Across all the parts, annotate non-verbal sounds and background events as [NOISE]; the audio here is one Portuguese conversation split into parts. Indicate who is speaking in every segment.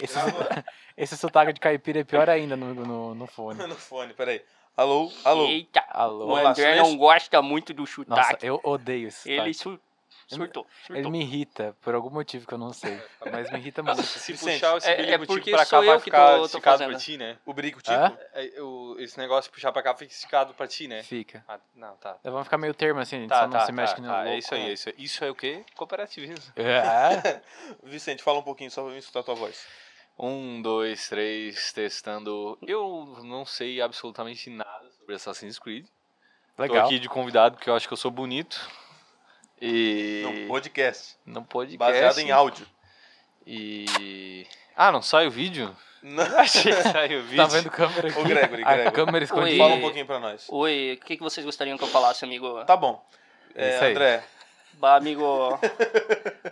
Speaker 1: Esse, [LAUGHS] esse sotaque de caipira é pior ainda no, no, no fone.
Speaker 2: no fone, peraí. Alô, alô.
Speaker 3: Eita,
Speaker 1: Alô.
Speaker 3: o
Speaker 2: Olá,
Speaker 3: André
Speaker 2: silêncio.
Speaker 3: não gosta muito do
Speaker 1: Nossa,
Speaker 3: sotaque.
Speaker 1: eu odeio esse sotaque.
Speaker 3: Ele sur- surtou.
Speaker 1: Ele
Speaker 3: surtou.
Speaker 1: me irrita, por algum motivo que eu não sei. Mas me irrita muito.
Speaker 2: Se
Speaker 4: Vicente,
Speaker 2: puxar esse
Speaker 3: é- é
Speaker 2: bilico tico
Speaker 3: porque
Speaker 2: pra cá,
Speaker 3: sou
Speaker 2: vai
Speaker 3: eu que
Speaker 2: ficar
Speaker 3: tô- tô
Speaker 2: esticado pra
Speaker 3: fazendo.
Speaker 2: ti, né?
Speaker 4: O brico tico?
Speaker 1: Hã?
Speaker 2: É, o- Esse negócio de puxar pra cá fica esticado pra ti, né?
Speaker 1: Fica.
Speaker 2: Ah, não, tá.
Speaker 1: Então Vamos ficar meio termo assim, a gente
Speaker 2: Tá,
Speaker 1: só não
Speaker 2: tá,
Speaker 1: se mexe
Speaker 2: tá,
Speaker 1: que nem um
Speaker 2: tá.
Speaker 1: louco.
Speaker 2: É isso aí, é isso aí. Isso é o quê? Cooperativismo.
Speaker 1: [LAUGHS] É?
Speaker 2: [LAUGHS] Vicente, fala um pouquinho só pra eu escutar a tua voz. Um, dois, três, testando. Eu não sei absolutamente nada sobre Assassin's Creed. Tô
Speaker 1: Legal.
Speaker 2: aqui de convidado porque eu acho que eu sou bonito. E.
Speaker 4: Não, podcast.
Speaker 2: Não pode
Speaker 4: Baseado em áudio.
Speaker 2: E. Ah, não sai o vídeo? [LAUGHS]
Speaker 4: Não.
Speaker 2: Achei que saiu o vídeo.
Speaker 1: Tá vendo câmera aqui?
Speaker 4: Ô, Gregory,
Speaker 1: A
Speaker 4: Gregory.
Speaker 1: câmera escondida.
Speaker 4: Fala um pouquinho pra nós.
Speaker 3: Oi, o que, que vocês gostariam que eu falasse, amigo?
Speaker 4: Tá bom.
Speaker 1: É
Speaker 4: É,
Speaker 1: isso aí.
Speaker 4: André.
Speaker 3: Bah, amigo.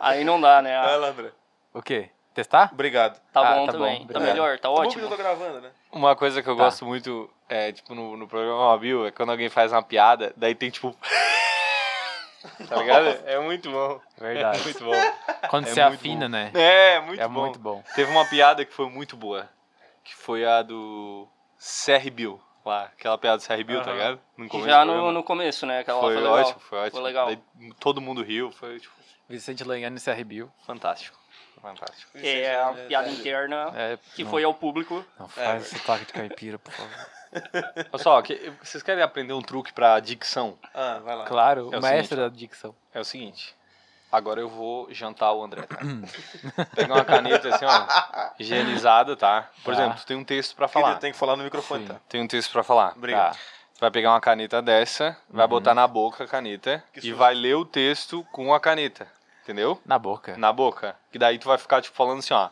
Speaker 3: Aí não dá, né?
Speaker 2: Ah,
Speaker 4: Vai lá, André.
Speaker 1: O quê? Testar?
Speaker 4: Obrigado.
Speaker 3: Tá
Speaker 1: Ah,
Speaker 3: bom
Speaker 1: tá bom,
Speaker 3: também. tá
Speaker 1: obrigado.
Speaker 3: melhor,
Speaker 4: Tá
Speaker 3: tá
Speaker 4: bom que eu
Speaker 3: ótimo.
Speaker 4: tô gravando, né?
Speaker 2: Uma coisa que eu
Speaker 1: Tá.
Speaker 2: gosto muito, é, tipo, no, no programa Mobile, é quando alguém faz uma piada, daí tem tipo. [LAUGHS] tá ligado? É muito bom. [LAUGHS] É
Speaker 1: Verdade.
Speaker 2: muito bom.
Speaker 1: Quando
Speaker 2: É
Speaker 1: você
Speaker 2: muito
Speaker 1: afina, né?
Speaker 2: É, muito
Speaker 1: é
Speaker 2: bom.
Speaker 1: muito bom.
Speaker 2: Teve uma piada que foi muito boa. Que foi a do CR Bill. Lá, aquela piada do CR Bill, tá
Speaker 1: Aham.
Speaker 2: ligado? No começo
Speaker 3: Já
Speaker 2: do
Speaker 3: no,
Speaker 2: programa.
Speaker 3: no começo, né? Aquela
Speaker 2: Foi,
Speaker 3: lá foi legal.
Speaker 2: ótimo, foi ótimo.
Speaker 3: legal.
Speaker 2: Daí todo mundo riu, foi tipo,
Speaker 1: Vicente Lanhani se arrebiu.
Speaker 2: fantástico.
Speaker 4: [LAUGHS]
Speaker 2: Fantástico.
Speaker 3: Que é a piada interna
Speaker 1: É,
Speaker 3: que
Speaker 1: não,
Speaker 3: foi ao público.
Speaker 1: Não
Speaker 2: É.
Speaker 1: faz sotaque de caipira, por
Speaker 2: [LAUGHS]
Speaker 1: favor.
Speaker 2: Pessoal, que- vocês querem aprender um truque pra dicção?
Speaker 4: Ah, vai lá.
Speaker 1: Claro,
Speaker 2: É o
Speaker 1: o mestre da dicção.
Speaker 2: É o seguinte. Agora eu vou jantar o André, tá?
Speaker 4: [CLEARS THROAT]
Speaker 2: Pega uma caneta assim, ó, higienizada, tá? Por
Speaker 1: Tá.
Speaker 2: exemplo, tu tem um texto pra
Speaker 4: Querido,
Speaker 2: falar.
Speaker 4: tem que falar no microfone,
Speaker 1: Sim.
Speaker 4: tá?
Speaker 2: Tem um texto pra falar. Tá.
Speaker 4: Obrigado.
Speaker 2: Tu vai pegar uma caneta dessa, vai
Speaker 1: Uhum.
Speaker 2: botar na boca a caneta
Speaker 4: Que
Speaker 2: e
Speaker 4: susto.
Speaker 2: vai ler o texto com a caneta, entendeu?
Speaker 1: Na boca.
Speaker 2: Na boca. Que daí tu vai ficar, tipo, falando assim, ó.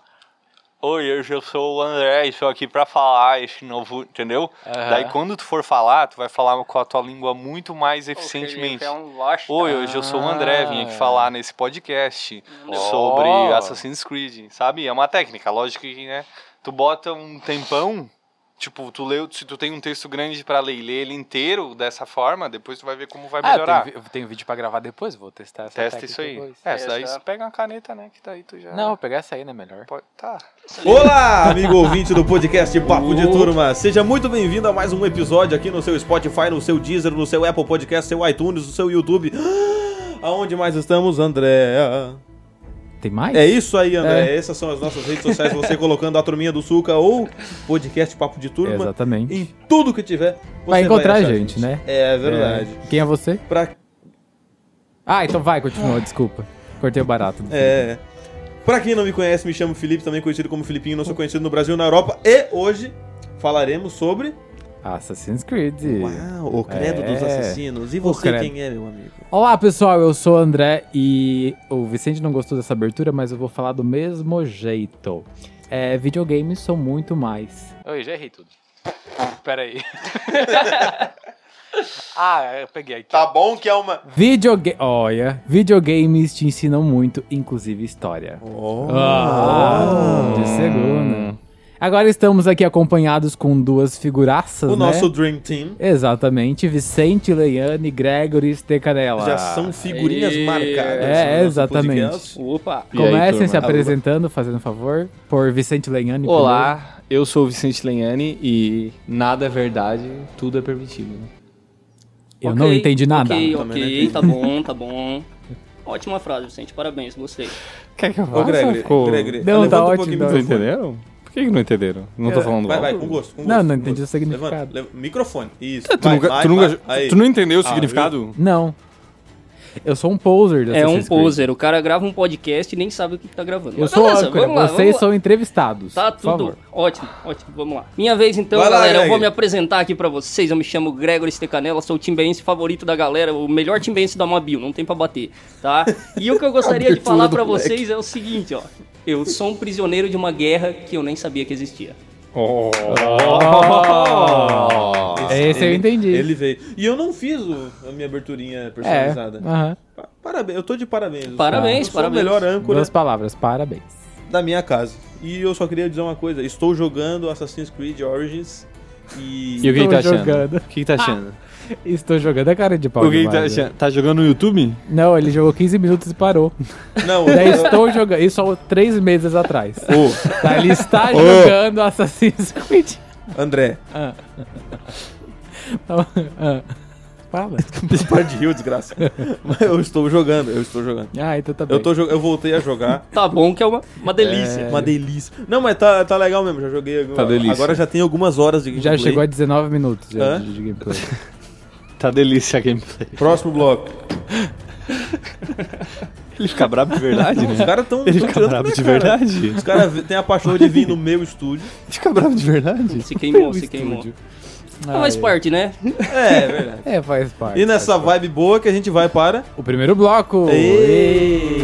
Speaker 2: Oi, eu sou o André, estou aqui pra falar esse novo, entendeu?
Speaker 1: Aham.
Speaker 2: Daí quando tu for falar, tu vai falar com a tua língua muito mais eficientemente.
Speaker 3: É um laxo.
Speaker 2: Oi, hoje eu sou o André, vim aqui
Speaker 1: Ah.
Speaker 2: falar nesse podcast
Speaker 1: Ó.
Speaker 2: sobre Assassin's Creed, sabe? É uma técnica, lógico que, né? Tu bota um tempão, tipo, tu leu, se tu tem um texto grande pra ler e ler ele inteiro dessa forma, depois tu vai ver como vai
Speaker 1: Ah, eu
Speaker 2: melhorar.
Speaker 1: tenho, vi- eu tenho vídeo pra gravar depois, vou testar essa
Speaker 2: Testa
Speaker 1: técnica
Speaker 2: isso aí.
Speaker 1: depois.
Speaker 2: É, isso daí
Speaker 3: Essa-
Speaker 2: você pega uma caneta, né? Que daí tu já.
Speaker 1: Não, vou pegar essa aí, né? Melhor.
Speaker 2: Pode... Tá.
Speaker 5: Olá, amigo ouvinte do podcast Papo de Turma. Seja muito bem-vindo a mais um episódio aqui no seu Spotify, no seu Deezer, no seu Apple Podcast, seu iTunes, no seu YouTube. [GASPS] Aonde mais estamos, André?
Speaker 1: Tem mais?
Speaker 5: É isso aí, André. Essas são as nossas redes sociais. Você colocando a Turminha do Suca ou podcast Papo de Turma.
Speaker 1: Exatamente.
Speaker 5: Em tudo que tiver, você
Speaker 1: Vai encontrar
Speaker 5: achar
Speaker 1: a gente, né?
Speaker 5: É verdade.
Speaker 1: É. Quem é você?
Speaker 5: Pra
Speaker 1: Ah, então vai, continua, desculpa. Cortei o barato.
Speaker 5: É. Pra quem não me conhece, me chamo Felipe, também conhecido como Filipinho, não sou conhecido no Brasil e na Europa. E hoje falaremos sobre.
Speaker 1: Assassin's Creed.
Speaker 5: Uau, o credo
Speaker 1: É.
Speaker 5: dos assassinos. E
Speaker 1: O
Speaker 5: você
Speaker 1: credo.
Speaker 5: quem é, meu amigo?
Speaker 1: Olá, pessoal, eu sou o André e o Vicente não gostou dessa abertura, mas eu vou falar do mesmo jeito. É, videogames são muito mais. Oi, já errei tudo. Peraí. [LAUGHS] ah, eu peguei aqui.
Speaker 4: Tá bom que é uma.
Speaker 1: Videoga Olha, videogames te ensinam muito, inclusive história. Ah, de segunda. Agora estamos aqui acompanhados com duas figuraças,
Speaker 5: O
Speaker 1: né?
Speaker 5: nosso Dream Team
Speaker 1: Exatamente, Vicente Leiane, Gregory Stecanella.
Speaker 5: já são figurinhas
Speaker 1: E-
Speaker 5: marcadas. no
Speaker 1: Ah. É,
Speaker 5: nosso
Speaker 1: exatamente.
Speaker 5: podcast.
Speaker 3: Opa!
Speaker 6: E aí,
Speaker 1: Ah, Comecem se
Speaker 6: turma?
Speaker 1: apresentando, fazendo favor, por Vicente Leiane.
Speaker 6: Olá, eu sou o Vicente Lenhani e nada é verdade, tudo é permitido. né?
Speaker 1: primeiro. Eu não entendi nada.
Speaker 3: Ok,
Speaker 5: Também não
Speaker 3: ok,
Speaker 5: entendi.
Speaker 3: tá bom, tá bom. Ótima frase, Vicente, parabéns, gostei.
Speaker 6: Quer que eu
Speaker 5: Ô, Gregory,
Speaker 6: Ficou-
Speaker 5: Gregory,
Speaker 1: Não, tá
Speaker 5: levanta um
Speaker 1: ótimo,
Speaker 5: pouquinho
Speaker 1: tá
Speaker 5: o
Speaker 6: Não
Speaker 5: microfone.
Speaker 6: entenderam? Por que, que não entenderam? Não tô falando
Speaker 5: É, Vai,
Speaker 6: alto. Ah,
Speaker 5: vai, com gosto. Com
Speaker 1: Não,
Speaker 5: gosto,
Speaker 1: não
Speaker 5: com
Speaker 1: entendi
Speaker 5: gosto.
Speaker 1: o significado.
Speaker 5: Levanta, le- microfone. Isso.
Speaker 6: Tu, nunca, tu nunca-
Speaker 5: Aí.
Speaker 6: tu não entendeu o
Speaker 5: Ah,
Speaker 6: significado?
Speaker 1: Não. Eu sou um poser dessa
Speaker 3: É um poser, o cara grava um podcast e nem sabe o que que tá gravando.
Speaker 1: Eu
Speaker 3: Mas
Speaker 1: sou
Speaker 3: beleza,
Speaker 1: âncora,
Speaker 3: vamos lá,
Speaker 1: vocês
Speaker 3: vamos lá.
Speaker 1: são entrevistados.
Speaker 3: Tá
Speaker 1: por
Speaker 3: tudo
Speaker 1: favor.
Speaker 3: ótimo, ótimo, vamos lá. Minha vez então,
Speaker 5: Vai lá,
Speaker 3: galera, eu vou
Speaker 5: Greg.
Speaker 3: me apresentar aqui pra vocês. Eu me chamo Gregory Stecanella, sou o timbense favorito da galera, o melhor timbense da Mobil, não tem pra bater, tá? E o que eu gostaria de falar pra vocês é o seguinte, ó. Eu sou um prisioneiro de uma guerra que eu nem sabia que existia.
Speaker 6: Oh.
Speaker 5: Oh.
Speaker 1: Esse eu
Speaker 5: Ele-
Speaker 1: entendi.
Speaker 5: Ele veio. E eu não fiz o- a minha aberturinha
Speaker 1: É,
Speaker 5: personalizada.
Speaker 1: aham.
Speaker 5: Pa- Parabéns, eu tô de parabéns.
Speaker 3: Parabéns,
Speaker 5: Eu sou
Speaker 3: parabéns.
Speaker 5: o melhor âncora
Speaker 1: duas palavras, parabéns.
Speaker 5: da minha casa. E eu só queria dizer uma coisa, estou jogando Assassin's Creed Origins E.
Speaker 2: E o que que tá
Speaker 7: Estou
Speaker 2: achando?
Speaker 7: jogando.
Speaker 2: O que que tá achando?
Speaker 5: Ah.
Speaker 7: Estou jogando a cara de pau.
Speaker 2: o que que tá
Speaker 7: demais, né?
Speaker 2: achando? Tá jogando no YouTube?
Speaker 7: Não, ele jogou 15 minutos e parou.
Speaker 5: Não,
Speaker 1: [LAUGHS] é
Speaker 2: [LAUGHS]
Speaker 7: Daí estou jogando. Isso há três meses atrás.
Speaker 2: Ô,
Speaker 7: Tá, ele está jogando Assassin's Creed.
Speaker 5: André,
Speaker 7: Então, ah, Fala.
Speaker 5: para de rir, desgraça. [LAUGHS] Mas eu estou jogando, eu estou jogando.
Speaker 7: Ah, então tá bem.
Speaker 5: Eu, tô, jo- eu voltei a jogar.
Speaker 3: Tá bom que é uma, uma delícia.
Speaker 2: [LAUGHS]
Speaker 5: Uma delícia. Não, mas tá, tá legal mesmo, já joguei.
Speaker 2: Tá delícia.
Speaker 5: Agora já tem algumas horas de
Speaker 7: Já
Speaker 5: gameplay.
Speaker 7: chegou a 19 minutos já,
Speaker 5: Hã?
Speaker 7: de, de gameplay.
Speaker 2: tá delícia a gameplay.
Speaker 5: Próximo bloco.
Speaker 2: [LAUGHS] Ele fica brabo de verdade,
Speaker 5: Os
Speaker 2: né?
Speaker 5: caras tão
Speaker 2: Ele
Speaker 5: tão
Speaker 2: fica
Speaker 5: tirando
Speaker 2: brabo
Speaker 5: minha
Speaker 2: de
Speaker 5: cara.
Speaker 2: verdade?
Speaker 5: Os caras têm a paixão de vir no meu estúdio.
Speaker 2: Fica bravo de verdade?
Speaker 3: Se queimou, se queimou.
Speaker 7: Ah,
Speaker 3: Ah, faz parte, né?
Speaker 5: É, verdade.
Speaker 7: É, faz parte.
Speaker 5: E nessa
Speaker 7: faz parte.
Speaker 5: vibe boa que a gente vai para.
Speaker 7: O primeiro bloco.
Speaker 5: Ei!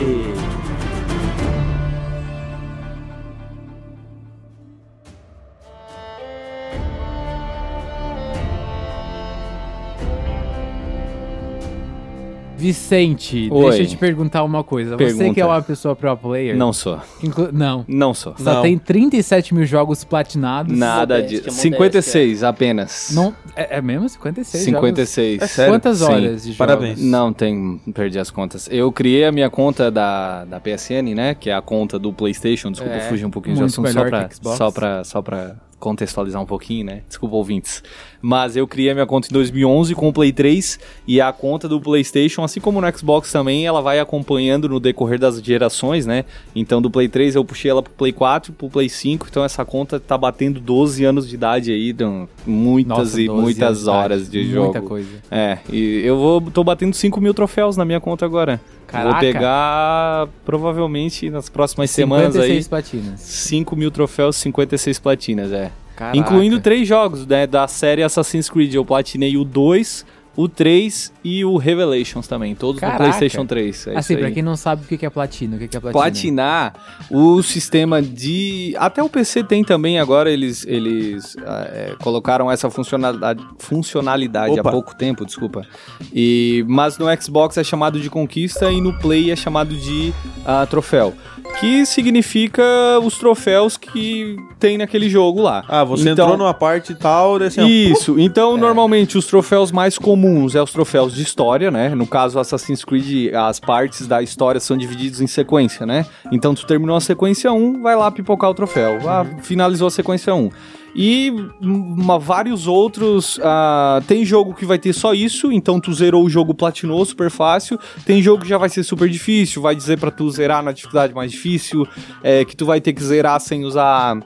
Speaker 7: Vicente,
Speaker 2: Oi.
Speaker 7: deixa eu te perguntar uma coisa. Você
Speaker 2: Pergunta.
Speaker 7: que é uma pessoa pro player.
Speaker 2: Não sou.
Speaker 7: inclu- Não.
Speaker 2: Não sou.
Speaker 7: Só
Speaker 5: Não.
Speaker 7: tem 37 mil jogos platinados.
Speaker 2: Nada
Speaker 3: modéstia,
Speaker 6: é.
Speaker 2: disso.
Speaker 3: modéstia.
Speaker 2: 56 apenas.
Speaker 7: Não, é, é mesmo? 56 jogos? É
Speaker 2: 56.
Speaker 6: É
Speaker 7: Quantas
Speaker 2: Sim.
Speaker 7: horas de jogos?
Speaker 5: Parabéns.
Speaker 2: Não tem, perdi as contas. Eu criei a minha conta da, da PSN, né? Que é a conta do PlayStation. Desculpa
Speaker 7: É,
Speaker 2: fugir um pouquinho do
Speaker 7: muito
Speaker 2: assunto
Speaker 7: melhor
Speaker 2: só pra,
Speaker 7: que Xbox.
Speaker 2: só, pra, só pra contextualizar um pouquinho, né? Desculpa, ouvintes. Mas eu criei a minha conta em 2011 com o Play 3 e a conta do PlayStation, assim como no Xbox também, ela vai acompanhando no decorrer das gerações, né? Então do Play 3 eu puxei ela pro Play 4, pro Play 5. Então essa conta tá batendo 12 anos de idade aí, então, muitas
Speaker 7: Nossa,
Speaker 2: e
Speaker 7: 12 anos
Speaker 2: muitas
Speaker 7: de
Speaker 2: horas
Speaker 7: idade,
Speaker 2: de jogo.
Speaker 7: Muita coisa.
Speaker 2: É, e eu vou, tô batendo 5 mil troféus na minha conta agora.
Speaker 7: Caraca.
Speaker 2: Vou pegar provavelmente nas próximas semanas aí
Speaker 7: 56 platinas.
Speaker 2: 5 mil troféus, 56 platinas, é.
Speaker 7: Caraca.
Speaker 2: Incluindo três jogos né, da série Assassin's Creed. Eu platinei o 2, o 3 e o Revelations também, todos
Speaker 7: Caraca.
Speaker 2: no PlayStation 3. É isso
Speaker 7: assim,
Speaker 2: aí.
Speaker 7: pra quem não sabe o que que é platina, o que que é
Speaker 1: né?
Speaker 7: platina?
Speaker 2: Platinar o sistema de. Até o PC tem também agora, eles, eles ah, é, colocaram essa funcionalidade, funcionalidade há
Speaker 5: Opa.
Speaker 2: pouco tempo, desculpa. E, mas no Xbox é chamado de conquista e no Play é chamado de ah, troféu. Que significa os troféus que tem naquele jogo lá.
Speaker 5: Ah, você entrou numa parte tal,
Speaker 2: é
Speaker 5: desse
Speaker 2: Isso, então normalmente os troféus mais comuns é os troféus de história, né? No caso Assassin's Creed, as partes da história são divididas em sequência, né? Então tu terminou a sequência 1, vai lá pipocar o troféu. Ah, finalizou a sequência 1. E uma- vários outros. ah, tem jogo que vai ter só isso, então tu zerou o jogo platinou super fácil. Tem jogo que já vai ser super difícil, vai dizer pra tu zerar na dificuldade mais difícil, é, que tu vai ter que zerar sem usar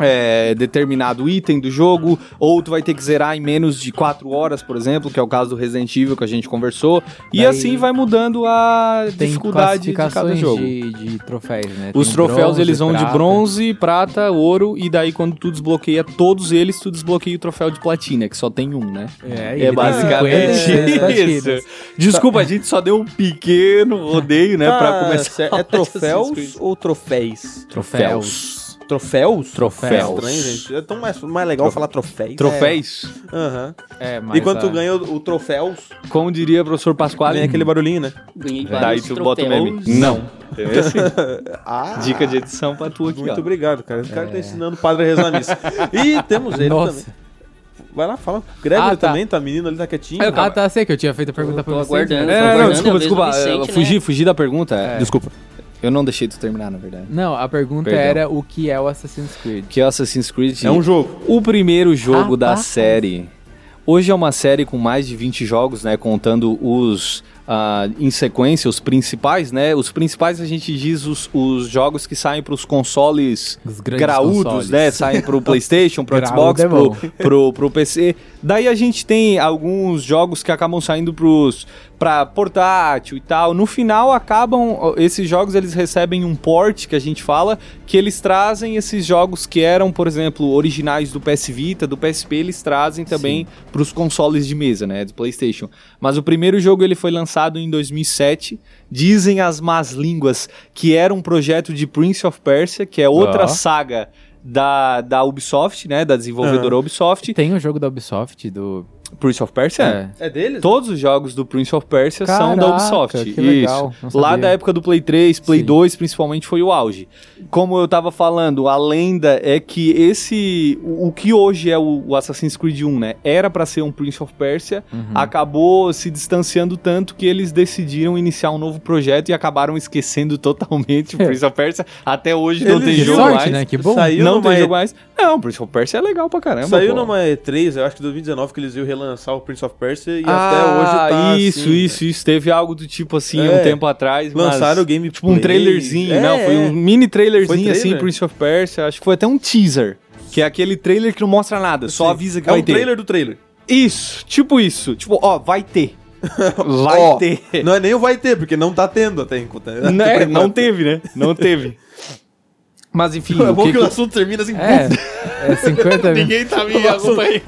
Speaker 2: é, determinado item do jogo, ou tu vai ter que zerar em menos de 4 horas, por exemplo, que é o caso do Resident Evil que a gente conversou, e
Speaker 7: Daí
Speaker 2: assim vai mudando a
Speaker 7: Tem
Speaker 2: dificuldade de cada
Speaker 7: classificações
Speaker 2: jogo.
Speaker 7: De, de troféus, né?
Speaker 2: Os
Speaker 7: Tem
Speaker 2: troféus
Speaker 7: bronze,
Speaker 2: eles vão de
Speaker 7: prata.
Speaker 2: bronze, prata, ouro, e daí quando tu desbloqueia todos eles, tu desbloqueia o troféu de platina, que só tem um, né?
Speaker 7: É,
Speaker 5: tá
Speaker 2: É basicamente isso. Desculpa, a gente só deu um pequeno rodeio, né, pra começar. [LAUGHS]
Speaker 5: É troféus ou troféis?
Speaker 7: Troféus.
Speaker 5: Troféus?
Speaker 7: Troféus.
Speaker 5: É estranho, gente. É tão mais, mais legal falar troféis.
Speaker 2: Troféus?
Speaker 5: É. Aham.
Speaker 7: É, mas
Speaker 5: E quando tu
Speaker 7: a-
Speaker 5: ganha o, o troféus,
Speaker 2: Como diria o professor Pasquale,
Speaker 5: vem aquele barulhinho, né?
Speaker 3: Ganhei
Speaker 2: Daí
Speaker 3: vários
Speaker 2: tu bota o meme.
Speaker 3: troféus.
Speaker 2: Não. É assim.
Speaker 5: Ah,
Speaker 2: Dica de edição pra tu aqui,
Speaker 5: Muito
Speaker 2: ó.
Speaker 5: obrigado, cara. Esse
Speaker 2: É.
Speaker 5: cara tá ensinando o padre a rezar nisso.
Speaker 2: [LAUGHS]
Speaker 5: e temos ele
Speaker 7: Nossa.
Speaker 5: também. Vai lá, fala. Gregory
Speaker 7: Ah, tá.
Speaker 5: também, tá menino ali, tá quietinho.
Speaker 7: Ah, tá, sei que eu tinha feito a pergunta pra
Speaker 3: tô
Speaker 7: você.
Speaker 3: aguardando.
Speaker 7: né?
Speaker 3: É,
Speaker 2: É,
Speaker 3: Tá
Speaker 2: não,
Speaker 3: guardando
Speaker 2: desculpa,
Speaker 3: a vez do
Speaker 2: desculpa.
Speaker 3: Vicente,
Speaker 2: eu fugi,
Speaker 3: né?
Speaker 2: fugi da pergunta.
Speaker 7: É.
Speaker 2: Desculpa. Eu não deixei tu terminar, na verdade.
Speaker 7: Não, a pergunta
Speaker 2: Perdão.
Speaker 7: era o que é o Assassin's Creed.
Speaker 2: Que é o Assassin's Creed.
Speaker 5: É um jogo.
Speaker 2: O primeiro jogo
Speaker 7: Ah,
Speaker 2: da
Speaker 7: tá.
Speaker 2: série. Hoje é uma série com mais de 20 jogos, né? Contando os ah, em sequência, os principais, né? Os principais a gente diz os, os jogos que saem para os consoles
Speaker 7: Os grandes
Speaker 2: graúdos,
Speaker 7: consoles.
Speaker 2: né? Saem pro PlayStation, pro
Speaker 7: [LAUGHS] Graúdo
Speaker 2: Xbox,
Speaker 7: é
Speaker 2: pro,
Speaker 7: bom.
Speaker 2: pro, pro PC. Daí a gente tem alguns jogos que acabam saindo pros para portátil e tal. No final acabam ó, esses jogos eles recebem um port que a gente fala que eles trazem esses jogos que eram, por exemplo, originais do PS Vita, do PSP, eles trazem também para os consoles de mesa, né, do PlayStation. Mas o primeiro jogo ele foi lançado em 2007. Dizem as más línguas que era um projeto de Prince of Persia, que é outra
Speaker 7: Ó.
Speaker 2: saga da, da Ubisoft, né, da desenvolvedora Ubisoft.
Speaker 7: Tem um jogo da Ubisoft, do...
Speaker 2: Prince of Persia? É.
Speaker 5: É deles?
Speaker 2: Todos os jogos do Prince of Persia são da
Speaker 7: Caraca,
Speaker 2: Ubisoft.
Speaker 7: que legal, não
Speaker 2: Isso.
Speaker 7: sabia.
Speaker 2: Lá da época do Play 3, Play
Speaker 7: Sim.
Speaker 2: 2, principalmente, foi o auge. Como eu tava falando, a lenda é que esse. O o que hoje é o o Assassin's Creed 1, né? Era pra ser um Prince of Persia,
Speaker 7: Uhum.
Speaker 2: Uhum. acabou se distanciando tanto que eles decidiram iniciar um novo projeto e acabaram esquecendo totalmente o Prince of Persia. Até hoje não
Speaker 5: É. Eles-
Speaker 2: tem
Speaker 7: Que
Speaker 2: jogo
Speaker 7: sorte,
Speaker 2: mais.
Speaker 7: né? Que bom.
Speaker 5: Saiu
Speaker 2: não
Speaker 5: numa
Speaker 2: tem
Speaker 5: E-
Speaker 2: jogo mais. Não, Prince of Persia é legal pra caramba.
Speaker 5: Saiu
Speaker 2: pô.
Speaker 5: numa E3, eu acho que 2019, que eles iam relançar o Prince of Persia e
Speaker 2: Ah,
Speaker 5: até hoje tá
Speaker 2: Isso,
Speaker 5: assim,
Speaker 2: isso, isso. Teve algo do tipo assim,
Speaker 5: É.
Speaker 2: um tempo atrás. mas-
Speaker 5: Lançaram o game É.
Speaker 2: Tipo um trailerzinho, não, foi um mini
Speaker 5: Foi
Speaker 2: trailerzinho
Speaker 5: trailer?
Speaker 2: assim, Prince of Persia, acho que foi até um teaser, que é aquele trailer que não mostra nada, só avisa que
Speaker 5: é
Speaker 2: vai
Speaker 5: um
Speaker 2: ter.
Speaker 5: trailer do trailer.
Speaker 2: Isso, tipo isso, tipo, ó, vai
Speaker 5: [LAUGHS]
Speaker 2: ter. Vai
Speaker 5: Ó.
Speaker 2: ter.
Speaker 5: Não é nem o vai ter, porque não tá tendo até enquanto. [LAUGHS]
Speaker 2: Não, é, não teve, né? Não teve. Mas enfim,
Speaker 5: É
Speaker 2: o
Speaker 5: bom
Speaker 2: que
Speaker 5: que o
Speaker 2: que...
Speaker 5: assunto termina assim.
Speaker 7: É, é 50 mil.
Speaker 5: Ninguém tá me acompanhando.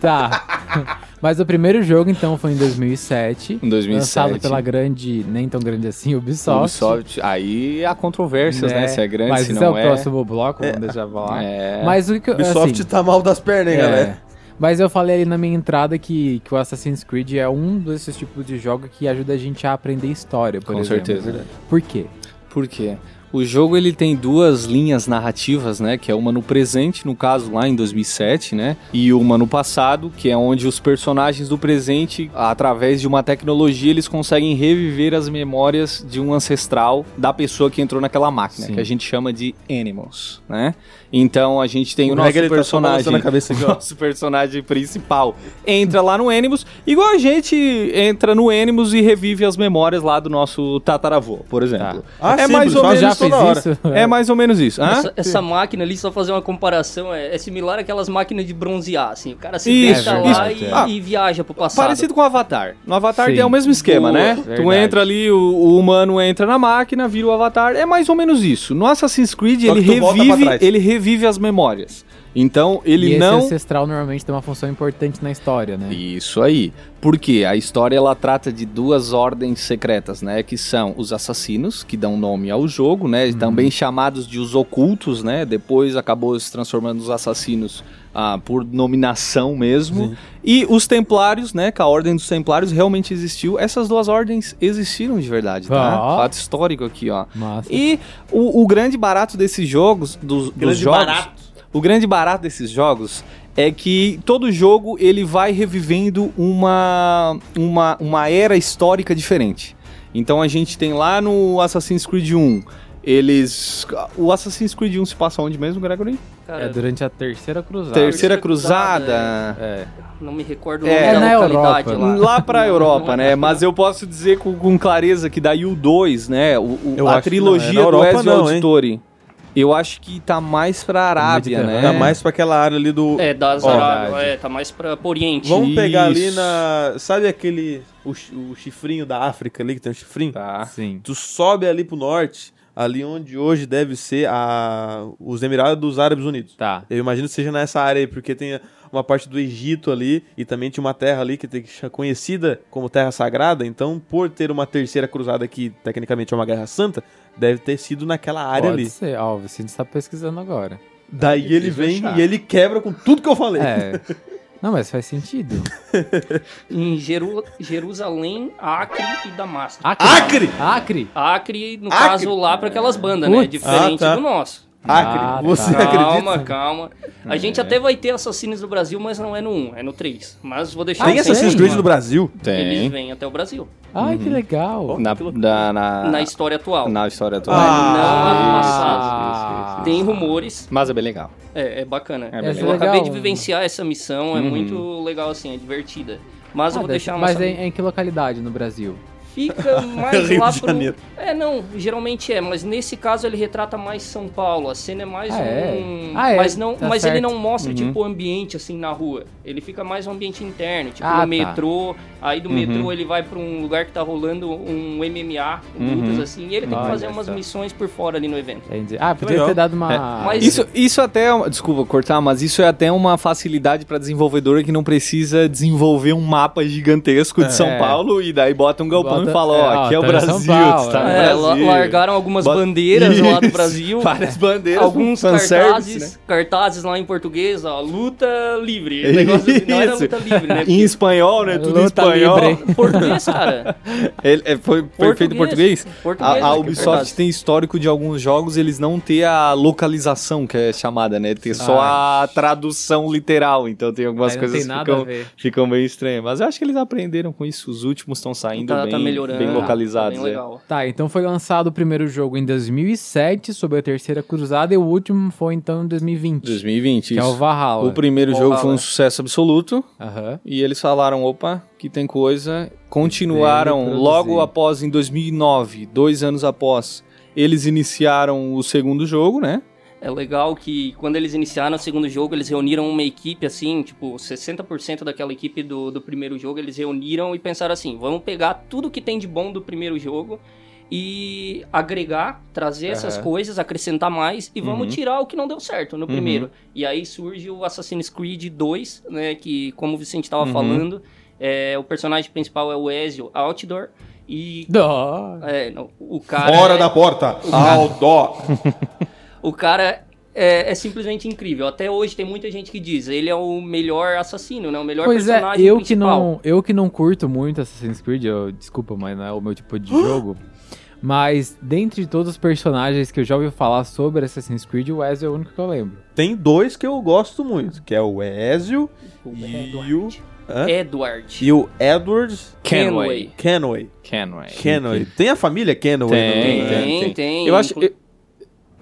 Speaker 7: Tá. Mas o primeiro jogo, então, foi em 2007.
Speaker 2: Em 2007.
Speaker 7: Lançado pela grande, nem tão grande assim, Ubisoft.
Speaker 2: Ubisoft, um, aí há controvérsias, né?
Speaker 7: né?
Speaker 2: Se é grande,
Speaker 7: Mas
Speaker 2: se
Speaker 7: esse
Speaker 2: não
Speaker 7: é o próximo bloco, vamos deixar pra lá.
Speaker 2: É.
Speaker 7: Mas o que eu-
Speaker 5: Ubisoft
Speaker 7: assim,
Speaker 5: tá mal das pernas, hein,
Speaker 7: é,
Speaker 5: galera.
Speaker 7: Mas eu falei ali na minha entrada que, que o Assassin's Creed é um desses tipos de jogo que ajuda a gente a aprender história, por
Speaker 2: Com
Speaker 7: exemplo.
Speaker 2: certeza.
Speaker 7: Por quê?
Speaker 2: Por quê? O jogo ele tem duas linhas narrativas, né? Que é uma no presente, no caso lá em 2007, né? E uma no passado, que é onde os personagens do presente, através de uma tecnologia, eles conseguem reviver as memórias de um ancestral da pessoa que entrou naquela máquina,
Speaker 7: Sim.
Speaker 2: que a gente chama de Animals, né? Então a gente tem o,
Speaker 5: Greg,
Speaker 2: nosso
Speaker 5: ele tá só
Speaker 2: personagem
Speaker 5: balançando a cabeça
Speaker 2: [LAUGHS]
Speaker 5: aqui, ó.
Speaker 2: nosso personagem principal entra lá no Animus, igual a gente entra no Animus e revive as memórias lá do nosso tataravô, por exemplo.
Speaker 5: Ah,
Speaker 2: é
Speaker 5: sim,
Speaker 2: mais ou
Speaker 5: só
Speaker 2: menos
Speaker 5: já
Speaker 7: Já fez
Speaker 5: toda hora.
Speaker 7: isso?
Speaker 2: É mais ou menos isso. Hã?
Speaker 3: Essa, essa máquina ali, só fazer uma comparação, é, é similar àquelas máquinas de bronzear, assim. O cara se
Speaker 2: Isso,
Speaker 3: deita lá
Speaker 7: isso.
Speaker 3: e,
Speaker 2: Ah,
Speaker 3: e viaja pro passado.
Speaker 2: Parecido com o Avatar. No Avatar
Speaker 7: Sim.
Speaker 2: é o mesmo esquema,
Speaker 7: Boa,
Speaker 2: né? Tu
Speaker 7: verdade.
Speaker 2: entra ali, o, o humano entra na máquina, vira o Avatar. É mais ou menos isso. No Assassin's Creed,
Speaker 5: Só
Speaker 2: ele
Speaker 5: que tu volta pra
Speaker 2: revive,
Speaker 5: trás.
Speaker 2: ele revive as memórias. Então, ele
Speaker 7: e
Speaker 2: não.
Speaker 7: esse é ancestral normalmente tem uma função importante na história, né?
Speaker 2: Isso aí. Porque a história ela trata de duas ordens secretas, né? Que são os assassinos, que dão nome ao jogo, né?
Speaker 7: Uhum.
Speaker 2: Também chamados de os ocultos, né? Depois acabou se transformando nos assassinos ah, por nominação mesmo. E os templários, né? Que a ordem dos templários realmente existiu. Essas duas ordens existiram de verdade, tá?
Speaker 7: Ó.
Speaker 2: Fato histórico aqui, ó.
Speaker 7: Massa.
Speaker 2: E o, o grande barato desses jogos, dos, dos
Speaker 5: Grande
Speaker 2: jogos,
Speaker 5: barato.
Speaker 2: o grande barato desses jogos é que todo jogo ele vai revivendo uma, uma, uma era histórica diferente. Então a gente tem lá no Assassin's Creed 1, eles o Assassin's Creed 1 se passa onde mesmo, Gregory?
Speaker 3: Cara,
Speaker 7: É durante a terceira cruzada.
Speaker 2: Terceira
Speaker 3: Terceira
Speaker 2: Cruzada.
Speaker 3: Cruzada,
Speaker 7: É.
Speaker 3: não me recordo o
Speaker 2: É,
Speaker 3: nome
Speaker 2: é
Speaker 3: da
Speaker 7: na
Speaker 3: localidade
Speaker 7: Europa.
Speaker 3: lá.
Speaker 2: Lá pra
Speaker 3: Não,
Speaker 2: Europa,
Speaker 3: não é.
Speaker 2: né? Mas eu posso dizer com, com clareza que daí o 2, né? O, o-
Speaker 5: Eu
Speaker 2: a
Speaker 5: acho que
Speaker 2: trilogia
Speaker 5: não, é na
Speaker 2: do
Speaker 5: Europa
Speaker 2: Ezio
Speaker 5: não, hein?
Speaker 2: Auditori. Eu acho que tá mais pra Arábia, né?
Speaker 5: Tá mais pra aquela área ali do.
Speaker 3: É, das
Speaker 5: Ó,
Speaker 3: Arábia, é, tá mais pra pro Oriente.
Speaker 5: Vamos pegar ali
Speaker 2: Isso.
Speaker 5: na. Sabe aquele. O, chi- o chifrinho da África ali, que tem um chifrinho?
Speaker 2: Tá.
Speaker 7: Sim.
Speaker 5: Tu sobe ali pro norte, ali onde hoje deve ser a, os Emirados Árabes Unidos.
Speaker 7: Tá.
Speaker 5: Eu imagino que seja nessa área aí, porque tem uma parte do Egito ali e também tinha uma terra ali que tem que ser conhecida como terra sagrada. Então, por ter uma terceira cruzada que tecnicamente é uma guerra santa, deve ter sido naquela área
Speaker 7: Pode
Speaker 5: ali.
Speaker 7: ser. Ó, o Vicente está pesquisando agora.
Speaker 5: Daí ele vem
Speaker 2: achar.
Speaker 5: e ele quebra com tudo que eu falei.
Speaker 7: É. Não, mas faz sentido.
Speaker 3: Em Jeru- Jerusalém, Acre e Damasco.
Speaker 5: Acre!
Speaker 7: Acre!
Speaker 3: Acre, no
Speaker 5: Acre?
Speaker 3: caso, lá pra aquelas bandas, né?
Speaker 7: Putz.
Speaker 3: Diferente
Speaker 5: Ah, tá.
Speaker 3: do nosso.
Speaker 5: Acre,
Speaker 7: Ah,
Speaker 5: você
Speaker 7: tá.
Speaker 5: acredita?
Speaker 3: Calma, calma. A gente até vai ter Assassinos do Brasil, mas não é no 1, é no 3. Mas vou deixar
Speaker 5: Tem
Speaker 7: Ah,
Speaker 3: vocês
Speaker 5: Assassin's
Speaker 7: tem,
Speaker 5: Creed no
Speaker 7: mano.
Speaker 5: Brasil?
Speaker 3: Eles vêm até o Brasil,
Speaker 7: Ai,
Speaker 3: Uhum.
Speaker 7: que legal.
Speaker 2: Na, da- na,
Speaker 3: na história atual.
Speaker 2: na história atual.
Speaker 3: Mas
Speaker 5: Ah.
Speaker 3: não é no passado.
Speaker 7: Ah,
Speaker 3: Tem rumores,
Speaker 2: Mas é bem legal.
Speaker 3: é, é bacana.
Speaker 2: É
Speaker 3: eu
Speaker 2: bem
Speaker 7: legal.
Speaker 3: acabei de vivenciar essa missão, é
Speaker 2: Uhum.
Speaker 3: muito legal assim, é divertida. Mas eu
Speaker 7: Ah,
Speaker 3: vou
Speaker 7: deve-
Speaker 3: deixar uma
Speaker 7: Mas em, em que localidade no Brasil?
Speaker 2: [LAUGHS]
Speaker 3: Fica mais
Speaker 5: Rio
Speaker 3: lá
Speaker 5: de
Speaker 3: pro...
Speaker 5: Janeiro.
Speaker 3: É, não, geralmente é, mas nesse caso ele retrata mais São Paulo, a cena é mais
Speaker 7: Ah, é?
Speaker 3: um...
Speaker 7: Ah, é,
Speaker 3: Mas, não,
Speaker 7: tá
Speaker 3: mas
Speaker 7: certo.
Speaker 3: ele não mostra,
Speaker 2: Uhum.
Speaker 3: tipo, o ambiente, assim, na rua. Ele fica mais um ambiente interno, tipo,
Speaker 7: Ah, tá.
Speaker 3: no metrô, aí do
Speaker 2: Uhum.
Speaker 3: metrô ele vai pra um lugar que tá rolando um MMA,
Speaker 2: Uhum.
Speaker 3: lutas, assim, e ele tem que
Speaker 7: Olha
Speaker 3: fazer umas
Speaker 7: só.
Speaker 3: missões por fora ali no evento.
Speaker 7: Entendi. Ah, podia
Speaker 5: Legal.
Speaker 7: ter dado uma.
Speaker 3: É, Mas-
Speaker 2: Isso, isso até, é uma- desculpa cortar, mas isso é até uma facilidade pra desenvolvedora que não precisa desenvolver um mapa gigantesco de São
Speaker 7: É.
Speaker 2: Paulo e daí bota um galpão nome e fala, ó, aqui é o
Speaker 7: tá em São
Speaker 2: Brasil,
Speaker 7: Paulo,
Speaker 2: tu tá no
Speaker 7: é.
Speaker 2: Brasil.
Speaker 3: É, la- largaram algumas bandeiras lá do
Speaker 2: Isso.
Speaker 3: Brasil.
Speaker 2: [LAUGHS] Várias bandeiras,
Speaker 3: Alguns
Speaker 2: fanservice,
Speaker 3: cartazes,
Speaker 2: né?
Speaker 3: cartazes lá em português, ó, luta livre. O negócio
Speaker 2: [LAUGHS]
Speaker 3: assim, não era
Speaker 2: Isso.
Speaker 3: luta livre, né?
Speaker 2: Em espanhol, né? Tudo em
Speaker 7: Luta
Speaker 2: espanhol.
Speaker 7: livre.
Speaker 3: Português, cara.
Speaker 2: Ele, é, foi, foi feito em português?
Speaker 3: Português.
Speaker 2: A, a
Speaker 3: né, que é
Speaker 2: Ubisoft
Speaker 3: verdade.
Speaker 2: tem histórico de alguns jogos eles não ter a localização que é chamada, né? Ter só a tradução literal. Então tem
Speaker 3: é,
Speaker 2: algumas
Speaker 7: Aí não
Speaker 2: coisas
Speaker 7: tem
Speaker 2: que
Speaker 7: nada né? a
Speaker 2: ficam,
Speaker 7: ver.
Speaker 2: ficam meio estranhas. Mas eu acho que eles aprenderam com isso. Os últimos estão saindo
Speaker 3: tá,
Speaker 2: bem,
Speaker 3: tá melhorando.
Speaker 2: bem
Speaker 3: tá
Speaker 2: localizados.
Speaker 3: bem
Speaker 2: é.
Speaker 3: legal.
Speaker 7: Tá, então foi lançado o primeiro jogo em 2007, sob a terceira cruzada, e o último foi então em 2020,
Speaker 2: 2020.
Speaker 7: que é o
Speaker 2: isso.
Speaker 7: Valhalla.
Speaker 2: O primeiro
Speaker 3: Valhalla.
Speaker 2: jogo foi um sucesso absoluto.
Speaker 7: Aham.
Speaker 2: E eles falaram, opa, que tem coisa. Continuaram
Speaker 7: Deve
Speaker 2: logo
Speaker 7: produzir.
Speaker 2: após, em 2009, dois anos após, eles iniciaram o segundo jogo, né?
Speaker 3: É legal que quando eles iniciaram o segundo jogo, eles reuniram uma equipe assim, tipo, 60% daquela equipe do, do primeiro jogo, eles reuniram e pensaram assim: vamos pegar tudo que tem de bom do primeiro jogo e agregar, trazer essas
Speaker 2: Aham.
Speaker 3: coisas, acrescentar mais e vamos
Speaker 2: Uhum.
Speaker 3: tirar o que não deu certo no primeiro. E aí surge o Assassin's Creed 2, né? Que, como o Vicente tava
Speaker 2: Uhum.
Speaker 3: falando, é, o personagem principal é o Ezio Outdoor. E.
Speaker 7: Dó.
Speaker 3: é, não, o cara.
Speaker 5: Fora
Speaker 3: é-
Speaker 5: da porta, Aldo.
Speaker 3: o cara é, é simplesmente incrível. Até hoje tem muita gente que diz, ele é o melhor assassino, né? O melhor
Speaker 7: Pois é,
Speaker 3: personagem
Speaker 7: eu que,
Speaker 3: principal.
Speaker 7: não, eu que não curto muito Assassin's Creed, eu, desculpa, mas não é o meu tipo de jogo. Mas, dentre todos os personagens que eu já ouvi falar sobre Assassin's Creed, o Ezio é o único que eu lembro.
Speaker 5: Tem dois que eu gosto muito, que é o Ezio
Speaker 3: O
Speaker 5: e o... Hã?
Speaker 3: Edward.
Speaker 5: E o Edward
Speaker 3: Kenway.
Speaker 5: Kenway.
Speaker 2: Kenway.
Speaker 5: Kenway. Tem a família Kenway?
Speaker 2: Tem,
Speaker 5: não
Speaker 3: É, Tem,
Speaker 5: né?
Speaker 3: tem, tem.
Speaker 2: Eu acho,
Speaker 3: Inclu-
Speaker 2: eu,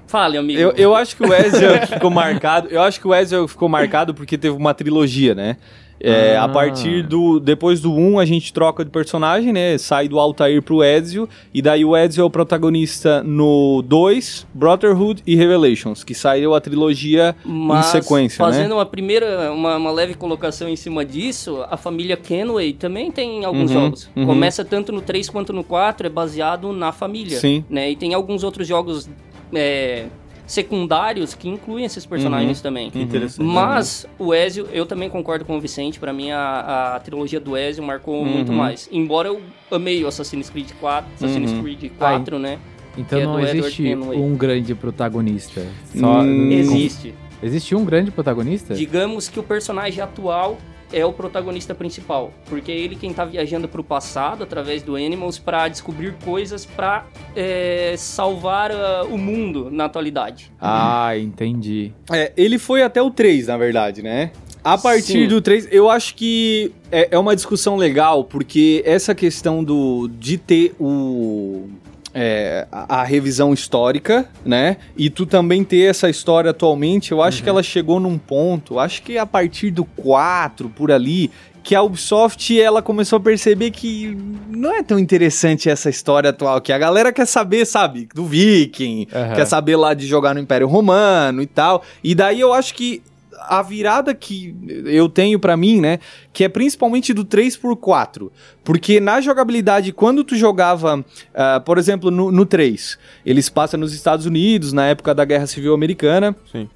Speaker 3: Fale, amigo.
Speaker 2: eu, eu acho que o Ezio ficou marcado. Eu acho que o Ezio ficou marcado porque teve uma trilogia, né? É,
Speaker 7: Ah.
Speaker 2: A partir do. Depois do 1, a gente troca de personagem, né? Sai do Altair pro Ezio. E daí o Ezio é o protagonista no 2, Brotherhood e Revelations, que saiu a trilogia
Speaker 3: Mas,
Speaker 2: em sequência,
Speaker 3: fazendo
Speaker 2: né?
Speaker 3: uma primeira, uma, uma leve colocação em cima disso, a família Kenway também tem alguns
Speaker 2: Uhum,
Speaker 3: jogos.
Speaker 2: uhum.
Speaker 3: Começa tanto no 3 quanto no 4, é baseado na família.
Speaker 2: Sim.
Speaker 3: Né? E tem alguns outros jogos é, secundários que incluem esses
Speaker 2: Uhum,
Speaker 3: personagens também.
Speaker 5: Que interessante.
Speaker 3: Mas o Ezio, eu também concordo com o Vicente, pra mim a, a trilogia do Ezio marcou
Speaker 2: Uhum.
Speaker 3: muito mais. Embora eu amei o Assassin's Creed 4, Assassin's
Speaker 2: Uhum.
Speaker 3: Creed 4, né?
Speaker 7: Então
Speaker 3: Que é
Speaker 7: não
Speaker 3: do Edward
Speaker 7: existe
Speaker 3: Kenway.
Speaker 7: um grande protagonista. Só,
Speaker 2: Hum.
Speaker 3: Existe.
Speaker 7: Existe um grande protagonista?
Speaker 3: Digamos que o personagem atual é o protagonista principal, porque é ele quem tá viajando pro passado através do Animals pra descobrir coisas pra é, salvar ah, o mundo na atualidade.
Speaker 7: Ah, entendi.
Speaker 2: É, ele foi até o 3, na verdade, né? A partir
Speaker 3: Sim.
Speaker 2: do 3, eu acho que é, é uma discussão legal, porque essa questão do de ter o. é, a, a revisão histórica, né? E tu também ter essa história atualmente, eu
Speaker 7: Uhum.
Speaker 2: acho que ela chegou num ponto, acho que a partir do 4, por ali, que a Ubisoft ela começou a perceber que não é tão interessante essa história atual, que a galera quer saber, sabe, do Viking,
Speaker 7: Aham.
Speaker 2: quer saber lá de jogar no Império Romano e tal. E daí eu acho que a virada que eu tenho pra mim, né, que é principalmente do 3 por 4, porque na jogabilidade quando tu jogava, ah, por exemplo, no, no 3, eles passam nos Estados Unidos na época da Guerra Civil Americana.
Speaker 5: Sim.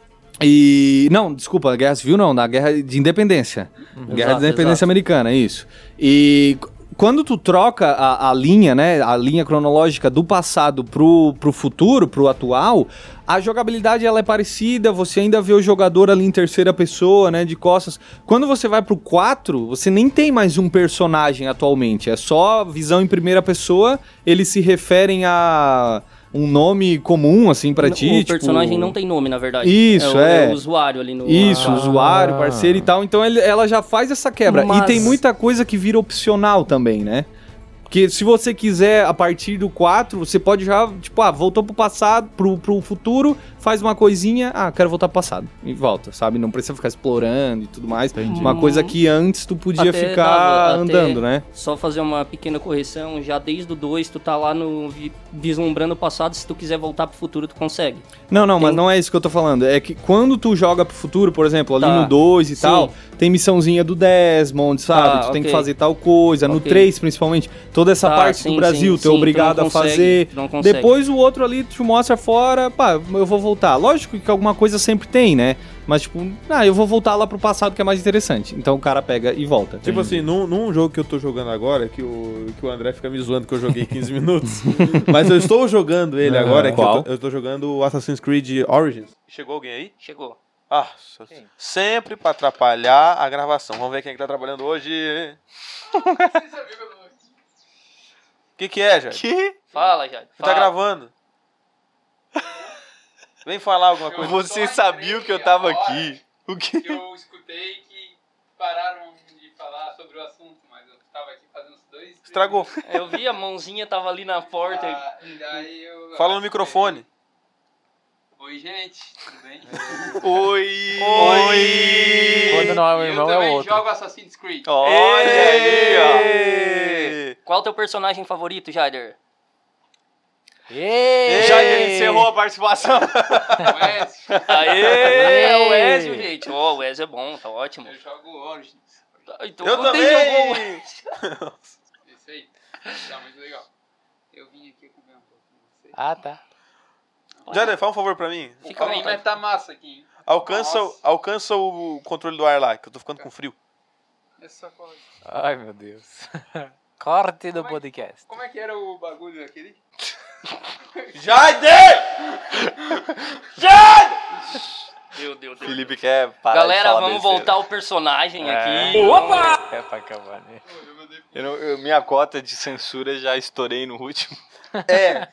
Speaker 2: E não, desculpa, Guerra Civil não, na Guerra de Independência. Guerra
Speaker 3: Exato,
Speaker 2: da Independência
Speaker 3: exato.
Speaker 2: Americana, isso. E c- quando tu troca a, a linha, né, a linha cronológica do passado pro, pro futuro, pro atual, a jogabilidade ela é parecida, você ainda vê o jogador ali em terceira pessoa, né, de costas. Quando você vai pro 4, você nem tem mais um personagem atualmente, é só visão em primeira pessoa, eles se referem a um nome comum, assim, pra
Speaker 3: o
Speaker 2: ti. tipo-
Speaker 3: personagem não tem nome, na verdade.
Speaker 2: Isso,
Speaker 3: o-
Speaker 2: é.
Speaker 3: é o usuário ali no.
Speaker 2: Isso,
Speaker 3: Ah,
Speaker 2: usuário, parceiro e tal. Então ele- ela já faz essa quebra. E
Speaker 3: Mas-
Speaker 2: tem muita coisa que vira opcional também, né? Porque se você quiser, a partir do 4, você pode já, tipo, ah, voltou pro passado, pro, pro futuro, faz uma coisinha, ah, quero voltar pro passado. E volta, sabe? Não precisa ficar explorando e tudo mais.
Speaker 7: Entendi.
Speaker 2: Uma coisa que antes tu podia
Speaker 3: Até
Speaker 2: ficar
Speaker 3: dava, até-
Speaker 2: andando, né?
Speaker 3: Só fazer uma pequena correção, já desde o 2, tu tá lá no vi- vislumbrando o passado, se tu quiser voltar pro futuro, tu consegue.
Speaker 2: Não, não, mas
Speaker 3: Tem-
Speaker 2: não é isso que eu tô falando. É que quando tu joga pro futuro, por exemplo, ali
Speaker 3: Tá.
Speaker 2: no 2 e
Speaker 3: Sim.
Speaker 2: tal, tem missãozinha do Desmond, sabe?
Speaker 3: Tá,
Speaker 2: tu tem que
Speaker 3: ok.
Speaker 2: fazer tal coisa. No
Speaker 3: Ok.
Speaker 2: 3, principalmente, tu Toda essa
Speaker 3: Tá,
Speaker 2: parte
Speaker 3: sim,
Speaker 2: do Brasil,
Speaker 3: sim,
Speaker 2: tu
Speaker 3: sim,
Speaker 2: é
Speaker 3: tu
Speaker 2: obrigado
Speaker 3: não
Speaker 2: a
Speaker 3: consegue,
Speaker 2: fazer.
Speaker 3: tu não consegue.
Speaker 2: Depois o outro ali te mostra fora, pá, eu vou voltar. Lógico que alguma coisa sempre tem, né? Mas tipo, ah, eu vou voltar lá pro passado que é mais interessante. Então o cara pega e volta.
Speaker 5: Tipo assim, num, num jogo que eu tô jogando agora, que o, que o André fica me zoando que eu
Speaker 3: [LAUGHS]
Speaker 5: joguei 15 minutos, mas eu estou jogando ele agora, é que eu
Speaker 2: Qual?
Speaker 5: tô, eu tô jogando o Assassin's Creed Origins.
Speaker 4: Chegou alguém aí?
Speaker 3: Chegou.
Speaker 5: Ah,
Speaker 4: Sempre pra atrapalhar a gravação. Vamos ver quem é que tá trabalhando
Speaker 1: [LAUGHS]
Speaker 4: hoje. O que, que é, Jair?
Speaker 1: Que?
Speaker 3: Fala, Jade.
Speaker 4: Tu tá
Speaker 3: fala.
Speaker 4: gravando? Vem falar alguma coisa.
Speaker 1: Você sabia que eu tava aqui. O que?
Speaker 8: eu escutei que pararam de falar sobre o assunto, mas eu tava aqui fazendo os dois.
Speaker 4: [LAUGHS] Estragou.
Speaker 3: Eu vi a mãozinha tava ali na porta.
Speaker 8: Ah, e aí eu-
Speaker 4: Fala no microfone.
Speaker 8: Oi, gente, tudo bem?
Speaker 1: Oi!
Speaker 8: Quando
Speaker 7: não é o
Speaker 8: eu
Speaker 7: irmão, é
Speaker 8: também
Speaker 7: o outro.
Speaker 8: jogo Assassin's Creed.
Speaker 1: Olha aí, ó.
Speaker 4: Ei!
Speaker 3: Qual o teu personagem favorito, Jader?
Speaker 1: Já encerrou a participação.
Speaker 8: West,
Speaker 3: Aê! É o Ezio, gente. Ó, o Ezio é bom, tá ótimo.
Speaker 8: eu jogo Origins.
Speaker 3: Então,
Speaker 4: Eu
Speaker 3: você
Speaker 4: também!
Speaker 3: jogou-
Speaker 8: Isso aí. Tá muito legal. Eu vim aqui comer um pouco com vocês.
Speaker 7: Ah, tá.
Speaker 4: Jader, faz um favor pra mim.
Speaker 8: O
Speaker 3: Fica à
Speaker 8: clima
Speaker 3: vontade.
Speaker 8: tá massa aqui, hein?
Speaker 4: Alcança, o-
Speaker 8: Nossa.
Speaker 4: alcança o controle do ar lá, que eu tô ficando com frio.
Speaker 8: É só coisa.
Speaker 7: Ai, meu Deus. [LAUGHS] Corte do podcast.
Speaker 8: Como é que era o bagulho daquele?
Speaker 4: Jader!
Speaker 3: Meu Deus, Deus.
Speaker 1: Felipe quer parar de
Speaker 3: Galera,
Speaker 1: falar
Speaker 3: vamos
Speaker 1: besteira.
Speaker 3: voltar ao personagem aqui.
Speaker 7: É pra acabar, né?
Speaker 1: Eu não- eu- minha cota de censura já estourei no último. [LAUGHS]
Speaker 4: É.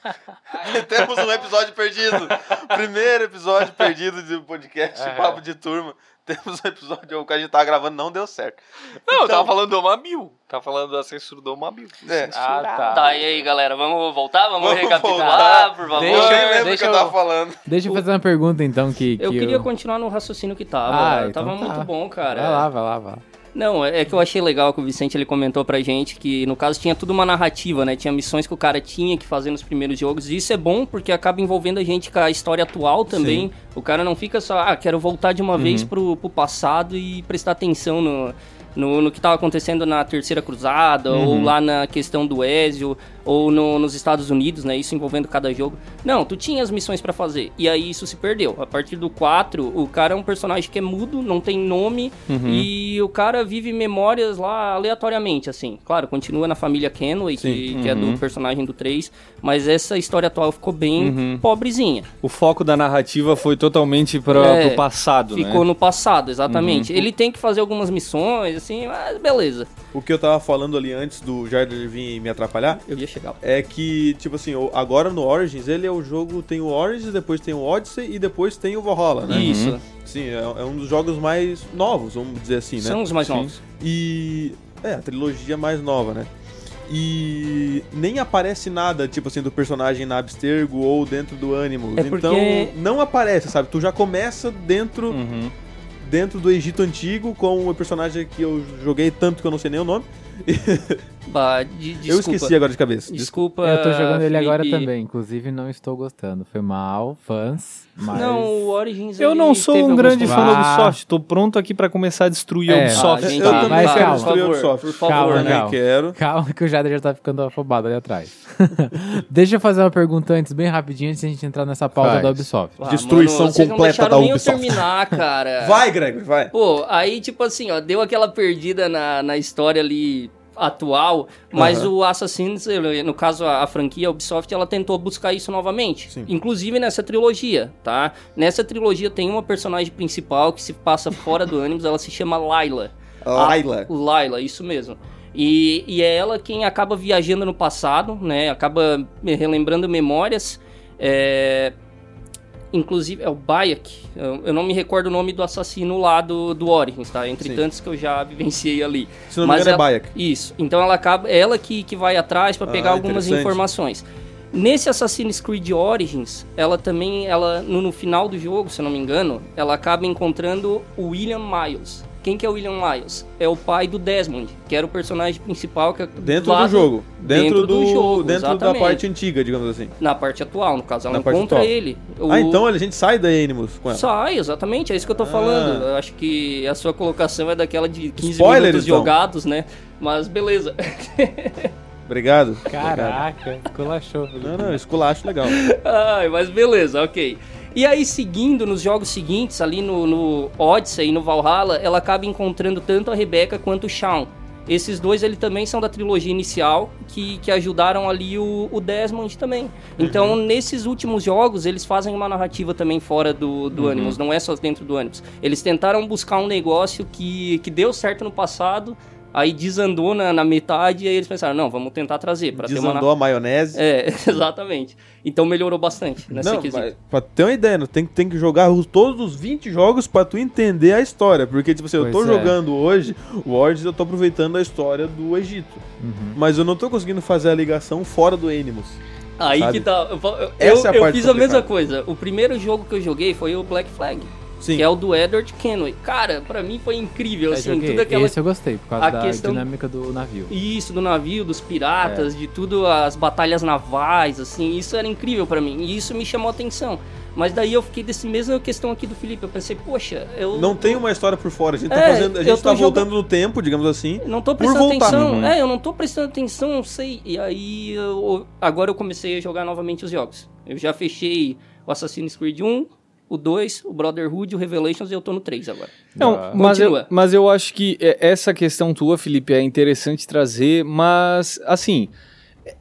Speaker 4: Temos um episódio perdido. Primeiro episódio perdido do podcast
Speaker 1: É.
Speaker 7: Aham.
Speaker 4: Papo de Turma. Temos um episódio que a gente tava gravando, não deu certo.
Speaker 1: Não, eu tava falando do Mabil. Tava falando da censura do Mabil.
Speaker 4: É.
Speaker 7: Ah, tá.
Speaker 3: Tá, e aí, galera, vamos voltar? Vamos,
Speaker 4: Vamos
Speaker 3: recapitular,
Speaker 4: voltar.
Speaker 3: por favor?
Speaker 4: Eu nem lembro o que
Speaker 7: deixa
Speaker 4: eu
Speaker 7: eu-
Speaker 4: tava falando.
Speaker 7: Deixa eu fazer uma pergunta, então, que, que
Speaker 3: Eu queria continuar no raciocínio que tava.
Speaker 7: Ah, então
Speaker 3: tava
Speaker 7: tá.
Speaker 3: muito bom, cara.
Speaker 7: Vai lá, vai lá, vai lá.
Speaker 3: Não, é é que eu achei legal que o Vicente ele comentou pra gente que no caso tinha tudo uma narrativa, né? Tinha missões que o cara tinha que fazer nos primeiros jogos. E isso é bom porque acaba envolvendo a gente com a história atual também. O cara não fica só, ah, quero voltar de uma vez pro, pro passado e prestar atenção no, no, no que tava acontecendo na Terceira Cruzada, ou lá na questão do Ezio, ou no- nos Estados Unidos, né? Isso envolvendo cada jogo. Não, tu tinha as missões pra fazer. E aí isso se perdeu. A partir do 4, o cara é um personagem que é mudo, não tem nome,
Speaker 5: Uhum.
Speaker 2: Uhum,
Speaker 3: e o cara vive memórias lá aleatoriamente, assim. Claro, continua na família Kenway, que, que é do
Speaker 5: Uhum.
Speaker 3: personagem do 3, mas essa história atual ficou bem
Speaker 2: uhum.
Speaker 5: Uhum.
Speaker 3: pobrezinha.
Speaker 2: O foco da narrativa foi totalmente pra,
Speaker 3: É,
Speaker 2: pro passado,
Speaker 3: Ficou
Speaker 2: né?
Speaker 3: no passado, exatamente.
Speaker 5: Uhum.
Speaker 3: Ele tem que fazer algumas missões, assim, mas beleza.
Speaker 5: o que eu tava falando ali antes do Jader vir me atrapalhar
Speaker 3: Eu ia chegar.
Speaker 5: é que, tipo assim, o- agora no Origins, ele é o jogo, tem o Origins, depois tem o Odyssey e depois tem o Valhalla, né?
Speaker 3: Isso.
Speaker 5: Sim, é, é um dos jogos mais novos, vamos dizer assim, né?
Speaker 3: São os mais
Speaker 5: Sim.
Speaker 3: novos.
Speaker 5: E. É, a trilogia mais nova, né? E nem aparece nada, tipo assim, do personagem na Abstergo ou dentro do Animus.
Speaker 3: É porque-
Speaker 5: Então, não aparece, sabe? Tu já começa dentro
Speaker 2: Uhum.
Speaker 5: dentro do Egito Antigo com o personagem que eu joguei tanto que eu não sei nem o nome.
Speaker 3: Bah, de-
Speaker 5: Eu
Speaker 3: desculpa.
Speaker 5: esqueci agora de cabeça.
Speaker 3: Desculpa.
Speaker 7: Eu tô jogando ele agora
Speaker 3: Felipe.
Speaker 7: também, inclusive não estou gostando. Foi mal, fãs, mas...
Speaker 3: Não, o Origins.
Speaker 2: Eu
Speaker 3: ele
Speaker 2: não sou
Speaker 3: teve
Speaker 2: um
Speaker 3: alguns
Speaker 2: grande
Speaker 3: problemas.
Speaker 2: fã do
Speaker 7: problemas.
Speaker 2: Ubisoft, tô pronto aqui pra começar a destruir a
Speaker 7: É.
Speaker 2: Ubisoft.
Speaker 3: Ah, gente,
Speaker 5: Eu
Speaker 3: tá.
Speaker 5: também um
Speaker 7: Mas
Speaker 5: quero
Speaker 7: calma.
Speaker 5: destruir o
Speaker 3: Por favor,
Speaker 5: Ubisoft. né?
Speaker 3: por favor. né?
Speaker 5: Eu também
Speaker 7: Calma. né?
Speaker 5: quero.
Speaker 7: Calma que o Jader já tá ficando afobado ali atrás. [LAUGHS] Deixa eu fazer uma pergunta antes, bem rapidinho, antes de a gente entrar nessa pauta
Speaker 2: Faz.
Speaker 7: da Ubisoft.
Speaker 3: Ah,
Speaker 5: Destruição
Speaker 3: mano, vocês não deixaram
Speaker 5: completa da
Speaker 3: nem eu
Speaker 5: Ubisoft.
Speaker 3: terminar, cara.
Speaker 5: Vai, Gregory, vai.
Speaker 3: Pô, aí tipo assim, ó, deu aquela perdida na, na história ali atual, mas o Assassin's, ele- no caso a, a franquia Ubisoft, ela tentou buscar isso novamente,
Speaker 5: Sim.
Speaker 3: inclusive nessa trilogia, tá? Nessa trilogia tem uma personagem principal que se passa fora do ânimos, ela se chama Layla.
Speaker 5: Laila.
Speaker 3: Laila, isso mesmo. E, e é ela quem acaba viajando no passado, né? Acaba me relembrando memórias. É, Inclusive, é o Bayek. Eu, eu não me recordo o nome do assassino lá do, do Origins, tá? Entre
Speaker 5: Sim.
Speaker 3: tantos que eu já vivenciei ali.
Speaker 5: Se não me
Speaker 3: Mas
Speaker 5: engano, é
Speaker 3: ela-
Speaker 5: Bayek.
Speaker 3: Isso. Então ela acaba, ela que, que vai atrás para
Speaker 5: Ah,
Speaker 3: pegar algumas
Speaker 5: interessante.
Speaker 3: informações. Nesse Assassin's Creed Origins, ela também, ela no, no final do jogo, se eu não me engano, ela acaba encontrando o William Miles. Quem que é o William Miles? É o pai do Desmond, que era o personagem principal que é
Speaker 5: Dentro
Speaker 3: lá
Speaker 5: do jogo. Dentro,
Speaker 3: dentro do jogo,
Speaker 5: Dentro da
Speaker 3: exatamente.
Speaker 5: parte antiga, digamos assim.
Speaker 3: na parte atual, no caso, ela
Speaker 5: Na parte
Speaker 3: encontra
Speaker 5: atual.
Speaker 3: ele.
Speaker 5: Ah,
Speaker 3: O-
Speaker 5: então a gente sai da Animus com ela.
Speaker 3: Sai, exatamente, é isso que eu tô
Speaker 5: Ah.
Speaker 3: falando. Eu acho que a sua colocação é daquela de 15
Speaker 5: Spoilers,
Speaker 3: minutos
Speaker 5: então.
Speaker 3: jogados, né? Mas beleza.
Speaker 5: Obrigado.
Speaker 7: Caraca, colachou.
Speaker 5: Não, não, esculacho legal.
Speaker 3: Ai, mas beleza, ok. E aí, seguindo nos jogos seguintes, ali no, no Odyssey e no Valhalla, ela acaba encontrando tanto a Rebecca quanto o Shaun. Esses dois, ele também são da trilogia inicial, que, que ajudaram ali o, o Desmond também. Então, nesses últimos jogos, eles fazem uma narrativa também fora do, do Animus, não é só dentro do Animus. Eles tentaram buscar um negócio que, que deu certo no passado, aí desandou na, na metade, e aí eles pensaram, não, vamos tentar trazer [LAUGHS] pra ter uma... narra-
Speaker 5: Desandou a maionese.
Speaker 3: É, [LAUGHS] exatamente. Então melhorou bastante nessa
Speaker 5: Não,
Speaker 3: quesito.
Speaker 5: mas pra ter uma ideia, não, tem, que- tem que jogar os- todos os 20 jogos pra tu entender a história. Porque, tipo assim, eu tô
Speaker 7: Pois é.
Speaker 5: jogando hoje o Origins, eu tô aproveitando a história do Egito.
Speaker 7: Uhum.
Speaker 5: Mas eu não tô conseguindo fazer a ligação fora do Animus.
Speaker 3: Aí
Speaker 5: sabe?
Speaker 3: que tá. Eu, eu-
Speaker 5: Essa é a
Speaker 3: eu
Speaker 5: parte
Speaker 3: fiz a mesma
Speaker 5: complicada.
Speaker 3: coisa. O primeiro jogo que eu joguei foi o Black Flag,
Speaker 5: Sim.
Speaker 3: que é o do Edward Kenway. Cara, pra mim foi incrível, assim, tudo aquela.
Speaker 7: É, Esse eu gostei, por causa
Speaker 3: a
Speaker 7: da
Speaker 3: questão-
Speaker 7: dinâmica do navio.
Speaker 3: Isso, do navio, dos
Speaker 5: É.
Speaker 3: piratas, de tudo, as batalhas navais, assim, isso era incrível pra mim. E isso me chamou a atenção. Mas daí eu fiquei desse mesma questão aqui do Felipe. Eu pensei, poxa, eu
Speaker 5: Não tem uma história por fora. A gente tá,
Speaker 3: É,
Speaker 5: fazendo, a
Speaker 3: eu
Speaker 5: gente
Speaker 3: tô
Speaker 5: tá
Speaker 3: jogando-
Speaker 5: voltando no tempo, digamos assim.
Speaker 3: Não tô prestando
Speaker 5: voltar.
Speaker 3: atenção.
Speaker 2: né?
Speaker 5: Uhum.
Speaker 3: É, eu não tô prestando atenção, não sei. E aí, eu- agora eu comecei a jogar novamente os jogos. Eu já fechei o Assassin's Creed 1, o 2, o Brotherhood, o Revelations e eu tô no 3 agora.
Speaker 2: Ah, Não, mas eu,
Speaker 3: Continua.
Speaker 2: mas eu acho que é, essa questão tua, Felipe, é interessante trazer, mas assim.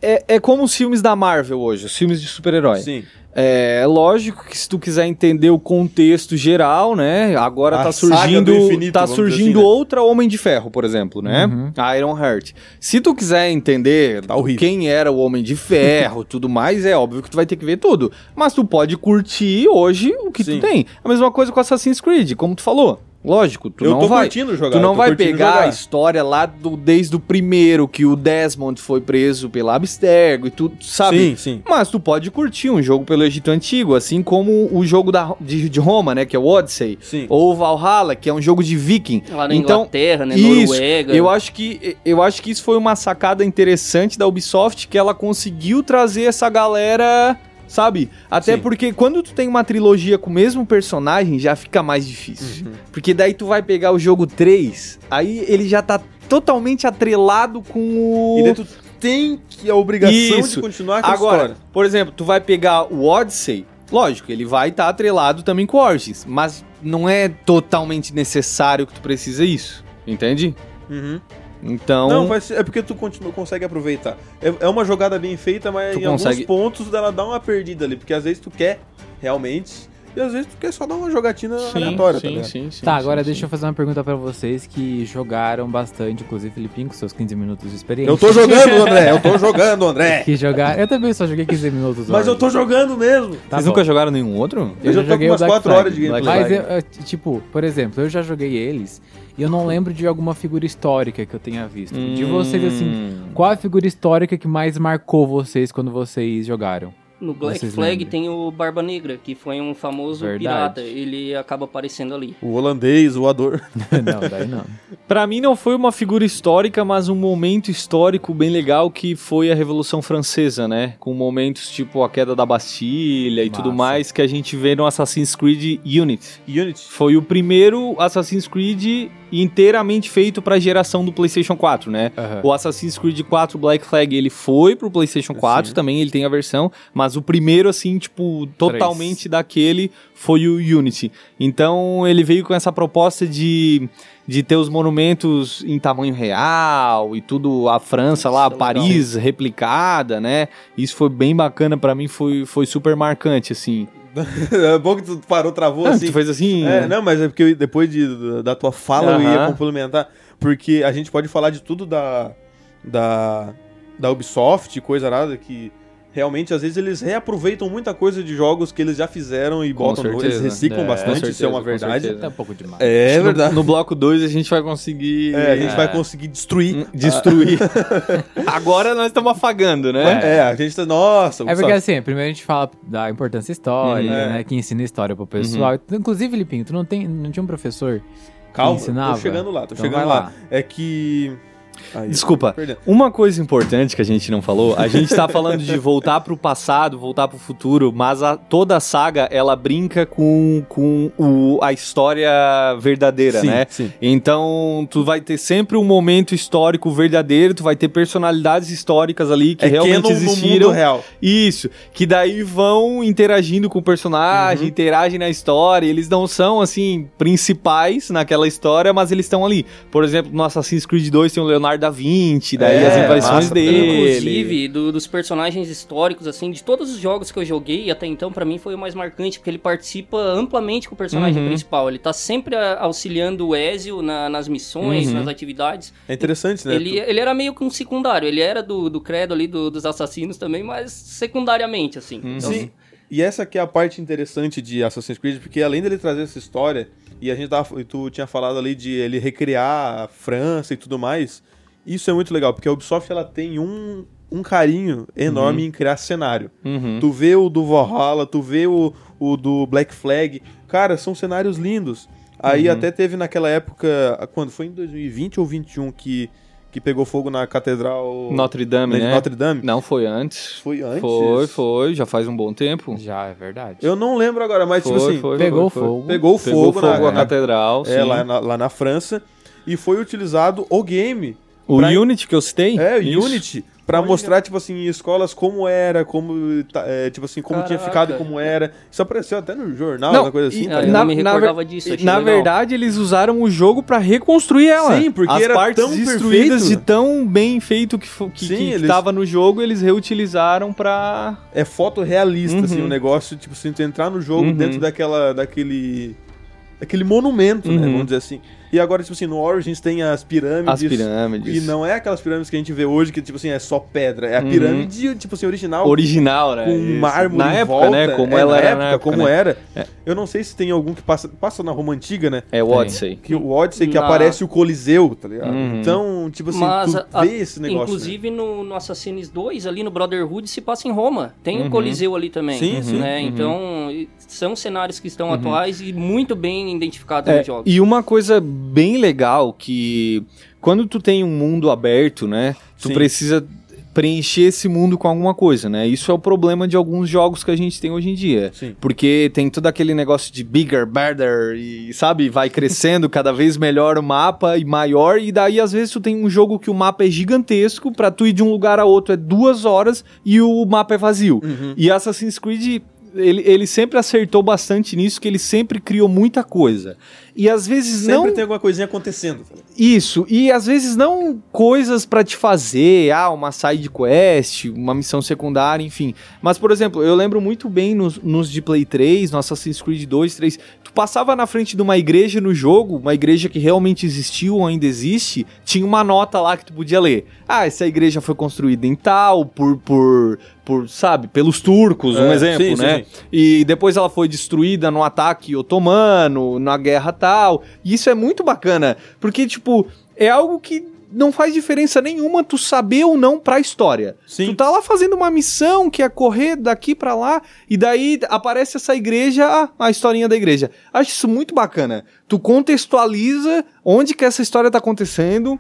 Speaker 2: É, é como os filmes da Marvel hoje, os filmes de super-herói.
Speaker 5: Sim.
Speaker 2: É lógico que se tu quiser entender o contexto geral, né? Agora
Speaker 5: A
Speaker 2: tá
Speaker 5: saga
Speaker 2: surgindo,
Speaker 5: do infinito,
Speaker 2: tá
Speaker 5: vamos dizer
Speaker 2: surgindo
Speaker 5: assim, né? Uhum.
Speaker 2: outra Homem de Ferro, por exemplo, né? Iron Heart. Se tu quiser entender
Speaker 5: Tá horrível.
Speaker 2: quem era o Homem de
Speaker 5: [LAUGHS]
Speaker 2: Ferro, tudo mais, é óbvio que tu vai ter que ver tudo. Mas tu pode curtir hoje o que
Speaker 5: Sim.
Speaker 2: tu tem. A mesma coisa com Assassin's Creed, como tu falou. Lógico, tu
Speaker 5: eu
Speaker 2: não
Speaker 5: tô
Speaker 2: vai
Speaker 5: curtindo jogar.
Speaker 2: tu
Speaker 5: eu
Speaker 2: não
Speaker 5: tô
Speaker 2: vai
Speaker 5: curtindo
Speaker 2: pegar a
Speaker 5: jogar.
Speaker 2: história lá do, desde o primeiro que o Desmond foi preso pela Abstergo e tudo, sabe?
Speaker 5: Sim, sim.
Speaker 2: Mas tu pode curtir um jogo pelo Egito Antigo, assim como o jogo da, de, de Roma, né? Que é o Odyssey.
Speaker 5: Sim.
Speaker 2: Ou o Valhalla, que é um jogo de viking.
Speaker 3: Lá na
Speaker 2: Então,
Speaker 3: Inglaterra, né?
Speaker 2: isso,
Speaker 3: Noruega.
Speaker 2: Eu acho, que, eu acho que isso foi uma sacada interessante da Ubisoft, que ela conseguiu trazer essa galera, sabe? Até
Speaker 5: Sim.
Speaker 2: porque quando tu tem uma trilogia com o mesmo personagem, já fica mais
Speaker 5: Uhum.
Speaker 2: difícil. Porque daí tu vai pegar o jogo 3, aí ele já tá totalmente atrelado com o...
Speaker 5: E daí tu tem que a obrigação de
Speaker 2: Isso.
Speaker 5: continuar com a
Speaker 2: Agora,
Speaker 5: história.
Speaker 2: por exemplo, tu vai pegar o Odyssey, lógico, ele vai estar atrelado também com o Origins, mas não é totalmente necessário que tu precisa isso, entende?
Speaker 5: Uhum.
Speaker 2: Então,
Speaker 5: Não, vai ser- é porque tu continua, consegue aproveitar. É, é uma jogada bem feita, mas
Speaker 2: Tu
Speaker 5: em
Speaker 2: consegue-
Speaker 5: alguns pontos ela dá uma perdida ali, porque às vezes tu quer realmente, e às vezes tu quer só dar uma jogatina aleatória, tá ligado?
Speaker 2: sim, sim.
Speaker 7: Tá, agora deixa eu fazer uma pergunta pra vocês que jogaram bastante, inclusive Felipinho, com seus 15 minutos de experiência.
Speaker 5: Eu tô jogando, André! Eu tô
Speaker 2: [LAUGHS]
Speaker 5: jogando, André!
Speaker 7: Que jogar... Eu também só joguei 15 [LAUGHS] minutos.
Speaker 5: Mas eu tô jogando mesmo!
Speaker 7: Tá
Speaker 2: Vocês
Speaker 7: bom.
Speaker 2: nunca jogaram nenhum outro?
Speaker 5: Eu já tô com
Speaker 7: o
Speaker 5: umas
Speaker 7: Black
Speaker 5: 4
Speaker 7: Flag.
Speaker 5: horas de
Speaker 2: Black
Speaker 5: gameplay.
Speaker 7: Mas,
Speaker 2: Flag.
Speaker 7: eu, eu, t- tipo, por exemplo, eu já joguei eles e eu não lembro de alguma figura histórica que eu tenha visto.
Speaker 2: Hum.
Speaker 7: De vocês, assim, qual a figura histórica que mais marcou vocês quando vocês jogaram?
Speaker 3: No Black
Speaker 7: Vocês
Speaker 3: Flag
Speaker 7: lembram?
Speaker 3: tem o Barba Negra, que foi um famoso
Speaker 7: Verdade.
Speaker 3: pirata. Ele acaba aparecendo ali.
Speaker 5: O holandês, o voador.
Speaker 7: não, daí não.
Speaker 2: Pra mim não foi uma figura histórica, mas um momento histórico bem legal que foi a Revolução Francesa, né? Com momentos tipo a queda da Bastilha e tudo
Speaker 7: Massa.
Speaker 2: mais que a gente vê no Assassin's Creed Unity.
Speaker 5: Unity.
Speaker 2: Foi o primeiro Assassin's Creed inteiramente feito pra geração do PlayStation 4, né?
Speaker 7: Aham.
Speaker 2: O Assassin's Creed 4 Black Flag, ele foi pro PlayStation 4 também, ele tem a versão, mas o primeiro, assim, tipo, totalmente daquele foi o Unity. Então, ele veio com essa proposta de, de ter os monumentos em tamanho real e tudo, a França lá,
Speaker 3: Isso é legal.
Speaker 2: Paris replicada, né? Isso foi bem bacana, pra mim foi, foi super marcante, assim.
Speaker 5: [LAUGHS] é bom que tu parou, travou
Speaker 2: Ah,
Speaker 5: assim.
Speaker 2: tu fez assim...
Speaker 5: É, não, mas é porque eu- depois de- da tua fala eu ia
Speaker 2: Aham.
Speaker 5: complementar. Porque a gente pode falar de tudo da, da, da Ubisoft, coisa nada, que realmente às vezes eles reaproveitam muita coisa de jogos que eles já fizeram e
Speaker 2: Com
Speaker 5: botam no- Eles
Speaker 2: certeza.
Speaker 5: reciclam
Speaker 2: É,
Speaker 5: bastante,
Speaker 2: com
Speaker 5: isso é uma
Speaker 2: certeza, com
Speaker 5: verdade.
Speaker 2: certeza.
Speaker 7: Tá um pouco demais.
Speaker 5: É
Speaker 2: No-
Speaker 5: verdade.
Speaker 2: No, bloco 2 a gente vai conseguir...
Speaker 5: É, a gente vai
Speaker 2: É.
Speaker 5: conseguir destruir.
Speaker 2: [LAUGHS] Destruir. Agora nós estamos afagando, né?
Speaker 5: É, a gente tá. Nossa,
Speaker 7: [LAUGHS] É porque
Speaker 5: Ubisoft.
Speaker 7: assim, primeiro a gente fala da importância histórica,
Speaker 2: Uhum.
Speaker 7: né? Que ensina história pro pessoal. Inclusive, Filipinho, tu não, tem, não tinha um professor
Speaker 5: Calma,
Speaker 7: ensinava.
Speaker 5: tô chegando lá, tô
Speaker 7: Então
Speaker 5: chegando
Speaker 7: vai
Speaker 5: lá.
Speaker 7: lá.
Speaker 5: É que Aí,
Speaker 2: Desculpa.
Speaker 5: perdendo.
Speaker 2: Uma coisa importante que a gente não falou, a gente tá falando de voltar pro passado, voltar pro futuro, mas a- toda a saga, ela brinca com, com o, a história verdadeira,
Speaker 5: Sim,
Speaker 2: né?
Speaker 5: sim.
Speaker 2: Então, tu vai ter sempre um momento histórico verdadeiro, tu vai ter personalidades históricas ali que
Speaker 5: É
Speaker 2: realmente
Speaker 5: Canon no
Speaker 2: existiram.
Speaker 5: mundo real.
Speaker 2: Isso, que daí vão interagindo com o personagem,
Speaker 5: Uhum.
Speaker 2: interagem na história, eles não são, assim, principais naquela história, mas eles estão ali. Por exemplo, no Assassin's Creed 2 tem o Leonardo da Vinci, daí
Speaker 5: É,
Speaker 2: as invenções
Speaker 5: massa,
Speaker 2: dele.
Speaker 3: Inclusive, do- dos personagens históricos, assim, de todos os jogos que eu joguei até então, pra mim foi o mais marcante, porque ele participa amplamente com o personagem
Speaker 2: Uhum.
Speaker 3: principal. Ele tá sempre a- auxiliando o Ezio na- nas missões,
Speaker 2: Uhum.
Speaker 3: nas atividades.
Speaker 5: É interessante, né?
Speaker 3: Ele, ele era meio que um secundário, ele era do, do credo ali do- dos assassinos também, mas secundariamente, assim.
Speaker 2: Uhum.
Speaker 3: Então,
Speaker 5: Sim. E essa aqui é a parte interessante de Assassin's Creed, porque além dele trazer essa história, e a gente tava, e tu tinha falado ali de ele recriar a França e tudo mais, isso é muito legal, porque a Ubisoft ela tem um, um carinho enorme em criar cenário.
Speaker 2: Uhum.
Speaker 5: Tu vê o do Valhalla, tu vê o, o do Black Flag, cara, são cenários lindos.
Speaker 2: Uhum.
Speaker 5: Aí até teve naquela época, quando foi em 2020 ou 21 que, que pegou fogo na catedral
Speaker 2: Notre Dame,
Speaker 5: de
Speaker 2: né?
Speaker 5: Notre Dame?
Speaker 2: Não, foi antes.
Speaker 5: Foi antes?
Speaker 2: Foi, foi, já faz um bom tempo.
Speaker 7: Já, é verdade.
Speaker 5: Eu não lembro agora, mas
Speaker 2: foi,
Speaker 5: tipo assim,
Speaker 2: foi,
Speaker 7: Pegou
Speaker 2: foi, foi.
Speaker 7: fogo.
Speaker 5: pegou o
Speaker 2: Pegou
Speaker 5: fogo,
Speaker 2: fogo,
Speaker 5: na,
Speaker 2: na, catedral,
Speaker 5: é,
Speaker 2: sim.
Speaker 5: lá, na, lá na França e foi utilizado o game,
Speaker 2: O
Speaker 5: pra-
Speaker 2: Unity que eu citei?
Speaker 5: é,
Speaker 2: isso.
Speaker 5: o Unity, pra mostrar tipo assim em escolas como era, como tá, é, tipo assim como tinha
Speaker 3: Caraca.
Speaker 5: ficado, e como era. Isso apareceu até no jornal,
Speaker 2: Não,
Speaker 5: uma coisa
Speaker 2: e-
Speaker 5: assim.
Speaker 3: eu
Speaker 5: tá
Speaker 3: não
Speaker 5: ligado?
Speaker 2: na-
Speaker 3: me
Speaker 2: na ver-
Speaker 3: recordava disso. achei
Speaker 2: Na
Speaker 3: legal.
Speaker 2: verdade, eles usaram o jogo pra reconstruir ela.
Speaker 5: Sim, porque
Speaker 2: As
Speaker 5: era
Speaker 2: partes
Speaker 5: tão
Speaker 2: destruídas
Speaker 5: perfeito.
Speaker 2: de tão bem feito que, fo- que,
Speaker 5: Sim,
Speaker 2: que
Speaker 5: eles-
Speaker 2: tava no jogo, eles reutilizaram pra...
Speaker 5: É foto realista assim,
Speaker 2: Uhum.
Speaker 5: um negócio tipo assim, tu entrar no jogo
Speaker 2: Uhum.
Speaker 5: dentro daquela daquele daquele monumento, né,
Speaker 2: Uhum.
Speaker 5: vamos dizer assim. E agora tipo assim, no Origins tem as pirâmides.
Speaker 2: As pirâmides.
Speaker 5: E não é aquelas pirâmides que a gente vê hoje que tipo assim, é só pedra, é a
Speaker 2: Uhum.
Speaker 5: pirâmide tipo assim original
Speaker 2: Original, né?
Speaker 5: com
Speaker 2: Isso.
Speaker 5: mármore
Speaker 2: Na
Speaker 5: em
Speaker 2: época,
Speaker 5: volta.
Speaker 2: né? Como
Speaker 5: É,
Speaker 2: ela
Speaker 5: na
Speaker 2: era
Speaker 5: época,
Speaker 2: na época,
Speaker 5: como
Speaker 2: né?
Speaker 5: era. Eu não sei se tem algum que passa, passa na Roma Antiga, né?
Speaker 2: É o Odyssey.
Speaker 5: Que o Odyssey que
Speaker 3: Na-
Speaker 5: aparece o Coliseu, tá ligado?
Speaker 2: Uhum.
Speaker 5: Então, tipo assim,
Speaker 3: Mas
Speaker 5: tu
Speaker 3: a-
Speaker 5: vê esse
Speaker 2: né?
Speaker 5: negócio.
Speaker 3: Inclusive no, no Assassin's 2, ali no Brotherhood, se passa em Roma. Tem
Speaker 2: Uhum.
Speaker 3: o Coliseu ali também.
Speaker 5: Sim, sim.
Speaker 3: né? Então, e- são cenários que
Speaker 2: Uhum.
Speaker 3: estão atuais e muito bem identificados
Speaker 2: É,
Speaker 3: nos jogos.
Speaker 2: e uma coisa bem legal que quando tu tem um mundo aberto, né? Tu
Speaker 5: Sim.
Speaker 2: precisa preencher esse mundo com alguma coisa, né? Isso é o problema de alguns jogos que a gente tem hoje em dia.
Speaker 5: né? Sim.
Speaker 2: Porque tem todo aquele negócio de bigger, better e, sabe, vai crescendo cada vez melhor o mapa e maior e daí às vezes tu tem um jogo que o mapa é gigantesco, pra tu ir de um lugar a outro é duas horas e o mapa é vazio.
Speaker 5: Uhum.
Speaker 2: E Assassin's Creed, ele, ele sempre acertou bastante nisso, que ele sempre criou muita coisa. E às vezes
Speaker 5: Sempre
Speaker 2: não.
Speaker 5: tem alguma coisinha acontecendo. tá ligado?
Speaker 2: Isso, e às vezes não coisas pra te fazer, ah, uma side quest, uma missão secundária, enfim. Mas, por exemplo, eu lembro muito bem nos, nos de Play 3, no Assassin's Creed 2, 3. Tu passava na frente de uma igreja no jogo, uma igreja que realmente existiu ou ainda existe, tinha uma nota lá que tu podia ler. Ah, essa igreja foi construída em tal, por. por por, sabe, pelos turcos, um
Speaker 5: É,
Speaker 2: exemplo,
Speaker 5: sim, sim,
Speaker 2: né?
Speaker 5: sim.
Speaker 2: E depois ela foi destruída no ataque otomano, na guerra tal. E isso é muito bacana, porque, tipo, é algo que não faz diferença nenhuma tu saber ou não pra história.
Speaker 5: Sim.
Speaker 2: Tu tá lá fazendo uma missão que é correr daqui pra lá, e daí aparece essa igreja, ah, a historinha da igreja. Acho isso muito bacana. Tu contextualiza onde que essa história tá acontecendo.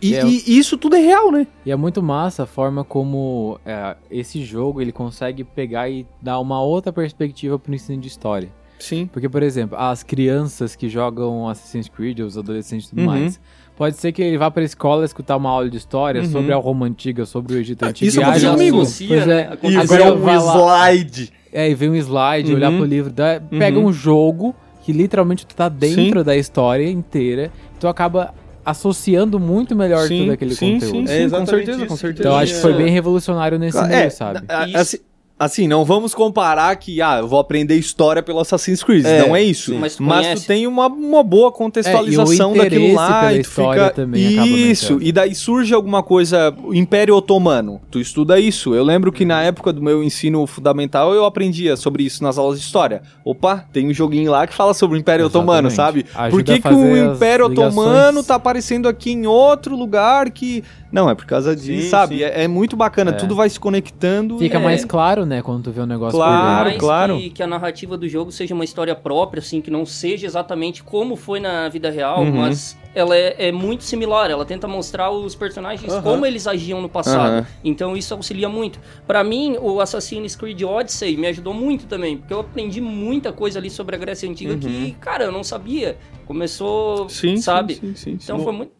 Speaker 2: E,
Speaker 7: É.
Speaker 2: e isso tudo é real, né?
Speaker 7: E é muito massa a forma como é, esse jogo ele consegue pegar e dar uma outra perspectiva pro ensino de história.
Speaker 2: Sim.
Speaker 7: Porque, por exemplo, as crianças que jogam Assassin's Creed, os adolescentes e tudo
Speaker 2: Uhum.
Speaker 7: mais, pode ser que ele vá pra escola escutar uma aula de história
Speaker 2: Uhum.
Speaker 7: sobre a Roma Antiga, sobre o Egito
Speaker 2: Ah,
Speaker 7: Antigo.
Speaker 2: isso
Speaker 7: e
Speaker 2: aconteceu
Speaker 7: haja-
Speaker 2: comigo.
Speaker 3: Associa,
Speaker 7: Pois é.
Speaker 3: né?
Speaker 5: E
Speaker 3: Acontece-
Speaker 7: Agora
Speaker 5: vê um
Speaker 7: vai lá.
Speaker 5: slide.
Speaker 7: É, e vem um slide,
Speaker 2: Uhum.
Speaker 7: olhar pro livro, dá- pega
Speaker 2: Uhum.
Speaker 7: um jogo que literalmente tu tá dentro da história inteira, tu acaba associando muito melhor
Speaker 2: Sim,
Speaker 7: tudo aquele
Speaker 2: sim,
Speaker 7: conteúdo.
Speaker 2: sim,
Speaker 5: É
Speaker 2: com
Speaker 5: exatamente
Speaker 2: certeza,
Speaker 5: isso.
Speaker 2: com certeza.
Speaker 7: Então acho que foi
Speaker 5: É.
Speaker 3: Isso.
Speaker 7: bem revolucionário nesse
Speaker 2: Ah,
Speaker 7: nível,
Speaker 2: é,
Speaker 7: sabe?
Speaker 2: a-
Speaker 3: Isso.
Speaker 2: assim, assim, não vamos comparar que, ah, eu vou aprender história pelo Assassin's Creed,
Speaker 5: É,
Speaker 2: não é isso.
Speaker 5: sim.
Speaker 3: Mas
Speaker 2: Mas, tu,
Speaker 3: tu conhece.
Speaker 2: tem uma, uma boa contextualização
Speaker 7: É, e o
Speaker 2: daquilo lá.
Speaker 7: interesse pela
Speaker 2: e tu
Speaker 7: história
Speaker 2: fica...
Speaker 7: também acaba
Speaker 2: isso,
Speaker 7: aumentando.
Speaker 2: e daí surge alguma coisa, o Império Otomano, tu estuda isso. Eu lembro que na época do meu ensino fundamental eu aprendia sobre isso nas aulas de história. Opa, tem um joguinho lá que fala sobre o Império Otomano,
Speaker 7: Exatamente.
Speaker 2: sabe?
Speaker 7: Ajuda
Speaker 2: Por que,
Speaker 7: a
Speaker 2: que
Speaker 7: fazer
Speaker 2: o
Speaker 7: as
Speaker 2: Império Otomano
Speaker 7: ligações.
Speaker 2: tá aparecendo aqui em outro lugar que Não, é por causa disso,
Speaker 5: Sim,
Speaker 2: sabe?
Speaker 5: sim.
Speaker 2: É, é muito bacana, tudo vai se conectando.
Speaker 7: Fica
Speaker 2: é.
Speaker 7: mais claro, né, quando tu vê o negócio
Speaker 2: Claro,
Speaker 7: por
Speaker 3: mais
Speaker 2: claro.
Speaker 3: Que, que a narrativa do jogo seja uma história própria, assim, que não seja exatamente como foi na vida real,
Speaker 2: Uhum.
Speaker 3: mas ela é, é muito similar. Ela tenta mostrar os personagens como eles agiam no passado.
Speaker 2: Aham.
Speaker 3: Então isso auxilia muito. Pra mim, o Assassin's Creed Odyssey me ajudou muito também, porque eu aprendi muita coisa ali sobre a Grécia Antiga que, cara, eu não sabia. Começou,
Speaker 2: Sim,
Speaker 3: sabe?
Speaker 2: Sim, sim, sim, sim.
Speaker 3: Então foi muito.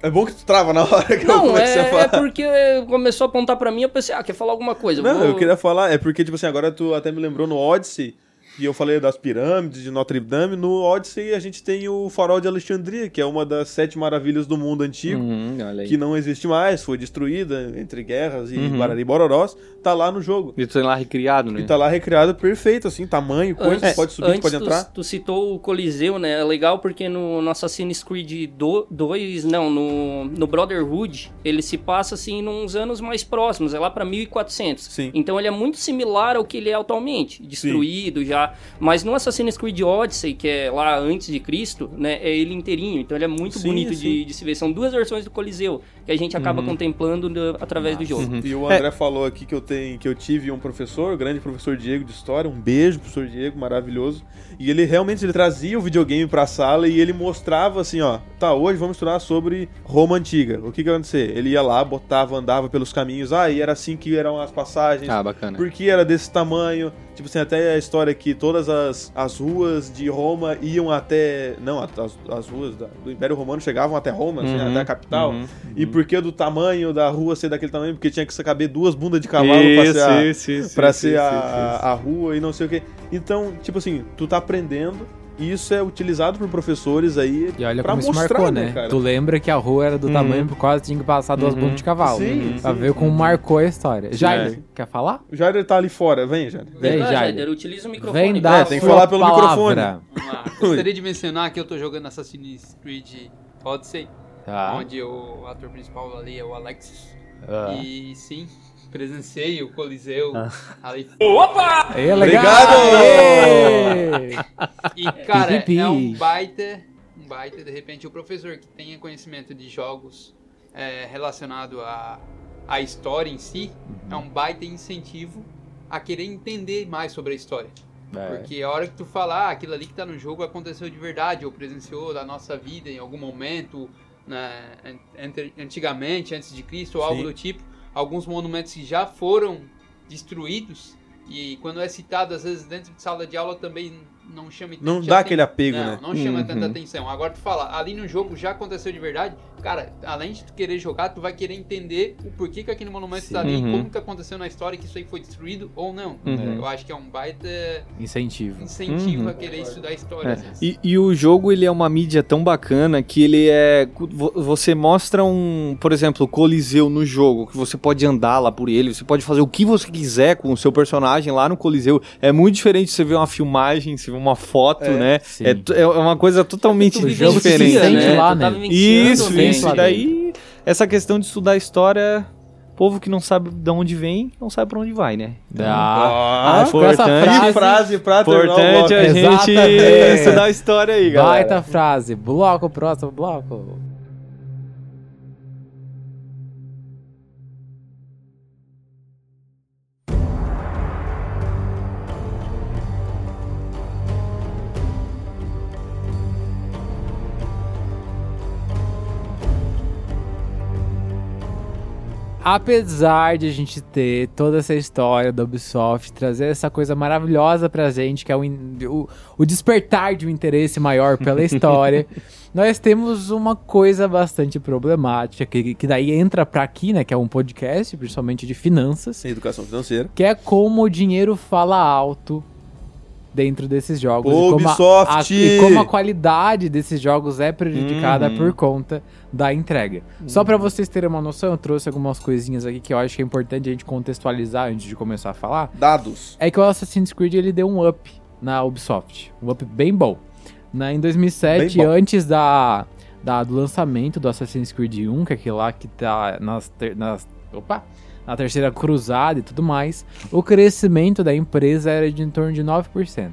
Speaker 5: É bom que tu trava na hora que eu
Speaker 3: Não,
Speaker 5: comecei
Speaker 3: é,
Speaker 5: a falar.
Speaker 3: é porque começou a apontar pra mim, eu pensei, ah, quer falar alguma coisa?
Speaker 5: Não,
Speaker 3: vou-
Speaker 5: eu queria falar, é porque, tipo assim, agora tu até me lembrou no Odyssey, e eu falei das pirâmides de Notre Dame, no Odyssey a gente tem o farol de Alexandria, que é uma das sete maravilhas do mundo
Speaker 3: Hum,
Speaker 5: antigo,
Speaker 2: Uhum, olha aí.
Speaker 5: que não existe mais, foi destruída entre guerras e
Speaker 2: Uhum.
Speaker 5: Guarani e Bororós, tá lá no jogo.
Speaker 2: E tu tem lá recriado, né?
Speaker 5: E tá lá recriado perfeito, assim, tamanho, coisa, tu pode subir, tu
Speaker 3: Uhum. antes
Speaker 5: pode
Speaker 3: tu-
Speaker 5: entrar.
Speaker 3: Tu, citou o Coliseu, né? É legal porque no, no Assassin's Creed 2, não, no, no Brotherhood, ele se passa assim nos anos mais próximos, é lá pra 1400.
Speaker 5: Sim.
Speaker 3: Então ele é muito similar ao que ele é atualmente, destruído já. Mas no Assassin's Creed Odyssey, que é lá antes de Cristo, né? É ele inteirinho, então ele é muito
Speaker 5: Sim,
Speaker 3: bonito
Speaker 5: sim.
Speaker 3: De, de se ver. São duas versões do Coliseu que a gente
Speaker 7: Uhum.
Speaker 3: acaba contemplando no- através do jogo.
Speaker 5: E o André falou aqui que eu tenho, que eu tive um professor, o grande professor Diego de história, um beijo professor Diego, maravilhoso. E ele realmente ele trazia o videogame pra sala e ele mostrava assim, ó, tá, hoje vamos estudar sobre Roma antiga. O que que ia acontecer? Ele ia lá, botava, andava pelos caminhos, ah, e era assim que eram as passagens.
Speaker 2: Ah, bacana.
Speaker 5: Por que era desse tamanho? Tipo assim, até a história que todas as, as ruas de Roma iam até. Não, as, as ruas da- do Império Romano chegavam até Roma, assim,
Speaker 2: Uhum,
Speaker 5: até a capital.
Speaker 2: uhum,
Speaker 5: E por que do tamanho da rua ser daquele tamanho? Porque tinha que caber duas bundas de cavalo pra ser, a,
Speaker 2: isso, isso,
Speaker 5: pra
Speaker 2: isso,
Speaker 5: ser
Speaker 2: isso,
Speaker 5: a,
Speaker 2: isso.
Speaker 5: a rua e não sei o quê. Então, tipo assim, tu tá aprendendo e isso é utilizado por professores aí.
Speaker 7: E olha
Speaker 5: pra
Speaker 7: como isso
Speaker 5: mostrar,
Speaker 7: marcou,
Speaker 5: né,
Speaker 7: né?
Speaker 5: cara?
Speaker 7: Tu lembra que a rua era do
Speaker 2: Uhum.
Speaker 7: tamanho por quase tinha que passar duas
Speaker 2: Uhum.
Speaker 7: bundas de cavalo.
Speaker 5: Sim,
Speaker 7: Pra
Speaker 5: sim.
Speaker 7: ver como marcou a história. Jair,
Speaker 2: É.
Speaker 7: quer falar?
Speaker 5: O Jair tá ali fora, vem, Jair.
Speaker 7: Vem,
Speaker 3: Ah,
Speaker 7: Jair.
Speaker 3: utiliza o microfone.
Speaker 7: Vem dar
Speaker 5: É,
Speaker 7: a
Speaker 5: tem que
Speaker 7: sua
Speaker 5: falar pelo
Speaker 7: palavra.
Speaker 5: microfone.
Speaker 8: Vamos lá. Gostaria de mencionar que eu tô jogando Assassin's Creed Odyssey,
Speaker 2: Ah.
Speaker 7: Tá.
Speaker 8: onde o ator principal ali é o Alexis.
Speaker 7: Ah.
Speaker 8: E sim, presenciei o Coliseu ali.
Speaker 7: É legal.
Speaker 5: Obrigado!
Speaker 7: Aê!
Speaker 8: E cara,
Speaker 7: Pi, pi, pi.
Speaker 8: é um baita, um baita, de repente, o professor que tenha conhecimento de jogos é, relacionado à a história em si, é um baita incentivo a querer entender mais sobre a história.
Speaker 5: É.
Speaker 8: Porque a hora que tu falar aquilo ali que tá no jogo aconteceu de verdade, ou presenciou da nossa vida em algum momento, né, ante- antigamente, antes de Cristo, ou algo
Speaker 5: Sim.
Speaker 8: do tipo, alguns monumentos que já foram destruídos, e quando é citado, às vezes dentro de sala de aula também não chama
Speaker 5: Não
Speaker 8: chama
Speaker 5: dá
Speaker 8: aten-
Speaker 5: aquele apego,
Speaker 8: não,
Speaker 5: né?
Speaker 8: Não chama
Speaker 2: Uhum.
Speaker 8: tanta atenção. Agora tu fala, ali no jogo já aconteceu de verdade, cara, além de tu querer jogar, tu vai querer entender o porquê que aquele monumento está ali,
Speaker 2: Uhum.
Speaker 8: como que aconteceu na história, que isso aí foi destruído ou não.
Speaker 2: Uhum.
Speaker 8: Eu acho que é um baita
Speaker 7: Incentivo.
Speaker 8: incentivo
Speaker 2: Uhum.
Speaker 8: a querer estudar história.
Speaker 2: É,
Speaker 8: às vezes.
Speaker 2: E, e o jogo ele é uma mídia tão bacana que ele é vo- você mostra um por exemplo o coliseu no jogo que você pode andar lá por ele você pode fazer o que você quiser com o seu personagem lá no coliseu é muito diferente você ver uma filmagem você ver uma foto né
Speaker 7: Sim.
Speaker 2: é, t- é uma coisa totalmente
Speaker 3: Tu
Speaker 7: O jogo É se
Speaker 2: diferente
Speaker 3: vivencia,
Speaker 7: sente
Speaker 2: né?
Speaker 7: lá,
Speaker 3: Tu tá
Speaker 7: né?
Speaker 3: vivenciando,
Speaker 2: isso
Speaker 3: né?
Speaker 2: isso e daí essa questão de estudar história povo que não sabe de onde vem não sabe pra onde vai né
Speaker 7: Dá.
Speaker 5: Ah,
Speaker 7: Ah, ficou essa
Speaker 2: importante.
Speaker 5: que frase pra terminar o bloco.
Speaker 2: importante a gente
Speaker 7: Exatamente.
Speaker 2: estudar a história aí galera
Speaker 7: Baita frase. Bloco, próximo bloco. Apesar de a gente ter toda essa história da Ubisoft, trazer essa coisa maravilhosa pra gente, que é o, in- o, o despertar de um interesse maior
Speaker 5: [LAUGHS]
Speaker 7: pela história, nós temos uma coisa bastante problemática, que, que daí entra pra aqui, né, que é um podcast, principalmente de finanças,
Speaker 5: Sem educação financeira.
Speaker 7: que é como o dinheiro fala alto dentro desses jogos. e como a-
Speaker 5: Ubisoft!
Speaker 7: a- e como a qualidade desses jogos é
Speaker 5: Uhum.
Speaker 7: prejudicada por conta da entrega. Só pra vocês terem uma noção, eu trouxe algumas coisinhas aqui que eu acho que é importante a gente contextualizar antes de começar a falar.
Speaker 5: Dados.
Speaker 7: É que o Assassin's Creed ele deu um up na Ubisoft, um up bem bom. Na, em 2007,
Speaker 5: Bem bom.
Speaker 7: antes da, da- do lançamento do Assassin's Creed 1, que é aquele lá que tá nas, ter- nas- opa, na terceira cruzada e tudo mais, o crescimento da empresa era de em torno de 9%.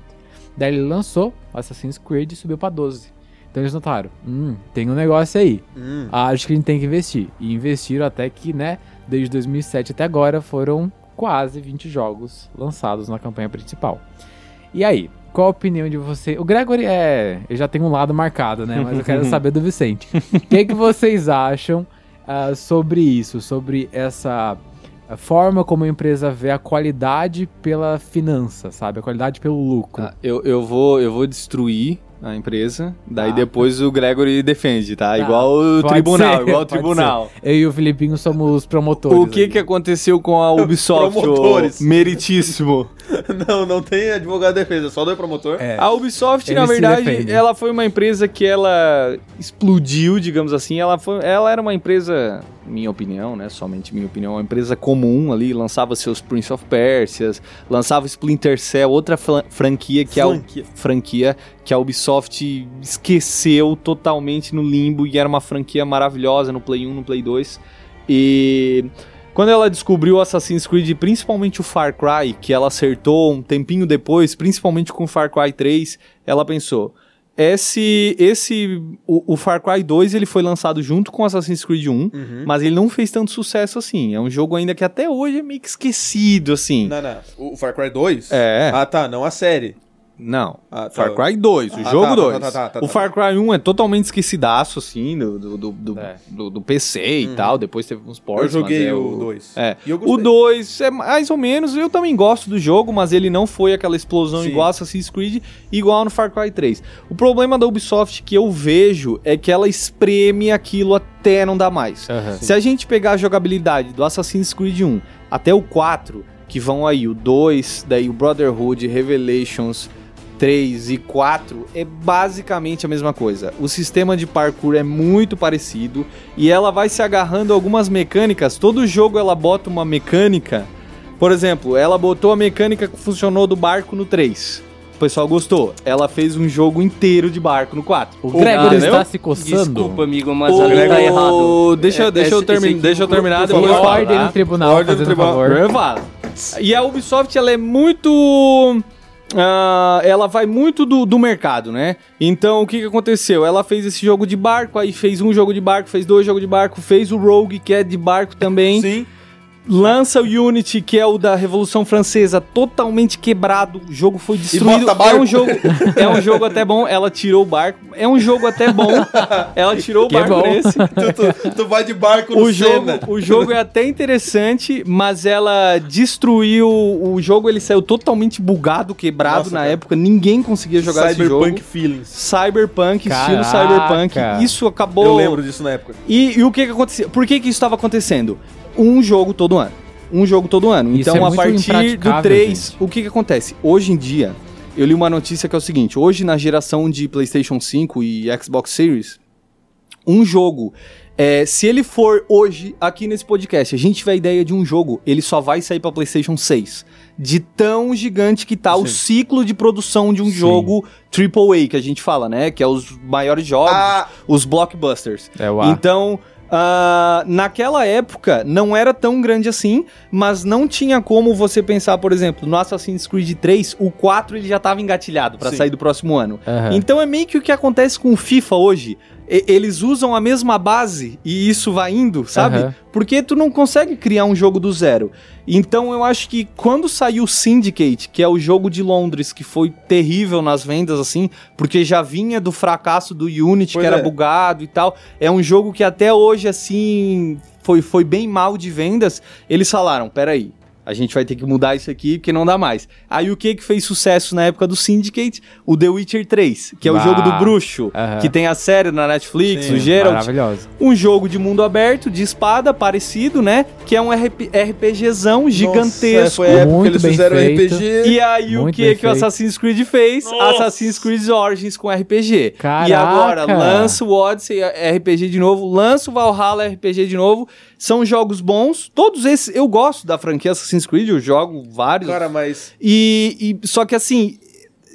Speaker 7: Daí ele lançou o Assassin's Creed e subiu pra 12%. Então eles notaram, hum, tem um negócio aí.
Speaker 2: Hum.
Speaker 7: Acho que a gente tem que investir. E investiram até que, né, desde 2007 até agora foram quase 20 jogos lançados na campanha principal. E aí, qual a opinião de você? O Gregory é, eu já tenho um lado marcado, né, mas
Speaker 2: [LAUGHS]
Speaker 7: eu quero saber do Vicente. O que, que vocês acham ah, sobre isso, sobre essa a forma como a empresa vê a qualidade pela finança, sabe? A qualidade pelo lucro.
Speaker 2: Tá, eu, eu, vou, eu vou destruir a empresa, daí
Speaker 7: Tá.
Speaker 2: depois o Gregory defende, Ah. tá?
Speaker 7: Tá.
Speaker 2: Igual o
Speaker 7: Pode
Speaker 2: tribunal,
Speaker 7: ser,
Speaker 2: igual o
Speaker 7: pode
Speaker 2: tribunal.
Speaker 7: Eu e o Filipinho somos promotores.
Speaker 2: O que
Speaker 7: aí.
Speaker 2: que aconteceu com [LAUGHS] a Ubisoft,
Speaker 5: Promotores.
Speaker 2: ô meritíssimo? [LAUGHS]
Speaker 5: Não, não tem advogado de defesa, só do promotor.
Speaker 7: É.
Speaker 2: A Ubisoft,
Speaker 7: Ele
Speaker 2: na
Speaker 7: se
Speaker 2: verdade,
Speaker 7: defende.
Speaker 2: ela foi uma empresa que ela explodiu, digamos assim. Ela, foi, ela era uma empresa, minha opinião, né? Somente minha opinião, uma empresa comum ali, lançava seus Prince of Persias, lançava Splinter Cell, outra fran- franquia que é
Speaker 5: Franquia.
Speaker 2: a franquia que a Ubisoft esqueceu totalmente no limbo e era uma franquia maravilhosa no Play 1, no Play 2. E quando ela descobriu Assassin's Creed, principalmente o Far Cry, que ela acertou um tempinho depois, principalmente com o Far Cry 3, ela pensou: esse esse o, o Far Cry 2, ele foi lançado junto com Assassin's Creed 1,
Speaker 5: Uhum.
Speaker 2: mas ele não fez tanto sucesso assim. É um jogo ainda que até hoje é meio que esquecido assim.
Speaker 5: Não, não. O Far Cry 2?
Speaker 2: É.
Speaker 5: Ah, tá. Não a série.
Speaker 2: Não.
Speaker 5: Ah, tá.
Speaker 2: Far Cry 2, o
Speaker 5: Ah, tá, tá,
Speaker 2: jogo 2.
Speaker 5: tá, tá, tá,
Speaker 2: o
Speaker 5: tá.
Speaker 2: Far Cry 1 é totalmente esquecidaço, assim, do, do, do, do,
Speaker 7: É.
Speaker 2: do- do PC e tal. Depois teve uns ports.
Speaker 5: Uhum. Eu joguei
Speaker 2: mas é
Speaker 5: o 2.
Speaker 2: É.
Speaker 5: E eu
Speaker 2: O
Speaker 5: gostei.
Speaker 2: 2 é mais ou menos, eu também gosto do jogo, mas ele não foi aquela explosão
Speaker 5: Sim.
Speaker 2: igual Assassin's Creed, igual no Far Cry 3. O problema da Ubisoft que eu vejo é que ela espreme aquilo até não dar mais.
Speaker 7: Aham.
Speaker 2: Se a gente pegar a jogabilidade do Assassin's Creed 1 até o 4, que vão aí o 2, daí o Brotherhood, Revelations 3 e 4, é basicamente a mesma coisa. O sistema de parkour é muito parecido e ela vai se agarrando a algumas mecânicas. Todo jogo ela bota uma mecânica. Por exemplo, ela botou a mecânica que funcionou do barco no 3. O pessoal gostou. Ela fez um jogo inteiro de barco no 4.
Speaker 7: O Gregory
Speaker 2: Entendeu?
Speaker 7: está se coçando.
Speaker 3: Desculpa, amigo, mas
Speaker 2: Ô,
Speaker 3: ali tá errado.
Speaker 2: Deixa,
Speaker 3: É,
Speaker 2: deixa,
Speaker 3: esse-
Speaker 2: eu
Speaker 3: esse
Speaker 2: termi-
Speaker 3: equívoco,
Speaker 2: deixa eu
Speaker 3: por
Speaker 2: terminar, depois eu
Speaker 7: Ordem
Speaker 3: favor.
Speaker 2: falo, tá?
Speaker 7: no tribunal,
Speaker 5: Ordem no
Speaker 7: fazendo
Speaker 5: tribunal.
Speaker 7: favor.
Speaker 2: Eu falo. E a Ubisoft, ela é muito. ah, ela vai muito do, do mercado, né? Então, o que, que aconteceu? Ela fez esse jogo de barco, aí fez um jogo de barco, fez dois jogos de barco, fez o Rogue, que é de barco também.
Speaker 5: Sim.
Speaker 2: Lança o Unity, que é o da Revolução Francesa, totalmente quebrado. O jogo foi destruído.
Speaker 5: bota barco.
Speaker 2: É um jogo, é um jogo até bom. Ela tirou o barco. É um jogo até
Speaker 5: [LAUGHS]
Speaker 2: bom. Ela tirou o
Speaker 7: Que é
Speaker 2: barco
Speaker 7: bom.
Speaker 2: nesse
Speaker 5: [LAUGHS] Tu, tu- tu vai de
Speaker 2: [LAUGHS]
Speaker 5: barco no
Speaker 2: o jogo,
Speaker 5: Senna.
Speaker 2: o jogo é até interessante, mas ela destruiu o jogo, ele saiu totalmente bugado, quebrado
Speaker 5: Nossa,
Speaker 2: na
Speaker 5: cara.
Speaker 2: época, ninguém conseguia jogar
Speaker 5: Cyberpunk
Speaker 2: esse jogo.
Speaker 5: Feelings.
Speaker 2: Cyberpunk, estilo
Speaker 7: Caraca.
Speaker 2: Cyberpunk. Isso acabou.
Speaker 5: Eu lembro disso na época.
Speaker 2: E, e o que que acontecia? Por que que isso estava acontecendo? Um jogo todo ano. Um jogo todo ano.
Speaker 7: Isso
Speaker 2: então,
Speaker 7: é
Speaker 2: a
Speaker 7: muito
Speaker 2: partir do
Speaker 7: impraticável,
Speaker 2: 3,
Speaker 7: gente.
Speaker 2: o que que acontece? Hoje em dia, eu li uma notícia que é o seguinte. Hoje, na geração de PlayStation 5 e Xbox Series, um jogo... é, se ele for hoje, aqui nesse podcast, a gente tiver a ideia de um jogo, ele só vai sair pra PlayStation 6. De tão gigante que tá o ciclo de produção de um
Speaker 7: Sim.
Speaker 2: jogo AAA, que a gente fala, né? Que é os maiores jogos,
Speaker 5: Ah,
Speaker 2: os blockbusters.
Speaker 7: É o A.
Speaker 2: Então, ah, naquela época, não era tão grande assim, mas não tinha como você pensar, por exemplo, no Assassin's Creed 3, o 4 ele já estava engatilhado para
Speaker 5: Sim.
Speaker 2: sair do próximo ano.
Speaker 7: Aham.
Speaker 2: Então é meio que o que acontece com o FIFA hoje. E- eles usam a mesma base e isso vai indo, sabe?
Speaker 7: Aham.
Speaker 2: Porque tu não consegue criar um jogo do zero. Então eu acho que quando saiu o Syndicate, que é o jogo de Londres, que foi terrível nas vendas, assim, porque já vinha do fracasso do Unity,
Speaker 5: Pois
Speaker 2: que era
Speaker 5: é.
Speaker 2: bugado e tal. É um jogo que até hoje, assim, foi, foi bem mal de vendas. Eles falaram: peraí. A gente vai ter que mudar isso aqui porque não dá mais. Aí o que que fez sucesso na época do Syndicate? O The Witcher 3, que é o
Speaker 7: Bah.
Speaker 2: jogo do bruxo,
Speaker 7: Aham.
Speaker 2: que tem a série na Netflix,
Speaker 5: É. Sim,
Speaker 2: o Geralt
Speaker 7: Maravilhoso.
Speaker 2: um jogo de mundo aberto, de espada, parecido, né? Que é um RP RPGzão
Speaker 5: Nossa, é,
Speaker 2: gigantesco.
Speaker 5: foi a época que
Speaker 7: Muito
Speaker 5: eles
Speaker 7: bem
Speaker 5: fizeram
Speaker 7: feito.
Speaker 5: RPG.
Speaker 2: E aí, o
Speaker 7: Muito
Speaker 2: que
Speaker 7: bem
Speaker 2: que o
Speaker 7: feito.
Speaker 2: Assassin's Creed fez?
Speaker 4: Nossa.
Speaker 2: Assassin's Creed Origins com RPG. E
Speaker 7: Caraca.
Speaker 2: agora, lança o Odyssey é, RPG de novo, lança o Valhalla RPG de novo. São jogos bons. Todos esses, eu gosto da franquia Assassin's Creed, eu jogo vários.
Speaker 5: Cara, mas.
Speaker 2: E, e- só que assim,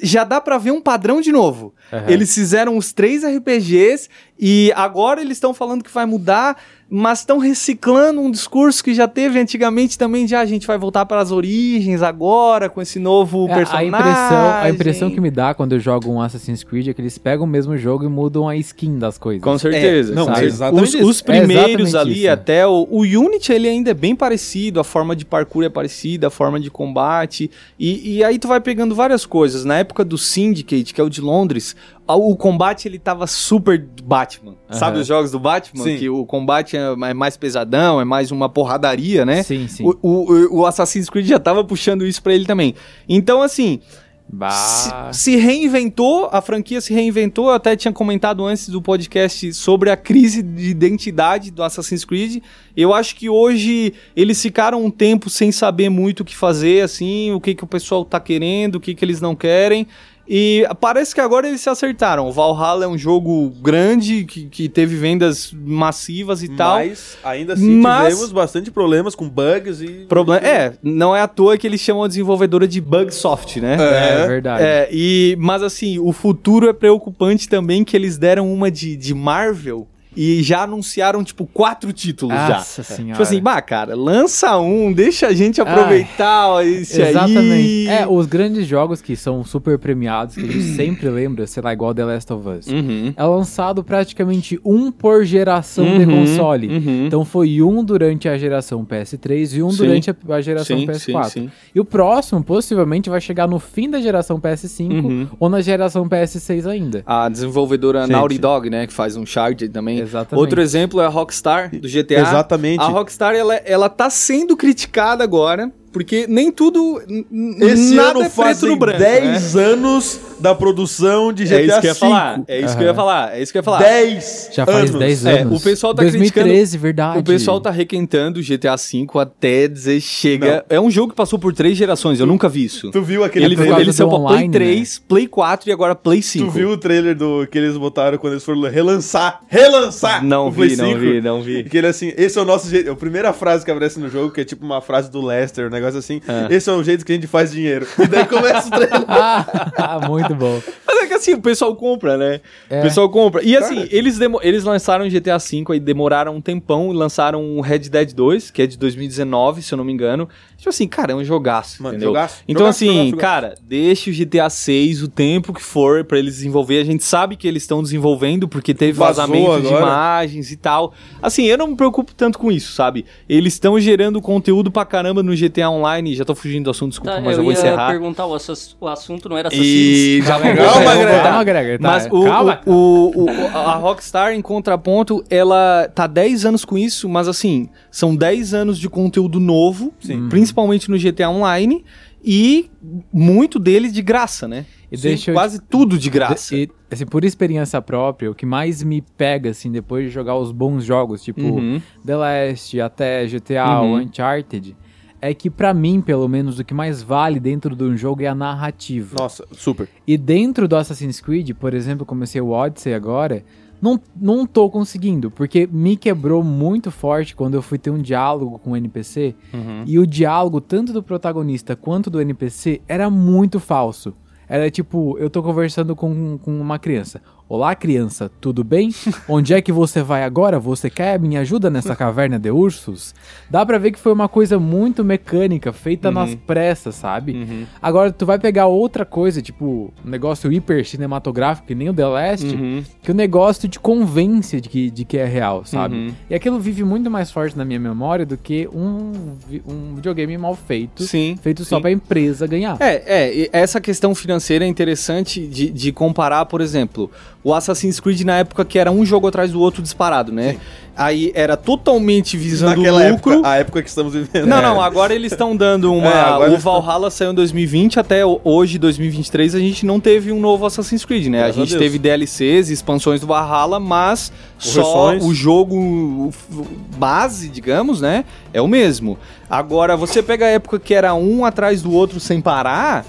Speaker 2: já dá pra ver um padrão de novo.
Speaker 7: Aham.
Speaker 2: Eles fizeram os três RPGs e agora eles estão falando que vai mudar. mas estão reciclando um discurso que já teve antigamente também de ah, a gente vai voltar para as origens agora com esse novo
Speaker 7: É, a,
Speaker 2: personagem.
Speaker 7: impressão, a impressão que me dá quando eu jogo um Assassin's Creed é que eles pegam o mesmo jogo e mudam a skin das coisas.
Speaker 2: Com certeza.
Speaker 5: É, não,
Speaker 2: sabe?
Speaker 5: é exatamente
Speaker 2: os,
Speaker 5: isso.
Speaker 2: os primeiros
Speaker 7: É exatamente
Speaker 2: ali,
Speaker 7: isso.
Speaker 2: até o, o Unity, ele ainda é bem parecido, a forma de parkour é parecida, a forma de combate. E, e aí tu vai pegando várias coisas. Na época do Syndicate, que é o de Londres, a- o combate ele tava super Batman. Sabe os jogos do Batman?
Speaker 5: Sim.
Speaker 2: Que o combate é é mais pesadão, é mais uma porradaria, né?
Speaker 7: Sim, sim.
Speaker 2: O, o, o Assassin's Creed já tava puxando isso pra ele também. Então, assim, se,
Speaker 7: Bah.
Speaker 2: se reinventou, a franquia se reinventou. Eu até tinha comentado antes do podcast sobre a crise de identidade do Assassin's Creed. Eu acho que hoje eles ficaram um tempo sem saber muito o que fazer, assim, o que, que o pessoal tá querendo, o que, que eles não querem. E parece que agora eles se acertaram. O Valhalla é um jogo grande, que, que teve vendas massivas e tal.
Speaker 5: Mas ainda assim
Speaker 2: Mas-
Speaker 5: tivemos bastante problemas com bugs e.
Speaker 2: Problema... É, não é à toa que eles chamam a desenvolvedora de Bugsoft, né?
Speaker 7: É verdade.
Speaker 2: É, e, mas assim, o futuro é preocupante também que eles deram uma de, de Marvel e já anunciaram, tipo, quatro títulos já.
Speaker 7: Nossa senhora.
Speaker 2: Tipo assim, bah, cara, lança um, deixa a gente aproveitar esse aí.
Speaker 7: Exatamente. É, os grandes jogos que são super premiados, que a
Speaker 2: [CLEARS THROAT]
Speaker 7: gente sempre lembra, sei lá, igual The Last of Us.
Speaker 2: Uhum.
Speaker 7: É lançado praticamente um por geração de
Speaker 2: Uhum,
Speaker 7: console.
Speaker 2: uhum.
Speaker 7: Então foi um durante a geração PS3 e um
Speaker 2: Sim.
Speaker 7: durante a, a geração
Speaker 2: Sim,
Speaker 7: PS4.
Speaker 2: sim, sim.
Speaker 7: E o próximo, possivelmente, vai chegar no fim da geração PS5
Speaker 2: Uhum.
Speaker 7: ou na geração PS6 ainda.
Speaker 2: A desenvolvedora
Speaker 5: Sim,
Speaker 2: Naughty
Speaker 5: sim.
Speaker 2: Dog, né, que faz um Uncharted também.
Speaker 7: Exatamente.
Speaker 2: Outro exemplo é a Rockstar, do GTA.
Speaker 5: Exatamente.
Speaker 2: A Rockstar, ela, ela tá sendo criticada agora, porque nem tudo, n- n-
Speaker 5: Esse
Speaker 2: nada
Speaker 5: ano
Speaker 2: é preto
Speaker 5: fazem
Speaker 2: no branco, né?
Speaker 5: 10 anos da produção de GTA
Speaker 2: é isso que eu ia falar.
Speaker 5: V.
Speaker 2: É isso que eu ia
Speaker 7: Aham.
Speaker 2: falar. É isso que eu ia falar.
Speaker 5: 10
Speaker 7: Já faz 10
Speaker 2: É,
Speaker 7: anos.
Speaker 2: o pessoal tá
Speaker 7: 2013, verdade.
Speaker 2: O pessoal tá requentando o GTA V até dizer chega. É um jogo que passou por três gerações, eu nunca vi isso.
Speaker 5: Tu viu aquele
Speaker 2: Ele,
Speaker 7: por
Speaker 5: trailer?
Speaker 7: causa
Speaker 2: ele
Speaker 7: do
Speaker 2: saiu pra Play
Speaker 7: online,
Speaker 2: 3, Play 4 e agora Play
Speaker 5: né? Tu
Speaker 2: 5.
Speaker 5: viu o trailer do que eles botaram quando eles foram relançar? Relançar!
Speaker 2: Não
Speaker 5: o Play
Speaker 2: vi, não
Speaker 5: 5?
Speaker 2: vi, não vi.
Speaker 5: Que ele assim, esse é o nosso jeito. A primeira frase que aparece no jogo, que é tipo uma frase do Lester, um negócio assim. Esse é o jeito que a gente faz dinheiro. E daí começa o
Speaker 2: [LAUGHS]
Speaker 5: trailer.
Speaker 7: ah, [LAUGHS] muito bom.
Speaker 2: Mas é que assim, o pessoal compra, né?
Speaker 7: É.
Speaker 2: O pessoal compra. E assim, eles, demo- eles lançaram o GTA V, aí demoraram um tempão e lançaram o Red Dead 2, que é de 2019, se eu não me engano. Tipo assim, cara, é um jogaço,
Speaker 5: Mano,
Speaker 2: entendeu?
Speaker 5: jogaço,
Speaker 2: então
Speaker 5: jogaço,
Speaker 2: assim,
Speaker 5: jogaço, jogaço.
Speaker 2: cara, deixa o GTA 6 o tempo que for pra eles desenvolver. A gente sabe que eles estão desenvolvendo porque teve
Speaker 5: Vazou
Speaker 2: vazamento de
Speaker 5: agora.
Speaker 2: imagens e tal. Assim, eu não me preocupo tanto com isso, sabe? Eles estão gerando conteúdo pra caramba no GTA Online. Já tô fugindo do assunto, desculpa,
Speaker 3: Tá,
Speaker 2: mas eu,
Speaker 3: eu,
Speaker 2: vou
Speaker 3: ia
Speaker 2: encerrar.
Speaker 3: perguntar, o, assass- o assunto não era Assassin's
Speaker 2: E [LAUGHS] já
Speaker 7: Calma,
Speaker 5: Calma, Greg.
Speaker 7: Greg. Calma, Greg. Tá,
Speaker 2: Mas o,
Speaker 7: calma.
Speaker 2: o- o- o- a Rockstar, em contraponto, ela tá 10 anos com isso, mas assim, são 10 anos de conteúdo novo, Uhum. principalmente no GTA Online, e muito dele de graça, né?
Speaker 7: E deixa eu
Speaker 2: Quase tudo de graça.
Speaker 7: E, assim, por experiência própria, o que mais me pega, assim, depois de jogar os bons jogos, tipo
Speaker 2: Uhum.
Speaker 7: The Last, até GTA,
Speaker 2: Uhum.
Speaker 7: Uncharted, é que pra mim, pelo menos, o que mais vale dentro de um jogo é a narrativa.
Speaker 5: Nossa, super.
Speaker 7: E dentro do Assassin's Creed, por exemplo, comecei o Odyssey agora, não, não tô conseguindo, porque me quebrou muito forte quando eu fui ter um diálogo com o NPC, Uhum. e o diálogo, tanto do protagonista quanto do NPC, era muito falso. Era tipo, eu tô conversando com, com uma criança. Olá, criança, tudo bem? Onde é que você vai agora? Você quer a minha ajuda nessa caverna de ursos? Dá pra ver que foi uma coisa muito mecânica, feita nas pressas,
Speaker 2: Uhum.
Speaker 7: sabe? Agora, tu vai pegar outra coisa, tipo, um negócio hiper cinematográfico, que nem o The Last,
Speaker 2: Uhum.
Speaker 7: que o negócio te convence de que, de que é real, sabe?
Speaker 2: Uhum.
Speaker 7: E aquilo vive muito mais forte na minha memória do que um, vi- um videogame mal feito,
Speaker 2: Sim.
Speaker 7: feito só pra empresa ganhar.
Speaker 2: É, é, e essa questão financeira é interessante de, de comparar, por exemplo, o Assassin's Creed na época que era um jogo atrás do outro disparado, né? Aí era totalmente visando o
Speaker 5: Naquela
Speaker 2: lucro.
Speaker 5: época, a época que estamos [LAUGHS] vivendo.
Speaker 2: Não, não, agora eles estão dando uma.
Speaker 5: É, agora
Speaker 2: o
Speaker 5: eles tão-
Speaker 2: Valhalla saiu em 2020, até o- hoje, 2023, a gente não teve um novo Assassin's Creed, né? A
Speaker 5: Graças a
Speaker 2: gente
Speaker 5: Deus.
Speaker 2: teve DLCs, e expansões do Valhalla, mas só
Speaker 5: Correções.
Speaker 2: o jogo o f- base, digamos, né? É o mesmo. Agora, você pega a época que era um atrás do outro sem
Speaker 5: [LAUGHS]
Speaker 2: parar.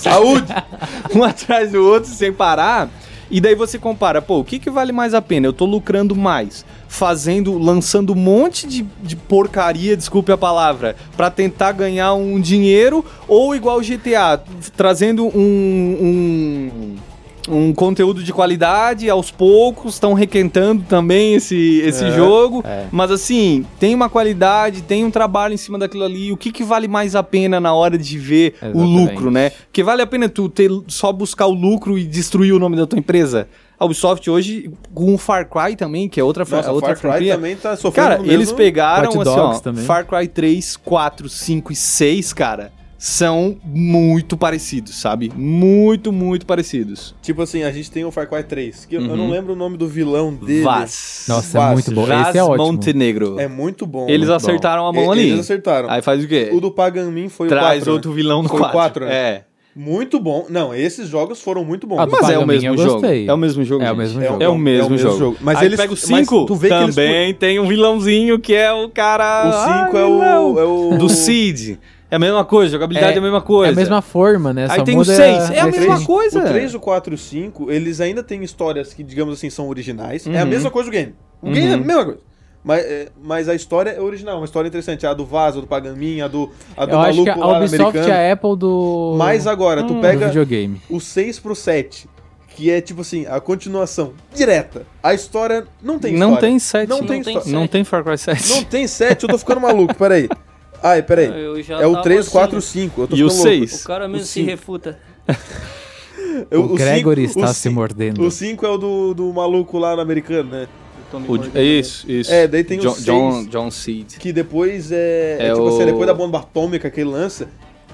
Speaker 2: Saúde! um atrás do outro sem parar. E daí você compara, pô, o que, que vale mais a pena? Eu tô lucrando mais, fazendo, lançando um monte de, de porcaria, desculpe a palavra, pra tentar ganhar um dinheiro, ou igual GTA, trazendo um, um um conteúdo de qualidade, aos poucos estão requentando também esse, esse jogo.
Speaker 7: é.
Speaker 2: Mas assim, tem uma qualidade, tem um trabalho em cima daquilo ali. O que, que vale mais a pena na hora de ver o
Speaker 7: Exatamente.
Speaker 2: lucro, né? Porque vale a pena tu ter só buscar o lucro e destruir o nome da tua empresa? A Ubisoft hoje, com o Far Cry também, que é outra, fra-
Speaker 5: Nossa,
Speaker 2: outra
Speaker 5: Far Cry
Speaker 2: franquia.
Speaker 5: também tá sofrendo
Speaker 2: Cara,
Speaker 5: com o mesmo-
Speaker 2: eles pegaram
Speaker 7: Watch
Speaker 2: assim, ó,
Speaker 7: Dogs também.
Speaker 2: Far Cry 3, 4, 5 e 6, cara, são muito parecidos, sabe? Muito, muito parecidos.
Speaker 5: Tipo assim, a gente tem o Far Cry 3, que eu- eu
Speaker 2: Uhum.
Speaker 5: não lembro o nome do vilão dele.
Speaker 2: Vaz.
Speaker 7: Nossa,
Speaker 5: Fácil.
Speaker 7: é muito bom.
Speaker 2: Vaz
Speaker 7: Esse é ótimo.
Speaker 2: Montenegro.
Speaker 5: É muito bom.
Speaker 2: eles
Speaker 5: Muito
Speaker 2: acertaram
Speaker 5: bom.
Speaker 2: a mão
Speaker 5: E-
Speaker 2: ali.
Speaker 5: Eles acertaram.
Speaker 2: Aí faz o quê?
Speaker 5: O do Pagamin foi o 4.
Speaker 2: Traz
Speaker 5: né?
Speaker 2: outro vilão no
Speaker 5: Foi o
Speaker 2: 4.
Speaker 5: quatro, né?
Speaker 2: É.
Speaker 5: Muito bom. Não, esses jogos foram muito bons.
Speaker 7: Ah, do
Speaker 2: Mas é o
Speaker 7: Pagamin
Speaker 2: mesmo
Speaker 7: eu
Speaker 2: jogo.
Speaker 7: gostei.
Speaker 2: É o mesmo jogo.
Speaker 7: É o
Speaker 2: gente.
Speaker 7: mesmo jogo.
Speaker 2: É o mesmo, jogo.
Speaker 5: Mas
Speaker 2: Aí
Speaker 5: eles
Speaker 2: pega o
Speaker 5: mas
Speaker 2: 5,
Speaker 5: tu vê que eles-
Speaker 2: também tem um vilãozinho que é o cara...
Speaker 5: O 5
Speaker 2: Ai,
Speaker 5: é
Speaker 2: não.
Speaker 5: o é o
Speaker 2: Do Cid. É a mesma coisa, jogabilidade é,
Speaker 7: É-
Speaker 2: a mesma coisa.
Speaker 7: É a mesma forma, né?
Speaker 2: Aí
Speaker 7: Só
Speaker 2: tem o
Speaker 7: muda
Speaker 2: 6, é a
Speaker 7: esse-
Speaker 2: mesma coisa.
Speaker 5: O 3, o 4 e o 5, eles ainda têm histórias que, digamos assim, são originais. É a
Speaker 2: Uhum.
Speaker 5: mesma coisa do game. O game é a
Speaker 2: Uhum.
Speaker 5: mesma coisa. Mas, é, mas a história é original, uma história interessante. A do Vaso, a do Pagamin, a do, a do
Speaker 7: Eu acho
Speaker 5: maluco
Speaker 7: que a
Speaker 5: lá
Speaker 7: Ubisoft
Speaker 5: americano.
Speaker 7: é a Apple do.
Speaker 2: Hum.
Speaker 5: Mas agora,
Speaker 3: Hum.
Speaker 5: tu
Speaker 7: do
Speaker 5: pega
Speaker 7: videogame.
Speaker 5: o 6 pro 7, que é tipo assim, a continuação direta. A história não tem
Speaker 2: não
Speaker 5: história.
Speaker 2: tem 7.
Speaker 5: Não tem
Speaker 3: tem
Speaker 5: história.
Speaker 3: sete.
Speaker 2: Não tem Far Cry 7.
Speaker 5: Não tem 7, eu tô ficando maluco, peraí. Ai, peraí.
Speaker 3: Eu já
Speaker 5: É o
Speaker 3: tava
Speaker 5: 3,
Speaker 3: assim,
Speaker 5: 4, 5. Eu tô
Speaker 2: E o
Speaker 5: ficando louco.
Speaker 2: 6?
Speaker 3: O cara mesmo
Speaker 5: O
Speaker 3: se
Speaker 5: cinco.
Speaker 3: refuta.
Speaker 5: Eu-
Speaker 7: O Gregory
Speaker 5: cinco-
Speaker 7: está
Speaker 5: o
Speaker 7: se
Speaker 5: cinco-
Speaker 7: mordendo.
Speaker 5: O 5 é o do, do maluco lá no americano, né?
Speaker 2: O- isso, isso.
Speaker 5: É, daí tem o
Speaker 2: John,
Speaker 5: seis.
Speaker 2: John, John Seed.
Speaker 5: Que depois é. é
Speaker 2: É
Speaker 5: tipo
Speaker 2: o-
Speaker 5: assim, depois da bomba atômica que ele lança.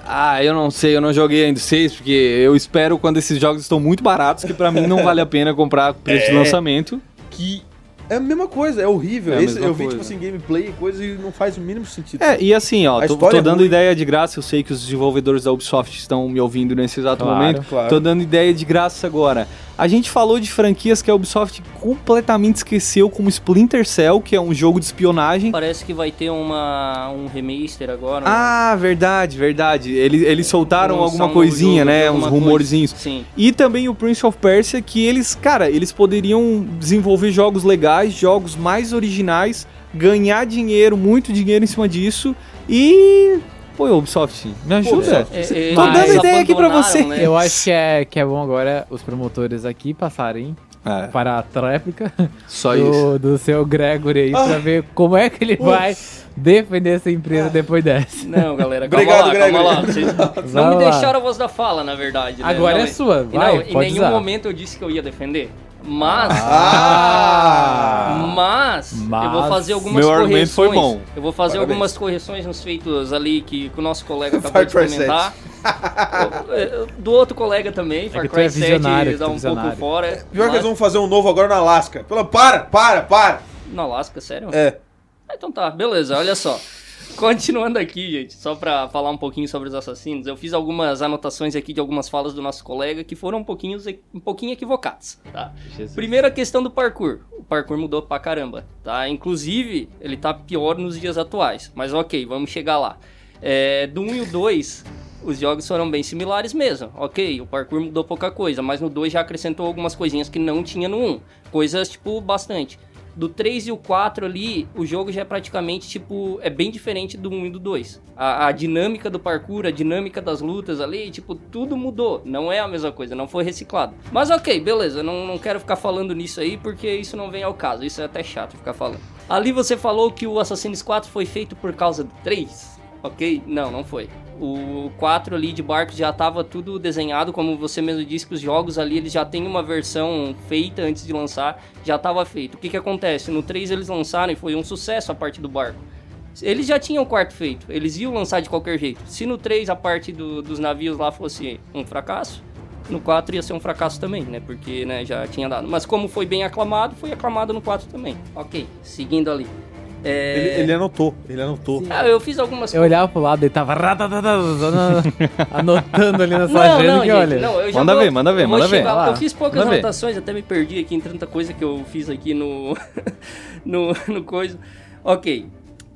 Speaker 2: Ah, eu não sei, eu não joguei ainda o 6, porque eu espero quando esses jogos estão muito baratos, que pra mim não vale a pena
Speaker 5: [LAUGHS]
Speaker 2: comprar preço
Speaker 5: É.
Speaker 2: de lançamento.
Speaker 5: Que é a mesma coisa, é horrível.
Speaker 2: É a
Speaker 5: Esse-
Speaker 2: mesma
Speaker 5: eu vi,
Speaker 2: coisa.
Speaker 5: tipo assim, gameplay e coisa e não faz o mínimo sentido.
Speaker 2: É, e assim, ó,
Speaker 5: A
Speaker 2: tô,
Speaker 5: história
Speaker 2: tô
Speaker 5: é
Speaker 2: dando
Speaker 5: ruim.
Speaker 2: ideia de graça, eu sei que os desenvolvedores da Ubisoft estão me ouvindo nesse exato
Speaker 7: Claro,
Speaker 2: momento.
Speaker 5: claro.
Speaker 2: Tô dando ideia de graça agora. A gente falou de franquias que a Ubisoft completamente esqueceu, como Splinter Cell, que é um jogo de espionagem.
Speaker 3: Parece que vai ter uma, um remaster agora.
Speaker 2: Ah, verdade, verdade. Eles, eles soltaram
Speaker 3: Lançar
Speaker 2: alguma
Speaker 3: um
Speaker 2: coisinha,
Speaker 3: jogo,
Speaker 2: né? Uns
Speaker 3: alguma
Speaker 2: rumorzinhos.
Speaker 3: né? Sim.
Speaker 2: E também o Prince of Persia, que eles, cara, eles poderiam desenvolver jogos legais, jogos mais originais, ganhar dinheiro, muito dinheiro em cima disso. E. Pô, Ubisoft, me ajuda.
Speaker 5: Ubisoft.
Speaker 3: É, é,
Speaker 2: Tô
Speaker 3: eles
Speaker 2: dando ideia aqui pra
Speaker 3: abandonaram,
Speaker 2: você.
Speaker 3: né?
Speaker 7: Eu acho que é, que é bom agora os promotores aqui passarem
Speaker 2: É,
Speaker 7: para a tréplica
Speaker 2: só
Speaker 7: do, do seu Gregory aí pra ver como é que ele vai defender essa empresa depois dessa.
Speaker 3: Não, galera, calma
Speaker 5: Obrigado,
Speaker 3: lá,
Speaker 5: Gregory.
Speaker 3: calma lá. Vocês
Speaker 7: Vai
Speaker 3: não me
Speaker 7: lá.
Speaker 3: deixaram a voz da fala, na verdade. né?
Speaker 7: Agora
Speaker 3: Não,
Speaker 7: é sua,
Speaker 3: e
Speaker 7: vai,
Speaker 3: não, em
Speaker 7: pode
Speaker 3: nenhum
Speaker 7: usar.
Speaker 3: momento eu disse que eu ia defender. Mas...
Speaker 2: Ah,
Speaker 3: Mas, eu vou
Speaker 7: Mas-
Speaker 3: fazer algumas
Speaker 2: Meu argumento
Speaker 3: correções.
Speaker 2: foi bom.
Speaker 3: Eu vou fazer
Speaker 5: Parabéns.
Speaker 3: algumas correções nos feitos ali que, que o nosso colega acabou de
Speaker 5: Far Cry
Speaker 7: [LAUGHS]
Speaker 3: comentar. Eu- eu- Do outro colega também, Far
Speaker 7: que tu
Speaker 3: Cry
Speaker 7: é
Speaker 3: 7
Speaker 7: visionário, que tu
Speaker 3: dá
Speaker 7: é
Speaker 3: um pouco
Speaker 7: visionário.
Speaker 3: fora.
Speaker 5: Pior que
Speaker 3: mas-
Speaker 5: eles vão fazer um novo agora no Alasca. Pela, para, para, para!
Speaker 3: No Alasca, sério?
Speaker 5: É.
Speaker 3: Ah, Então tá, beleza, olha só. Continuando aqui, gente, só pra falar um pouquinho sobre os assassinos, eu fiz algumas anotações aqui de algumas falas do nosso colega que foram um pouquinho, um pouquinho equivocadas, tá? Primeira questão do parkour. O parkour mudou pra caramba, tá? Inclusive, ele tá pior nos dias atuais, mas ok, vamos chegar lá. É, do 1 e o 2, os jogos foram bem similares mesmo, ok? O parkour mudou pouca coisa, mas no 2 já acrescentou algumas coisinhas que não tinha no 1, coisas, tipo, bastante do 3 e o 4 ali, o jogo já é praticamente, tipo, é bem diferente do 1 e do 2. A, a dinâmica do parkour, a dinâmica das lutas ali, tipo, tudo mudou. Não é a mesma coisa, não foi reciclado. Mas ok, beleza, não, não quero ficar falando nisso aí, porque isso não vem ao caso. Isso é até chato ficar falando. Ali você falou que o Assassin's 4 foi feito por causa do 3, ok? Não, não foi. O 4 ali de barco já tava tudo desenhado, como você mesmo disse, que os jogos ali eles já têm uma versão feita antes de lançar, já estava feito. O que que acontece? No 3 eles lançaram e foi um sucesso a parte do barco. Eles já tinham o quarto feito, eles iam lançar de qualquer jeito. Se no 3 a parte do- dos navios lá fosse um fracasso, no 4 ia ser um fracasso também, né? Porque né, já tinha dado. Mas como foi bem aclamado, foi aclamado no 4 também. Ok, seguindo ali. É,
Speaker 5: Ele, ele anotou, ele anotou.
Speaker 3: ah, eu fiz algumas
Speaker 7: Eu olhava pro lado e tava anotando ali na sua agenda que olha.
Speaker 3: não, eu já
Speaker 2: Manda
Speaker 3: vou-
Speaker 2: ver, manda ver,
Speaker 3: vou
Speaker 2: manda ver.
Speaker 3: chegar-
Speaker 7: Vai lá.
Speaker 3: Eu fiz poucas
Speaker 2: Manda ver.
Speaker 3: anotações, até me perdi aqui em tanta coisa que eu fiz aqui no [LAUGHS] no, no coisa. Ok.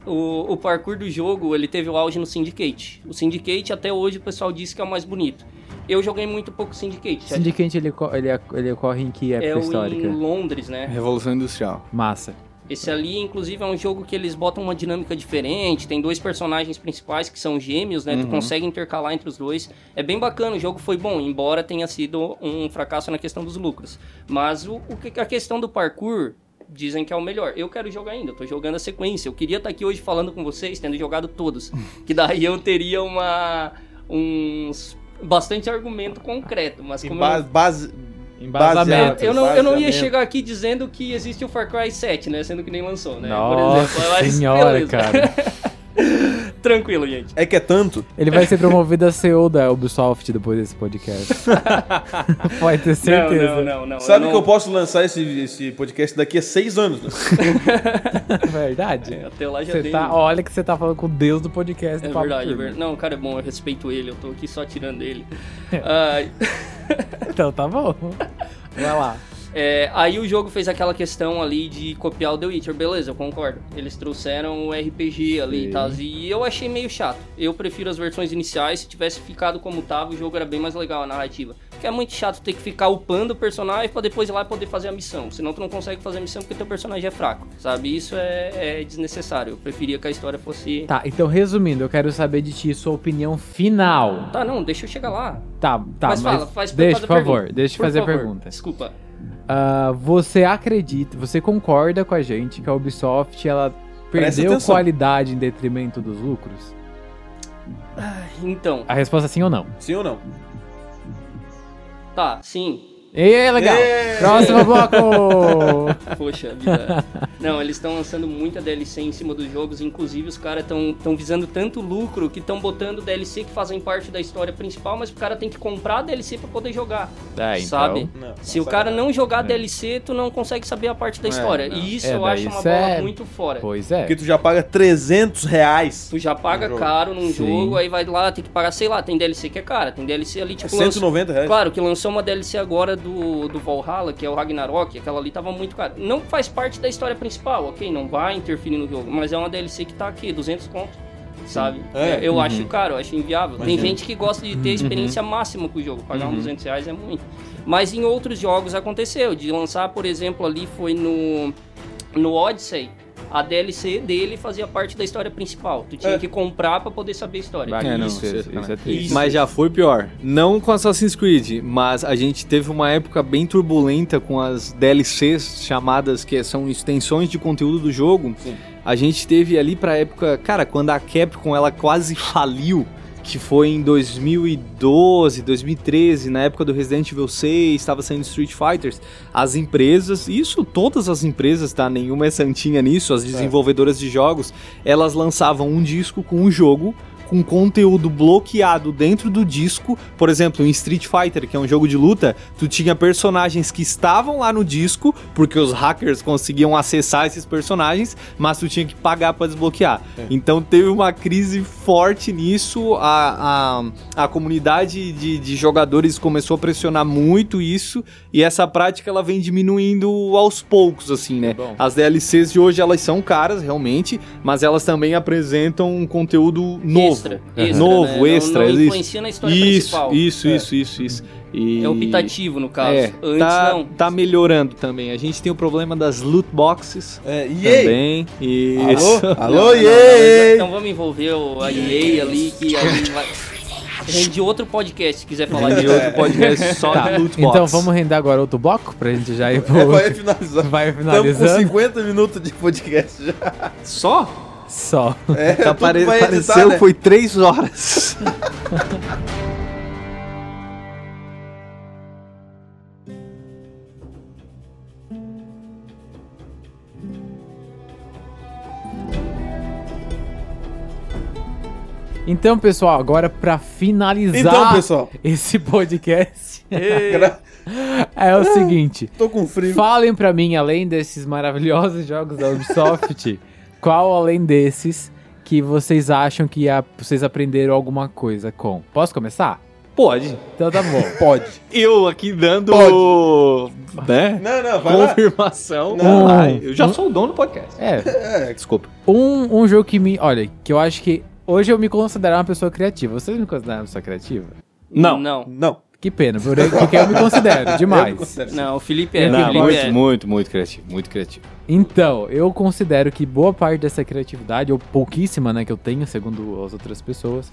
Speaker 3: O, o parkour do jogo, ele teve o auge no Syndicate. O Syndicate, até hoje, o pessoal diz que é o mais bonito. Eu joguei muito pouco Syndicate. já-
Speaker 7: Syndicate ele, co- ele, ele ocorre em que época
Speaker 3: é o
Speaker 7: histórica?
Speaker 3: em Londres, né?
Speaker 2: Revolução Industrial.
Speaker 7: Massa.
Speaker 3: Esse ali, inclusive, é um jogo que eles botam uma dinâmica diferente. Tem dois personagens principais que são gêmeos,
Speaker 2: Uhum.
Speaker 3: né? Tu consegue intercalar entre os dois. É bem bacana, o jogo foi bom, embora tenha sido um fracasso na questão dos lucros. Mas o, o que- a questão do parkour, dizem que é o melhor. Eu quero jogar ainda, eu tô jogando a sequência. Eu queria estar aqui hoje falando com vocês, tendo jogado
Speaker 2: [LAUGHS]
Speaker 3: todos. Que daí eu teria uma. uns. bastante argumento concreto. Mas como eu não
Speaker 5: Ba- Assim, base-
Speaker 7: Embasamento.
Speaker 5: baseado-
Speaker 3: eu não, eu não ia
Speaker 5: baseamento.
Speaker 3: chegar aqui dizendo que existe o Far Cry 7, né? Sendo que nem lançou, né?
Speaker 7: Nossa
Speaker 3: mas
Speaker 7: senhora,
Speaker 3: beleza.
Speaker 7: cara.
Speaker 3: [LAUGHS] Tranquilo, gente.
Speaker 5: É que é tanto.
Speaker 7: Ele vai ser promovido a CEO da Ubisoft depois
Speaker 3: [LAUGHS]
Speaker 7: desse podcast. Pode ter certeza.
Speaker 3: Não, não, não. não.
Speaker 5: Sabe
Speaker 3: não-
Speaker 5: que eu posso lançar esse, esse podcast daqui a seis anos, né?
Speaker 7: Verdade.
Speaker 3: Até lá já
Speaker 7: Você
Speaker 3: tem.
Speaker 7: tá, olha que você tá falando com o Deus do podcast
Speaker 3: É
Speaker 7: do Papo
Speaker 3: verdade, é
Speaker 7: Turbo.
Speaker 3: verdade. Não, cara, é bom, eu respeito ele, eu tô aqui só tirando ele. [LAUGHS] Ai,
Speaker 7: É. [LAUGHS] Então tá bom. Vai lá.
Speaker 3: é, aí o jogo fez aquela questão ali de copiar o The Witcher, beleza, eu concordo. Eles trouxeram o RPG ali e tal, e eu achei meio chato. Eu prefiro as versões iniciais, se tivesse ficado como tava, o jogo era bem mais legal, a narrativa. Porque é muito chato ter que ficar upando o personagem pra depois ir lá e poder fazer a missão. Senão tu não consegue fazer a missão porque teu personagem é fraco, sabe? Isso é, é desnecessário. Eu preferia que a história fosse...
Speaker 7: Tá, então resumindo, eu quero saber de ti sua opinião final.
Speaker 3: Tá, não, deixa eu chegar lá.
Speaker 7: Tá, tá,
Speaker 3: mas
Speaker 7: mas,
Speaker 3: fala, faz
Speaker 7: deixa,
Speaker 3: faz a
Speaker 7: por favor,
Speaker 3: pergunta.
Speaker 7: deixa eu
Speaker 3: Por
Speaker 7: fazer
Speaker 3: favor.
Speaker 7: a pergunta.
Speaker 3: Desculpa.
Speaker 7: Ah, você acredita, você concorda com a gente que a Ubisoft ela
Speaker 5: Presta
Speaker 7: perdeu
Speaker 5: atenção.
Speaker 7: qualidade em detrimento dos lucros?
Speaker 3: Então,
Speaker 7: A resposta é sim ou não.
Speaker 5: Sim ou não?
Speaker 3: tá, sim.
Speaker 7: E é legal.
Speaker 3: É.
Speaker 5: Ê!
Speaker 3: [LAUGHS]
Speaker 7: Próximo bloco.
Speaker 3: Poxa
Speaker 7: [LAUGHS]
Speaker 3: vida. Não, eles estão lançando muita DLC em cima dos jogos, inclusive os caras estão visando tanto lucro que estão botando DLC que fazem parte da história principal, mas o cara tem que comprar a DLC pra poder jogar.
Speaker 7: É,
Speaker 3: Sabe?
Speaker 5: Não,
Speaker 3: Se o
Speaker 5: sabe.
Speaker 3: cara não jogar a DLC, tu não consegue saber a parte da história.
Speaker 5: não.
Speaker 3: e isso
Speaker 7: É,
Speaker 3: eu
Speaker 7: daí
Speaker 3: acho uma
Speaker 7: isso
Speaker 3: bola
Speaker 7: é-
Speaker 3: muito fora.
Speaker 7: Pois é.
Speaker 5: Porque tu já paga 300 reais.
Speaker 3: Tu já paga
Speaker 5: jogo.
Speaker 3: caro num
Speaker 7: Sim.
Speaker 3: jogo, aí vai lá, tem que pagar, sei lá, tem DLC que é cara, tem DLC ali, tipo, lança-
Speaker 5: 190 reais.
Speaker 3: Claro que lançou uma DLC agora do, do Valhalla, que é o Ragnarok, aquela ali tava muito cara. Não faz parte da história principal, ok? Não vai interferir no jogo, mas é uma DLC que tá aqui, 200 conto, sabe?
Speaker 5: É,
Speaker 3: eu acho caro, eu acho inviável. Tem gente que gosta de ter a experiência máxima com o jogo,
Speaker 5: Uhum.
Speaker 3: pagar uns 200 reais é muito. Mas em outros jogos aconteceu, de lançar, por exemplo, ali foi no, no Odyssey, a DLC dele fazia parte da história principal. Tu tinha
Speaker 5: É.
Speaker 3: que comprar pra poder saber a história.
Speaker 2: É, não, isso,
Speaker 7: isso,
Speaker 2: isso
Speaker 7: é triste.
Speaker 3: Isso.
Speaker 2: Mas já foi pior. Não com Assassin's Creed, mas a gente teve uma época bem turbulenta com as DLCs chamadas que são extensões de conteúdo do jogo. A gente teve ali pra época, cara, quando a Capcom ela quase faliu, que foi em 2012, 2013, na época do Resident Evil 6, estava saindo Street Fighters. As empresas, isso todas as empresas, tá? Nenhuma é santinha nisso, as desenvolvedoras de jogos, elas lançavam um disco com um jogo com conteúdo bloqueado dentro do disco. Por exemplo, em Street Fighter, que é um jogo de luta, tu tinha personagens que estavam lá no disco, porque os hackers conseguiam acessar esses personagens, mas tu tinha que pagar pra desbloquear.
Speaker 5: É.
Speaker 2: Então teve uma crise forte nisso, a, a, a comunidade de, de jogadores começou a pressionar muito isso, e essa prática ela vem diminuindo aos poucos, assim, né?
Speaker 7: Bom.
Speaker 2: As DLCs de hoje elas são caras, realmente, mas elas também apresentam um conteúdo novo.
Speaker 3: Extra, extra, né?
Speaker 2: novo,
Speaker 3: Não-
Speaker 2: extra.
Speaker 3: Não,
Speaker 2: isso,
Speaker 3: influencia na história
Speaker 2: isso,
Speaker 3: principal.
Speaker 2: isso,
Speaker 5: É.
Speaker 2: isso, isso, isso. E-
Speaker 3: É optativo, no caso.
Speaker 2: É,
Speaker 3: Antes
Speaker 2: tá,
Speaker 3: não.
Speaker 2: tá melhorando também. A gente tem o problema das loot boxes
Speaker 5: É, e aí?
Speaker 2: também. E
Speaker 5: Alô?
Speaker 3: Não,
Speaker 5: Alô,
Speaker 3: não,
Speaker 5: e
Speaker 3: não,
Speaker 5: aí?
Speaker 3: Então vamos envolver o, a EA ali, que a gente
Speaker 2: [LAUGHS]
Speaker 3: vai... Rende outro podcast, se quiser falar de
Speaker 2: de outro podcast só
Speaker 7: É. Tá,
Speaker 2: de loot box.
Speaker 7: então vamos render agora outro bloco pra gente já ir pro
Speaker 5: É, vai
Speaker 7: outro.
Speaker 5: finalizar.
Speaker 7: [LAUGHS] Vai
Speaker 5: Estamos com
Speaker 7: finalizando.
Speaker 5: 50 minutos de
Speaker 2: [LAUGHS]
Speaker 5: podcast já.
Speaker 2: Só?
Speaker 7: Só.
Speaker 5: É,
Speaker 2: Tá,
Speaker 5: tudo
Speaker 2: pare-
Speaker 5: vai editar,
Speaker 2: pareceu
Speaker 5: né?
Speaker 2: foi três horas.
Speaker 7: Então, pessoal, agora pra finalizar
Speaker 5: Então, pessoal,
Speaker 7: esse podcast
Speaker 5: gra-
Speaker 7: [LAUGHS] é
Speaker 5: Ah.
Speaker 7: o seguinte.
Speaker 5: tô com frio.
Speaker 7: Falem pra mim, além desses maravilhosos jogos da
Speaker 5: [LAUGHS]
Speaker 7: Ubisoft, qual além desses que vocês acham que a- vocês aprenderam alguma coisa com? Posso começar?
Speaker 2: Pode.
Speaker 7: Então tá bom.
Speaker 5: Pode.
Speaker 2: Eu aqui dando. Né?
Speaker 5: Não, não, vai lá.
Speaker 2: Confirmação.
Speaker 5: Não.
Speaker 2: Ah, eu já sou o dono do podcast.
Speaker 5: [LAUGHS]
Speaker 7: É,
Speaker 5: É,
Speaker 2: Desculpa.
Speaker 7: um, um jogo que me. Olha, que eu acho que. Hoje eu me considero uma pessoa criativa. Vocês me consideram uma pessoa criativa?
Speaker 2: Não.
Speaker 3: Não.
Speaker 5: não.
Speaker 7: Que pena, por- porque eu um me
Speaker 5: [LAUGHS]
Speaker 7: considero demais.
Speaker 3: Não, o Felipe é.
Speaker 2: Não,
Speaker 3: o Felipe é.
Speaker 2: muito, muito, muito criativo, muito criativo.
Speaker 7: Então, eu considero que boa parte dessa criatividade, ou pouquíssima, né, que eu tenho, segundo as outras pessoas,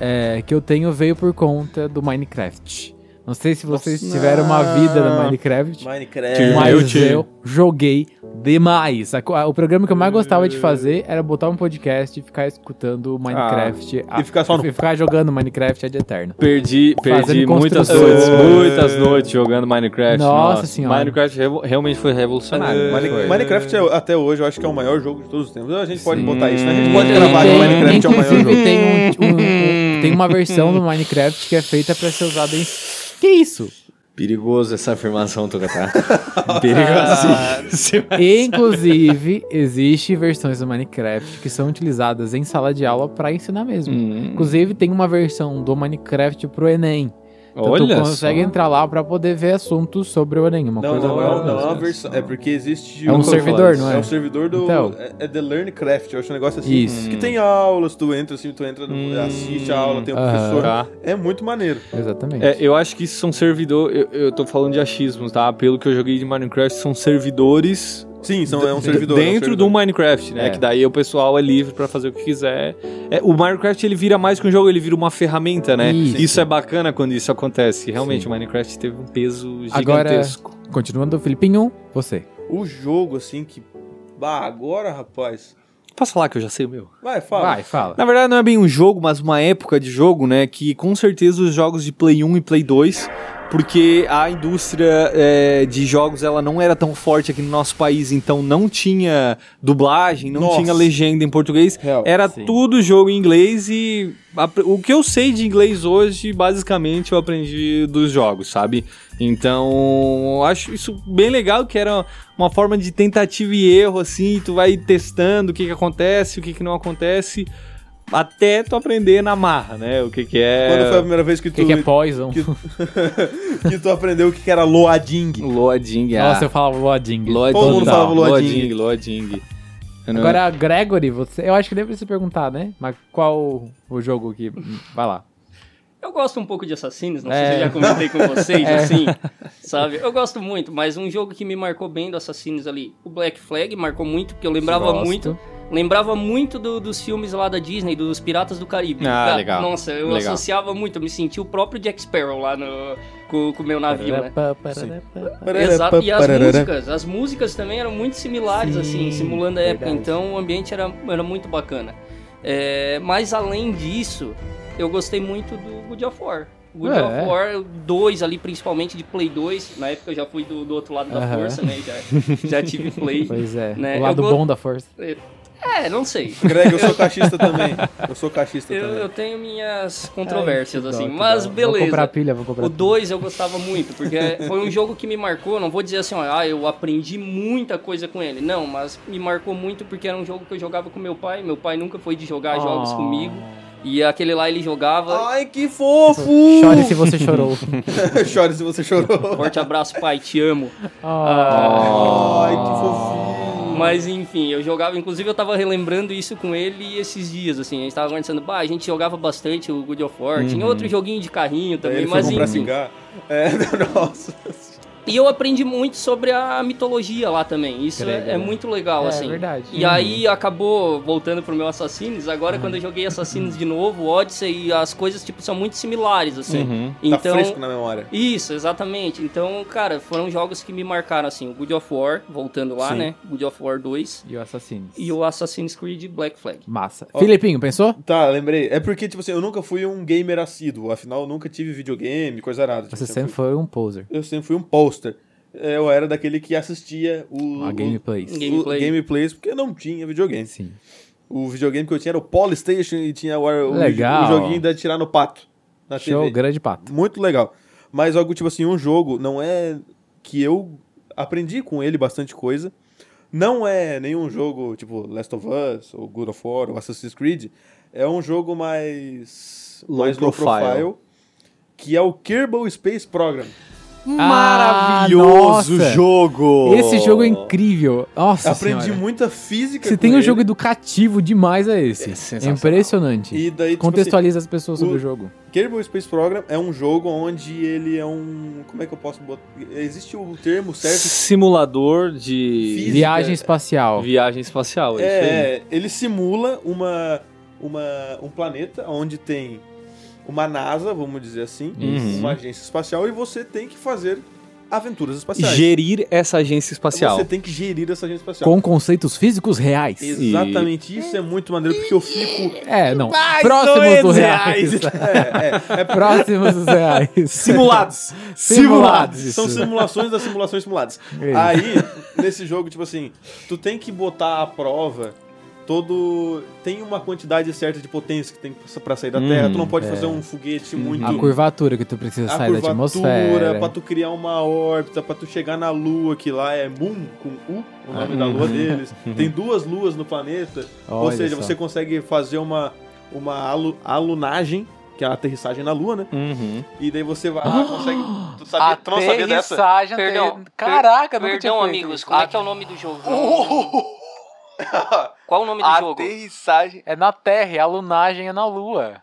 Speaker 7: é, que eu tenho veio por conta do Minecraft. Não sei se vocês
Speaker 5: Nossa.
Speaker 7: tiveram uma vida no Minecraft,
Speaker 5: Minecraft.
Speaker 7: mas eu,
Speaker 2: tive.
Speaker 7: joguei demais. A co- a- o programa que eu mais gostava de fazer era botar um podcast e ficar escutando Minecraft.
Speaker 5: Ah, e ficar só no-
Speaker 7: e ficar jogando Minecraft ad eterno.
Speaker 2: Perdi, perdi
Speaker 7: Fazendo
Speaker 2: muitas noites,
Speaker 7: construções.
Speaker 2: muitas noites jogando Minecraft.
Speaker 7: Nossa senhora.
Speaker 2: Minecraft revo- realmente foi revolucionário.
Speaker 5: Mine-
Speaker 2: Foi.
Speaker 5: Minecraft é, até hoje eu acho que é o maior jogo de todos os tempos. A gente pode botar isso, né? A gente
Speaker 2: Hum.
Speaker 5: pode gravar que
Speaker 7: Tem-
Speaker 5: Minecraft é o maior
Speaker 7: inclusive,
Speaker 5: jogo.
Speaker 7: tem, um- um- um- tem
Speaker 5: [LAUGHS]
Speaker 7: uma versão do Minecraft que é feita pra ser usada em. Que isso?
Speaker 2: Perigoso essa afirmação, [LAUGHS] Tocatá. Perigosíssimo.
Speaker 7: Inclusive, existe versões do Minecraft que são utilizadas em sala de aula pra ensinar mesmo.
Speaker 2: Hum,
Speaker 7: Inclusive, tem uma versão do Minecraft pro Enem. Então, tu
Speaker 2: olha só.
Speaker 7: consegue entrar lá pra poder ver assuntos sobre o Enem. Uma
Speaker 5: Não,
Speaker 7: coisa
Speaker 5: não, não,
Speaker 7: maravilhosa.
Speaker 5: não é uma versão. É porque existe.
Speaker 7: É um
Speaker 5: o-
Speaker 7: servidor, não é?
Speaker 5: É um servidor do.
Speaker 7: Então.
Speaker 5: É, é The Learn Craft, eu acho um negócio assim.
Speaker 7: Isso.
Speaker 5: Que tem aulas, tu entra assim, tu entra, no-
Speaker 2: Hum.
Speaker 5: assiste a aula, tem um
Speaker 7: Aham.
Speaker 5: professor.
Speaker 2: Tá.
Speaker 5: É muito maneiro.
Speaker 7: Exatamente.
Speaker 2: É, eu acho que isso são servidores. Eu, eu tô falando de achismos, tá? Pelo que eu joguei de Minecraft, são servidores
Speaker 5: Sim, são, é um
Speaker 2: d-
Speaker 5: servidor. é um
Speaker 2: dentro do
Speaker 5: servidor.
Speaker 2: Minecraft, né?
Speaker 7: É.
Speaker 2: Que daí o pessoal é livre pra fazer o que quiser. É, o Minecraft ele vira mais que um jogo, ele vira uma ferramenta, né?
Speaker 7: Isso.
Speaker 2: Isso, é bacana quando isso acontece. Realmente,
Speaker 7: Sim.
Speaker 2: o Minecraft teve um peso
Speaker 7: Agora-
Speaker 2: gigantesco.
Speaker 7: Continuando, Filipinho, você.
Speaker 5: O jogo, assim, que. Bah, agora, rapaz.
Speaker 2: Posso falar que eu já sei o meu?
Speaker 5: Vai, fala.
Speaker 7: Vai, fala.
Speaker 2: Na verdade, não é bem um jogo, mas uma época de jogo, né? Que com certeza os jogos de Play 1 e Play 2, porque a indústria é, de jogos ela não era tão forte aqui no nosso país, então não tinha dublagem, não
Speaker 5: Nossa.
Speaker 2: tinha legenda em português.
Speaker 5: Real.
Speaker 2: Era
Speaker 7: Sim.
Speaker 2: tudo jogo em inglês e a- o que eu sei de inglês hoje, basicamente, eu aprendi dos jogos, sabe? Então, eu acho isso bem legal, que era uma forma de tentativa e erro, assim, tu vai testando o que, que acontece, o que, que não acontece, até tu aprender na marra, né? O que, que é.
Speaker 5: Quando foi a primeira vez que
Speaker 7: O
Speaker 5: tu,
Speaker 7: que, que é Poison?
Speaker 5: que- que tu aprendeu o que que era loading?
Speaker 2: Loading, ah.
Speaker 7: Nossa, eu falava Loading.
Speaker 2: Loading.
Speaker 5: Todo mundo falava
Speaker 2: Loading,
Speaker 5: Loading.
Speaker 2: Loading. Eu não-
Speaker 7: Agora, Gregory, você. Eu acho que deve se perguntar, né? Mas qual o jogo que. Vai lá.
Speaker 3: Eu gosto um pouco de Assassinos, não
Speaker 7: É.
Speaker 3: sei se eu já comentei com vocês,
Speaker 2: [LAUGHS]
Speaker 7: É.
Speaker 3: assim, sabe? Eu gosto muito, mas um jogo que me marcou bem do Assassinos ali, o Black Flag, marcou muito, porque eu lembrava
Speaker 2: Gosto.
Speaker 3: muito, lembrava muito do- dos filmes lá da Disney, dos Piratas do Caribe.
Speaker 2: Ah, legal.
Speaker 3: Nossa, eu
Speaker 2: Legal.
Speaker 3: associava muito, eu me senti o próprio Jack Sparrow lá no, com, com o meu navio, né? Exato, e as músicas, as músicas também eram muito similares,
Speaker 7: Sim,
Speaker 3: assim, simulando a época,
Speaker 7: verdade.
Speaker 3: então o ambiente era, era muito bacana. É, mas além disso, eu gostei muito do God of War. God
Speaker 7: É.
Speaker 3: of War 2 ali, principalmente de Play 2, na época eu já fui do, do outro lado da
Speaker 7: Aham.
Speaker 3: força, né, já, já
Speaker 7: [LAUGHS]
Speaker 3: tive Play.
Speaker 7: Pois é,
Speaker 3: Né,
Speaker 7: o lado
Speaker 3: eu go-
Speaker 7: bom da força.
Speaker 3: É, não sei,
Speaker 5: Greg, eu sou cachista também. Eu sou cachista
Speaker 3: eu, eu
Speaker 5: também.
Speaker 3: tenho minhas
Speaker 7: Ai,
Speaker 3: controvérsias,
Speaker 7: que dó,
Speaker 3: assim,
Speaker 7: que
Speaker 3: mas
Speaker 7: dó. Vou comprar
Speaker 3: beleza.
Speaker 7: pilha, vou comprar
Speaker 3: O 2 eu gostava muito,
Speaker 7: [LAUGHS]
Speaker 3: porque foi um jogo que me marcou. Não vou dizer assim, ó, ah, eu aprendi muita coisa com ele. Não, mas me marcou muito porque era um jogo que eu jogava com meu pai. Meu pai nunca foi de jogar Ah, jogos
Speaker 7: Oh.
Speaker 3: comigo. E aquele lá ele jogava.
Speaker 5: Ai, que fofo!
Speaker 7: Chore se
Speaker 3: [LAUGHS]
Speaker 7: você chorou.
Speaker 5: [LAUGHS] Chore se você
Speaker 7: Ah.
Speaker 5: chorou.
Speaker 3: Forte abraço, pai, te amo.
Speaker 7: Ah.
Speaker 5: Ai,
Speaker 3: Ah.
Speaker 5: que fofinho.
Speaker 3: Mas enfim, eu jogava, inclusive eu tava relembrando isso com ele esses dias, assim, a gente tava conversando, bah, a gente jogava bastante o Good of War,
Speaker 7: Uhum.
Speaker 3: tinha outro joguinho de carrinho
Speaker 5: Daí
Speaker 3: também,
Speaker 5: ele foi
Speaker 3: mas
Speaker 5: comprar
Speaker 3: enfim.
Speaker 5: cigarro. É, [LAUGHS] nossa.
Speaker 3: E eu aprendi muito sobre a mitologia lá também. Isso
Speaker 7: Credo,
Speaker 3: é, é
Speaker 7: né?
Speaker 3: muito legal,
Speaker 7: É,
Speaker 3: assim.
Speaker 7: verdade.
Speaker 3: E
Speaker 7: Uhum.
Speaker 3: aí acabou voltando pro meu Assassins. Agora, quando eu joguei Assassins de novo, Odyssey, as coisas, tipo, são muito similares, assim.
Speaker 2: Uhum.
Speaker 3: Então.
Speaker 5: Tá fresco
Speaker 7: né?
Speaker 5: na memória.
Speaker 3: Isso, exatamente. Então, cara, foram jogos que me marcaram, assim. O Good of War, voltando lá,
Speaker 5: Sim.
Speaker 3: né? Good of War 2.
Speaker 7: E o assassino.
Speaker 3: E o Assassin's Creed Black Flag.
Speaker 7: Massa.
Speaker 5: Ó.
Speaker 7: Filipinho, pensou?
Speaker 5: Tá, lembrei. É porque, tipo assim, eu nunca fui um gamer assíduo. Afinal, eu nunca tive videogame, coisa nada. Tipo,
Speaker 7: Você sempre foi um poser.
Speaker 5: fui- Eu sempre fui um poster. É, Eu era daquele que assistia o...
Speaker 7: A gameplay.
Speaker 5: o-
Speaker 3: Gameplay.
Speaker 5: gameplays, porque eu não tinha videogame.
Speaker 7: Sim.
Speaker 5: O videogame que eu tinha era o Polystation e tinha o, o,
Speaker 7: Legal.
Speaker 5: o joguinho da tirar no pato. Na
Speaker 7: Show,
Speaker 5: TV.
Speaker 7: grande pato.
Speaker 5: Muito legal. Mas algo tipo assim, um jogo não é que eu aprendi com ele bastante coisa. Não é nenhum jogo tipo Last of Us, ou God of War, ou Assassin's Creed. É um jogo mais
Speaker 2: Low
Speaker 5: mais low
Speaker 2: profile.
Speaker 5: profile, que é o Kerbal Space Program.
Speaker 2: Maravilhoso
Speaker 7: ah, nossa.
Speaker 2: jogo!
Speaker 7: Esse jogo é incrível. Nossa
Speaker 5: Aprendi
Speaker 7: senhora.
Speaker 5: muita física.
Speaker 7: Se
Speaker 5: com
Speaker 7: tem um
Speaker 5: ele.
Speaker 7: jogo educativo demais é esse.
Speaker 5: É
Speaker 7: É,
Speaker 5: sensacional.
Speaker 7: impressionante.
Speaker 5: E daí, tipo assim,
Speaker 7: Contextualiza as pessoas sobre
Speaker 5: o-
Speaker 7: o jogo.
Speaker 5: Kerbal Space Program é um jogo onde ele é um. Como é que eu posso botar? Existe o termo certo?
Speaker 2: Simulador de
Speaker 5: Física.
Speaker 7: Viagem espacial.
Speaker 2: viagem espacial. É, isso aí.
Speaker 5: É, é, ele simula uma, uma, um planeta onde tem uma NASA, vamos dizer assim,
Speaker 2: Isso.
Speaker 5: uma agência espacial, e você tem que fazer aventuras espaciais. Então
Speaker 2: Gerir essa agência espacial.
Speaker 5: Você tem que gerir essa agência espacial.
Speaker 7: Com conceitos físicos reais.
Speaker 5: Exatamente, isso é muito maneiro, porque eu fico.
Speaker 2: [LAUGHS]
Speaker 7: É, não.
Speaker 5: tá
Speaker 2: Mas
Speaker 7: Próximos
Speaker 2: dois
Speaker 7: dos
Speaker 2: reais.
Speaker 7: reais.
Speaker 5: É, é, é
Speaker 7: Próximos dos reais.
Speaker 2: Simulados!
Speaker 7: [LAUGHS] Simulados.
Speaker 2: Simulados!
Speaker 7: Isso. É.
Speaker 5: São simulações das simulações simuladas.
Speaker 7: Isso.
Speaker 5: Aí, nesse jogo, tipo assim, tu tem que botar à prova todo. Tem uma quantidade certa de potência que tem pra sair da
Speaker 2: Hum,
Speaker 5: Terra. Tu não pode fazer um foguete muito.
Speaker 7: é. A curvatura que tu precisa
Speaker 5: a
Speaker 7: sair da atmosfera.
Speaker 5: pra tu criar uma órbita, pra tu chegar na Lua, que lá é Moon, com U, o nome da Lua
Speaker 7: [LAUGHS]
Speaker 5: deles. Tem duas luas no planeta. Ou
Speaker 7: Uhum. Olha
Speaker 5: seja,
Speaker 7: só.
Speaker 5: você consegue fazer uma, uma alu- alunagem, que é a aterrissagem na Lua, né?
Speaker 2: Uhum.
Speaker 5: E daí você vai
Speaker 4: Ah,
Speaker 5: lá, consegue.
Speaker 4: consegue. Tu, sabia, tu não sabia dessa?
Speaker 7: Aterrissagem,
Speaker 3: Perdão,
Speaker 7: aterri-
Speaker 3: per-
Speaker 7: Caraca, eu nunca tinha
Speaker 3: Perdão,
Speaker 7: feito
Speaker 3: amigos,
Speaker 7: isso.
Speaker 3: como é que é o nome do [LAUGHS] jogo? Qual é o nome do jogo?
Speaker 4: Aterrissagem.
Speaker 7: É na Terra, e a lunagem é na Lua.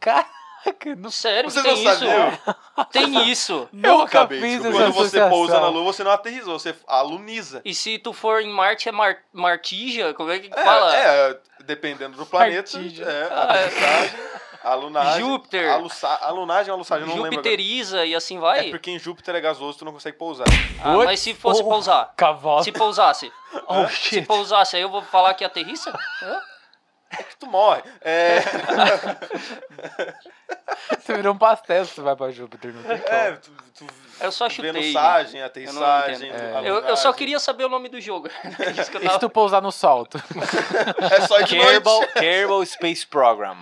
Speaker 7: Caraca, não
Speaker 3: Sério,
Speaker 4: Vocês não
Speaker 3: tem isso?
Speaker 4: sabiam?
Speaker 3: Tem isso.
Speaker 7: Eu nunca
Speaker 4: acabei
Speaker 7: fiz
Speaker 4: descobrindo.
Speaker 7: essa
Speaker 4: Quando você
Speaker 7: associação.
Speaker 4: pousa na lua, você não aterrissou, você aluniza.
Speaker 3: E se tu for em Marte, é mar- Martija? Como é que
Speaker 4: É,
Speaker 3: fala?
Speaker 4: é, dependendo do planeta,
Speaker 7: Partilha.
Speaker 4: é,
Speaker 3: Ah, é.
Speaker 4: aterrissagem, alunagem,
Speaker 3: Júpiter.
Speaker 4: aluça- alunagem, aluçagem, eu não lembro. agora.
Speaker 3: Jupiteriza e assim vai?
Speaker 4: É porque em Júpiter é gasoso, tu não consegue pousar.
Speaker 3: Ah,
Speaker 7: What?
Speaker 3: mas se fosse
Speaker 7: Oh.
Speaker 3: pousar?
Speaker 7: Cavalo.
Speaker 3: Se pousasse?
Speaker 4: Oh,
Speaker 3: se pousasse, aí eu vou falar que é aterrissa? Hã?
Speaker 4: Tu morre. É,
Speaker 3: [LAUGHS]
Speaker 7: Você virou um pastel se você vai pra Júpiter, não tem
Speaker 4: é, tu, tu
Speaker 3: Eu só chutei.
Speaker 4: venusagem, aterrissagem,
Speaker 3: Eu não É.
Speaker 7: entendo.
Speaker 3: Eu, eu só
Speaker 4: alunagem.
Speaker 3: queria saber o nome do jogo. [LAUGHS] É Isso que eu
Speaker 7: E se
Speaker 3: tava-
Speaker 7: tu pousar no solto?
Speaker 4: [LAUGHS] É só de noite.
Speaker 1: Kerbal, Kerbal Space Program.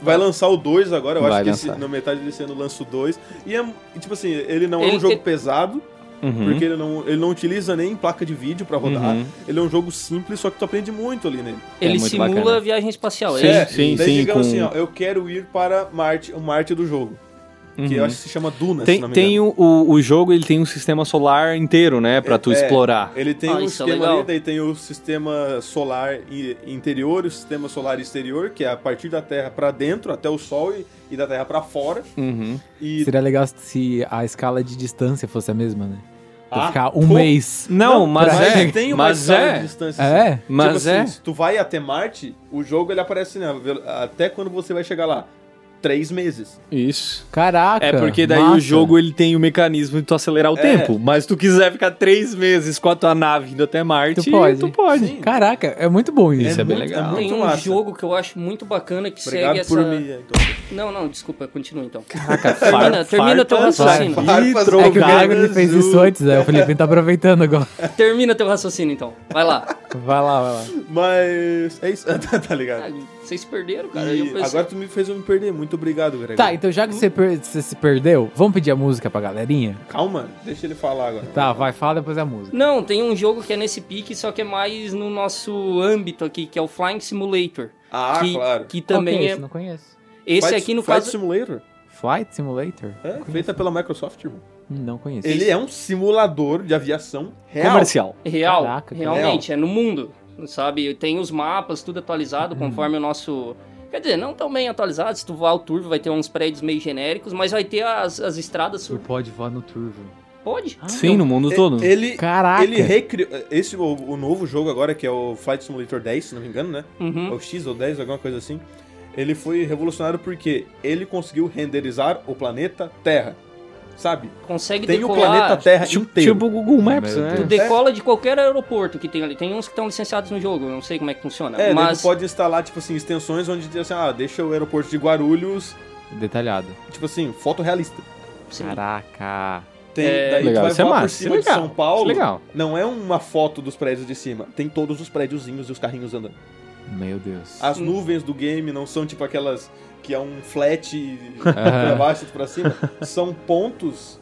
Speaker 5: Vai lançar o 2 agora, eu
Speaker 2: Vai
Speaker 5: acho que esse,
Speaker 2: lançar.
Speaker 5: na metade desse ano lança o 2. E é, e, tipo assim, ele não é
Speaker 3: Ele
Speaker 5: um jogo
Speaker 3: te-
Speaker 5: pesado,
Speaker 2: Uhum.
Speaker 5: porque ele não, ele não utiliza nem placa de vídeo pra rodar.
Speaker 2: Uhum.
Speaker 5: Ele é um jogo simples, só que tu aprende muito ali né? nele.
Speaker 3: Ele
Speaker 2: muito
Speaker 3: simula
Speaker 2: bacana.
Speaker 3: a viagem espacial.
Speaker 2: Sim,
Speaker 3: é?
Speaker 5: é,
Speaker 2: sim,
Speaker 5: daí
Speaker 2: sim,
Speaker 5: digamos
Speaker 2: com-
Speaker 5: assim, ó, eu quero ir para Marte, o Marte do jogo. Que eu
Speaker 2: Uhum.
Speaker 5: acho que se chama Duna, se
Speaker 2: Tem,
Speaker 5: não
Speaker 2: um-
Speaker 5: me
Speaker 2: tem
Speaker 5: engano.
Speaker 2: o, o o jogo, ele tem um sistema solar inteiro, né? Pra tu
Speaker 5: É,
Speaker 2: explorar.
Speaker 5: Ele tem
Speaker 3: Ah,
Speaker 5: um
Speaker 3: isso é
Speaker 5: sistema
Speaker 3: legal.
Speaker 5: ali, daí tem o sistema solar i- interior, o sistema solar exterior, que é a partir da Terra pra dentro, até o Sol e, e da Terra pra fora.
Speaker 2: Uhum.
Speaker 5: E
Speaker 7: Seria legal se a escala de distância fosse a mesma, né? Pra
Speaker 5: Ah,
Speaker 7: ficar um
Speaker 5: pô.
Speaker 7: mês.
Speaker 2: Não, mas,
Speaker 7: pra-
Speaker 2: é.
Speaker 5: tem uma
Speaker 2: mas
Speaker 5: escala de
Speaker 2: é.
Speaker 5: distância. assim.
Speaker 7: É?
Speaker 5: Tipo
Speaker 2: Mas
Speaker 5: assim,
Speaker 2: é.
Speaker 5: se tu vai até Marte, o jogo ele aparece né, ve- até quando você vai chegar lá. Três meses.
Speaker 2: Isso.
Speaker 7: Caraca.
Speaker 2: É porque daí
Speaker 7: massa.
Speaker 2: o jogo ele tem o mecanismo de tu acelerar o
Speaker 5: É.
Speaker 2: tempo. Mas se tu quiser ficar três meses com a tua nave indo até Marte,
Speaker 7: Tu pode.
Speaker 2: tu pode.
Speaker 5: Sim.
Speaker 7: Caraca, é muito bom isso.
Speaker 2: é bem
Speaker 5: muito-
Speaker 2: legal.
Speaker 5: É
Speaker 3: Tem
Speaker 5: muito
Speaker 3: um
Speaker 5: massa.
Speaker 3: jogo que eu acho muito bacana que
Speaker 5: Obrigado
Speaker 3: segue
Speaker 5: por
Speaker 3: essa. [LAUGHS]
Speaker 5: me. então.
Speaker 3: Não, não, desculpa, continua então.
Speaker 2: Caraca,
Speaker 3: Termina- termina teu raciocínio.
Speaker 5: um
Speaker 7: É que o Gago ele fez isso antes, aí o Felipe tá aproveitando agora.
Speaker 3: Termina teu raciocínio então. Vai lá.
Speaker 7: Vai lá, vai lá.
Speaker 5: Mas. É isso. [LAUGHS] tá, tá
Speaker 3: Ah,
Speaker 5: ligado?
Speaker 3: vocês perderam, cara.
Speaker 5: E
Speaker 3: Eu pensei-
Speaker 5: agora tu me fez eu me perder. Muito obrigado, Greg.
Speaker 7: Tá, então já que você, per- você se perdeu, vamos pedir a música pra galerinha?
Speaker 5: Calma, deixa ele falar agora.
Speaker 7: Tá, vai, fala depois a música.
Speaker 3: Não, tem um jogo que é nesse pique, só que é mais no nosso âmbito aqui, que é o Flying Simulator.
Speaker 5: Ah,
Speaker 3: que,
Speaker 5: claro.
Speaker 3: Que
Speaker 7: Qual
Speaker 3: também
Speaker 7: que é
Speaker 3: é.
Speaker 7: esse? Não conheço.
Speaker 3: Esse
Speaker 5: Flight-
Speaker 3: aqui, no
Speaker 5: Flight
Speaker 3: caso. assim?
Speaker 5: Simulator?
Speaker 7: Flight Simulator?
Speaker 5: É, feita pela Microsoft, irmão.
Speaker 7: Hum, Não conheço.
Speaker 5: Ele é um simulador de aviação real.
Speaker 2: Comercial.
Speaker 3: é Real,
Speaker 7: Caraca, cara.
Speaker 3: realmente, é no mundo, sabe? Tem os mapas, tudo atualizado
Speaker 7: Uhum.
Speaker 3: conforme o nosso... Quer dizer, não tão bem atualizado, se tu voar o turvo vai ter uns prédios meio genéricos, mas vai ter as, as estradas...
Speaker 7: Tu
Speaker 3: Sur...
Speaker 7: pode voar no turbo.
Speaker 3: Pode?
Speaker 7: Ah,
Speaker 2: Sim, no mundo todo.
Speaker 5: Ele,
Speaker 7: Caraca.
Speaker 5: ele recriou. Esse, o, o novo jogo agora, que é o Flight Simulator 10, se não me engano, né?
Speaker 3: Uhum.
Speaker 5: Ou X ou 10, alguma coisa assim. Ele foi revolucionário porque ele conseguiu renderizar o planeta Terra. Sabe?
Speaker 3: Consegue
Speaker 5: Tem o
Speaker 3: decolar...
Speaker 5: planeta Terra
Speaker 2: Tipo
Speaker 5: inteiro.
Speaker 2: tipo o Google Maps,
Speaker 7: Meu
Speaker 2: né?
Speaker 7: Deus.
Speaker 3: Tu decola de qualquer aeroporto que tem ali. Tem uns que estão licenciados no jogo, eu não sei como é que funciona.
Speaker 5: É, daí
Speaker 3: mas
Speaker 5: tu pode instalar, tipo assim, extensões onde diz assim, ah, deixa o aeroporto de Guarulhos,
Speaker 7: Detalhado.
Speaker 5: tipo assim, fotorrealista.
Speaker 3: sim,
Speaker 7: Caraca.
Speaker 5: Tem,
Speaker 3: É,
Speaker 5: daí
Speaker 2: legal,
Speaker 5: tu vai
Speaker 2: isso é
Speaker 5: voar por
Speaker 2: massa,
Speaker 5: cima
Speaker 2: isso é
Speaker 5: de
Speaker 2: legal,
Speaker 5: São Paulo,
Speaker 2: legal.
Speaker 5: não é uma foto dos prédios de cima, tem todos os prédiozinhos e os carrinhos andando.
Speaker 7: Meu Deus.
Speaker 5: As nuvens do game não são tipo aquelas que é um flat [LAUGHS]
Speaker 7: Aham.
Speaker 5: pra baixo e pra cima, são pontos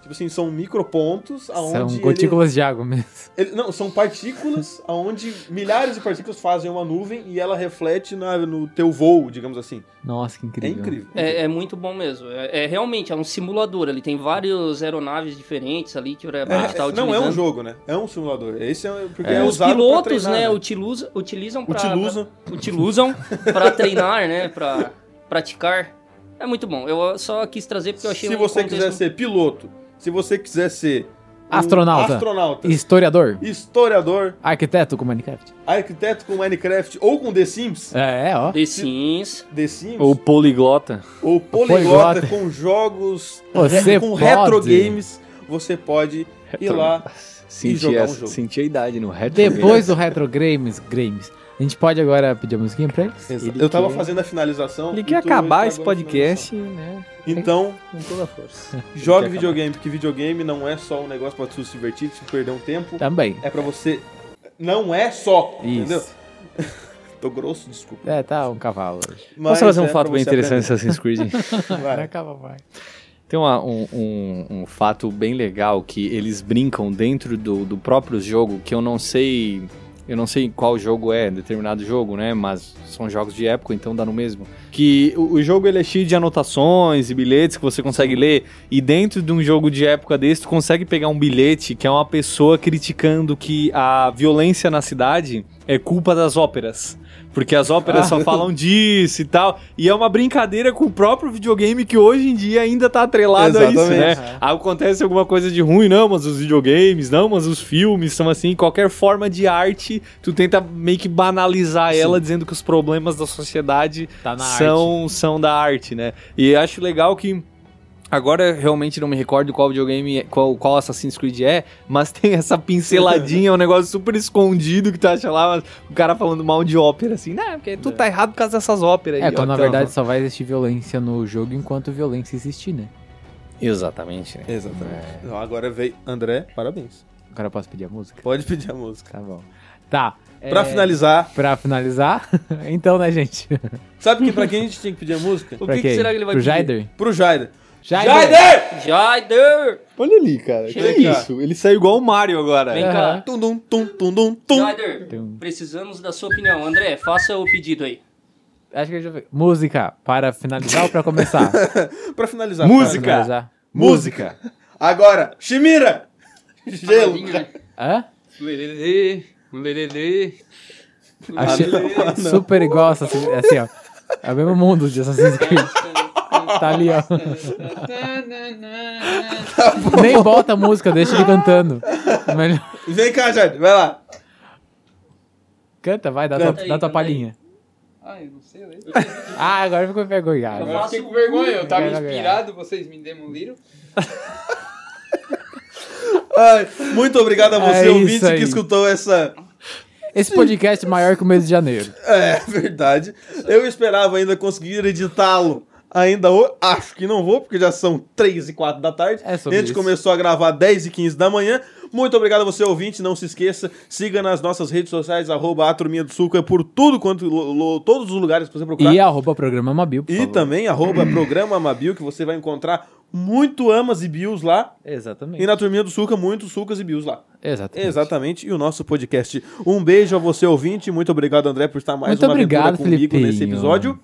Speaker 5: Tipo assim, são micropontos aonde.
Speaker 7: São
Speaker 5: ele-
Speaker 7: gotículas de água mesmo.
Speaker 5: ele- não, são partículas aonde milhares de partículas fazem uma nuvem e ela reflete na- no teu voo, digamos assim.
Speaker 7: Nossa,
Speaker 5: É
Speaker 7: que incrível.
Speaker 5: incrível.
Speaker 3: É, é muito bom mesmo. É, é realmente, é um simulador. Ele tem várias aeronaves diferentes ali que o
Speaker 5: É,
Speaker 3: Rebate tá utilizando.
Speaker 5: não é um jogo, né? É um simulador. Esse é porque é,
Speaker 3: Os
Speaker 5: usado pra
Speaker 3: pilotos,
Speaker 5: treinar,
Speaker 3: né, utiliza- utilizam pra,
Speaker 5: Utilizam.
Speaker 3: pra-
Speaker 5: [LAUGHS]
Speaker 3: utilizam pra treinar, né, pra praticar. É muito bom. Eu só quis trazer porque eu achei
Speaker 5: Se
Speaker 3: um
Speaker 5: você
Speaker 3: contexto-
Speaker 5: quiser ser piloto, se você quiser ser um
Speaker 7: Astronauta.
Speaker 5: astronauta,
Speaker 7: Historiador,
Speaker 5: historiador,
Speaker 7: arquiteto com Minecraft.
Speaker 5: arquiteto com Minecraft ou com The Sims,
Speaker 7: É, ó.
Speaker 3: The Sims.
Speaker 5: The Sims
Speaker 2: Ou poliglota.
Speaker 5: ou poliglota,
Speaker 7: poliglota.
Speaker 5: com jogos,
Speaker 7: Você
Speaker 5: com
Speaker 7: pode.
Speaker 5: retro games, você pode ir lá
Speaker 2: Senti,
Speaker 5: jogar um
Speaker 2: essa,
Speaker 5: jogo.
Speaker 2: senti a idade no retro.
Speaker 7: Depois do Retro Games, Games, a gente pode agora pedir a musiquinha pra eles?
Speaker 2: Ele
Speaker 5: eu tava
Speaker 2: quer-
Speaker 5: fazendo a finalização.
Speaker 2: Ele
Speaker 5: e
Speaker 2: quer
Speaker 5: tu
Speaker 2: acabar
Speaker 5: acabou
Speaker 2: esse
Speaker 5: a
Speaker 2: podcast, né?
Speaker 5: finalização. Então,
Speaker 2: Com toda a [LAUGHS] força.
Speaker 5: jogue
Speaker 2: acabar.
Speaker 5: videogame, porque videogame não é só um negócio pra tu se divertir, pra tu perder um tempo.
Speaker 7: Também.
Speaker 5: É pra você. Não é só.
Speaker 7: Isso.
Speaker 5: Entendeu? [LAUGHS] Tô grosso, desculpa.
Speaker 7: É, tá um cavalo hoje.
Speaker 5: Mas
Speaker 2: Posso trazer um
Speaker 5: é
Speaker 2: fato
Speaker 5: pra
Speaker 2: bem
Speaker 5: você
Speaker 2: interessante de Assassin's [LAUGHS] Creed?
Speaker 5: aprender. Vai.
Speaker 7: vai.
Speaker 2: Tem uma- um, um- um fato bem legal que eles brincam dentro do, do próprio jogo, que eu não sei. Eu não sei qual jogo é, determinado jogo, né? Mas são jogos de época, então dá no mesmo. Que o, o jogo ele é cheio de anotações e bilhetes que você consegue ler. E dentro de um jogo de época desse, tu consegue pegar um bilhete que é uma pessoa criticando que a violência na cidade é culpa das óperas. Porque as óperas só falam disso e tal. E é uma brincadeira com o próprio videogame que hoje em dia ainda tá atrelado a isso,
Speaker 5: Exatamente.
Speaker 2: né? Aí Acontece alguma coisa de ruim, não, mas os videogames, não, mas os filmes são assim. Qualquer forma de arte, tu tenta meio que banalizar ela, dizendo que os problemas da sociedade
Speaker 7: Tá na arte.
Speaker 2: são, são da arte, né? E acho legal que. Agora realmente não me recordo qual videogame, é- qual, qual Assassin's Creed é, mas tem essa pinceladinha, um negócio super escondido que tu acha lá, mas o cara falando mal de ópera, assim, né? Porque tu tá errado por causa dessas óperas
Speaker 7: É,
Speaker 2: aí. ó,
Speaker 7: quando na
Speaker 2: então."
Speaker 7: verdade só vai existir violência no jogo enquanto violência existir, né?
Speaker 2: Exatamente, né?
Speaker 5: Exatamente. Não, Agora veio. André, parabéns.
Speaker 7: Agora eu posso pedir a música?
Speaker 5: Pode pedir a música.
Speaker 7: Tá bom. Tá.
Speaker 5: Pra
Speaker 7: é,
Speaker 5: finalizar,
Speaker 7: Pra finalizar, [LAUGHS] então, né, gente?
Speaker 5: sabe que
Speaker 7: [LAUGHS]
Speaker 5: pra quem a gente tinha que pedir a música?
Speaker 3: O
Speaker 7: pra
Speaker 3: que, que
Speaker 7: quem?
Speaker 3: será que ele vai
Speaker 7: Pro
Speaker 3: pedir?
Speaker 7: Jaider?
Speaker 5: Pro Jaider.
Speaker 7: Jaider!
Speaker 5: Jaider!
Speaker 3: Jaider!
Speaker 2: Olha ali, cara.
Speaker 3: Chega
Speaker 5: aqui,
Speaker 2: É Ele saiu igual o Mario agora.
Speaker 3: Vem cá.
Speaker 5: Tum, dum, tum, tum, dum, tum.
Speaker 3: Jaider,
Speaker 7: Tum.
Speaker 3: precisamos da sua opinião. André, faça o pedido aí.
Speaker 7: Acho que eu já vi. Música, para finalizar ou pra
Speaker 3: [LAUGHS]
Speaker 7: começar?
Speaker 5: Pra finalizar.
Speaker 7: Pra
Speaker 5: cara.
Speaker 7: finalizar.
Speaker 5: Música. Agora, Shimira! Gelo.
Speaker 7: Hã?
Speaker 8: Lelele, lelele.
Speaker 7: Achei [LAUGHS] super igual Assassin's Assim, ó. É o mesmo mundo de Assassin's [LAUGHS] Creed. Tá ali, ó. Nem bota a música, deixa ele cantando. Melhor.
Speaker 5: Vem cá, Jaider. Vai lá.
Speaker 7: Canta, vai, dá tua,
Speaker 3: Canta aí,
Speaker 7: dá tua
Speaker 3: canta aí.
Speaker 7: palhinha.
Speaker 8: Ah, eu não sei ler.
Speaker 7: Ah, agora ficou envergonhado.
Speaker 8: Eu fiquei com
Speaker 3: um
Speaker 8: vergonha, eu tava
Speaker 7: Vergonha.
Speaker 8: inspirado, vocês me demoliram.
Speaker 5: Ai, muito obrigado a você,
Speaker 7: É
Speaker 5: ouvinte,
Speaker 7: isso aí.
Speaker 5: que escutou essa.
Speaker 7: Esse podcast é maior que o mês de janeiro.
Speaker 5: É [LAUGHS] verdade. Eu esperava ainda conseguir editá-lo. Ainda ho- acho que não vou, porque já são 3 e 4 da tarde.
Speaker 7: É
Speaker 5: a
Speaker 7: sobre
Speaker 5: gente
Speaker 7: isso.
Speaker 5: começou a gravar 10 e 15 da manhã. Muito obrigado a você, ouvinte. Não se esqueça, siga nas nossas redes sociais, arroba a Turminha do Suco, é por tudo quanto, lo- lo- todos os lugares que você procurar.
Speaker 7: E arroba programa Mabil, por
Speaker 5: E
Speaker 7: favor.
Speaker 5: também, arroba
Speaker 7: Hum.
Speaker 5: programa Mabil, que você vai encontrar muito amas e bios lá.
Speaker 7: Exatamente.
Speaker 5: E na Turminha do Suca, muitos sucas e bios lá.
Speaker 7: Exatamente.
Speaker 5: Exatamente, e o nosso podcast. Um beijo a você, ouvinte. Muito obrigado, André, por estar mais
Speaker 7: Muito
Speaker 5: uma
Speaker 7: obrigado,
Speaker 5: aventura comigo
Speaker 7: Felipinho.
Speaker 5: nesse episódio.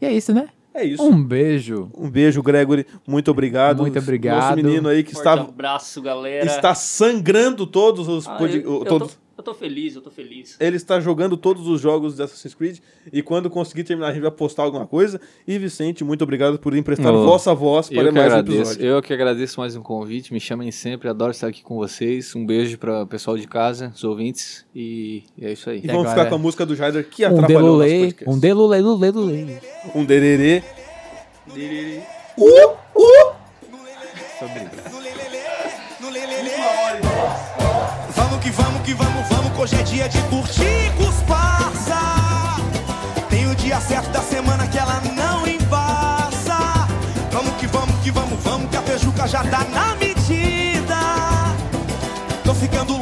Speaker 7: E é isso, né?
Speaker 5: É isso. Um,
Speaker 7: Um beijo.
Speaker 5: beijo, Gregory. Muito obrigado.
Speaker 7: Muito obrigado.
Speaker 5: Nosso menino aí que
Speaker 3: Forte
Speaker 5: está,
Speaker 3: abraço, galera.
Speaker 5: está sangrando todos os...
Speaker 3: Ah,
Speaker 5: pod-
Speaker 3: eu, eu tô,
Speaker 5: todos...
Speaker 3: eu tô feliz, eu tô feliz.
Speaker 5: Ele está jogando todos os jogos de Assassin's Creed. E quando conseguir terminar, a gente vai postar alguma coisa. E, Vicente, muito obrigado por emprestar
Speaker 2: Oh,
Speaker 5: vossa voz para
Speaker 2: Eu que,
Speaker 5: mais um
Speaker 2: agradeço,
Speaker 5: episódio.
Speaker 2: eu que agradeço mais um convite, me chamem sempre, adoro estar aqui com vocês. Um beijo para o pessoal de casa, os ouvintes, e, e é isso aí.
Speaker 5: E vamos
Speaker 7: agora-
Speaker 5: ficar com a música do Jaider, que
Speaker 7: Um
Speaker 5: atrapalhou o nosso
Speaker 7: delulê.
Speaker 5: podcast.
Speaker 7: Um delulê, lulê, lulê.
Speaker 5: Um dererê.
Speaker 9: Vamos que vamos que vamos, vamos, que hoje é dia de curtir com os parça. Tem o dia certo da semana que ela não embaça. Vamos que vamos que vamos, vamos, que a Pejuca já tá na medida. Tô ficando é assim.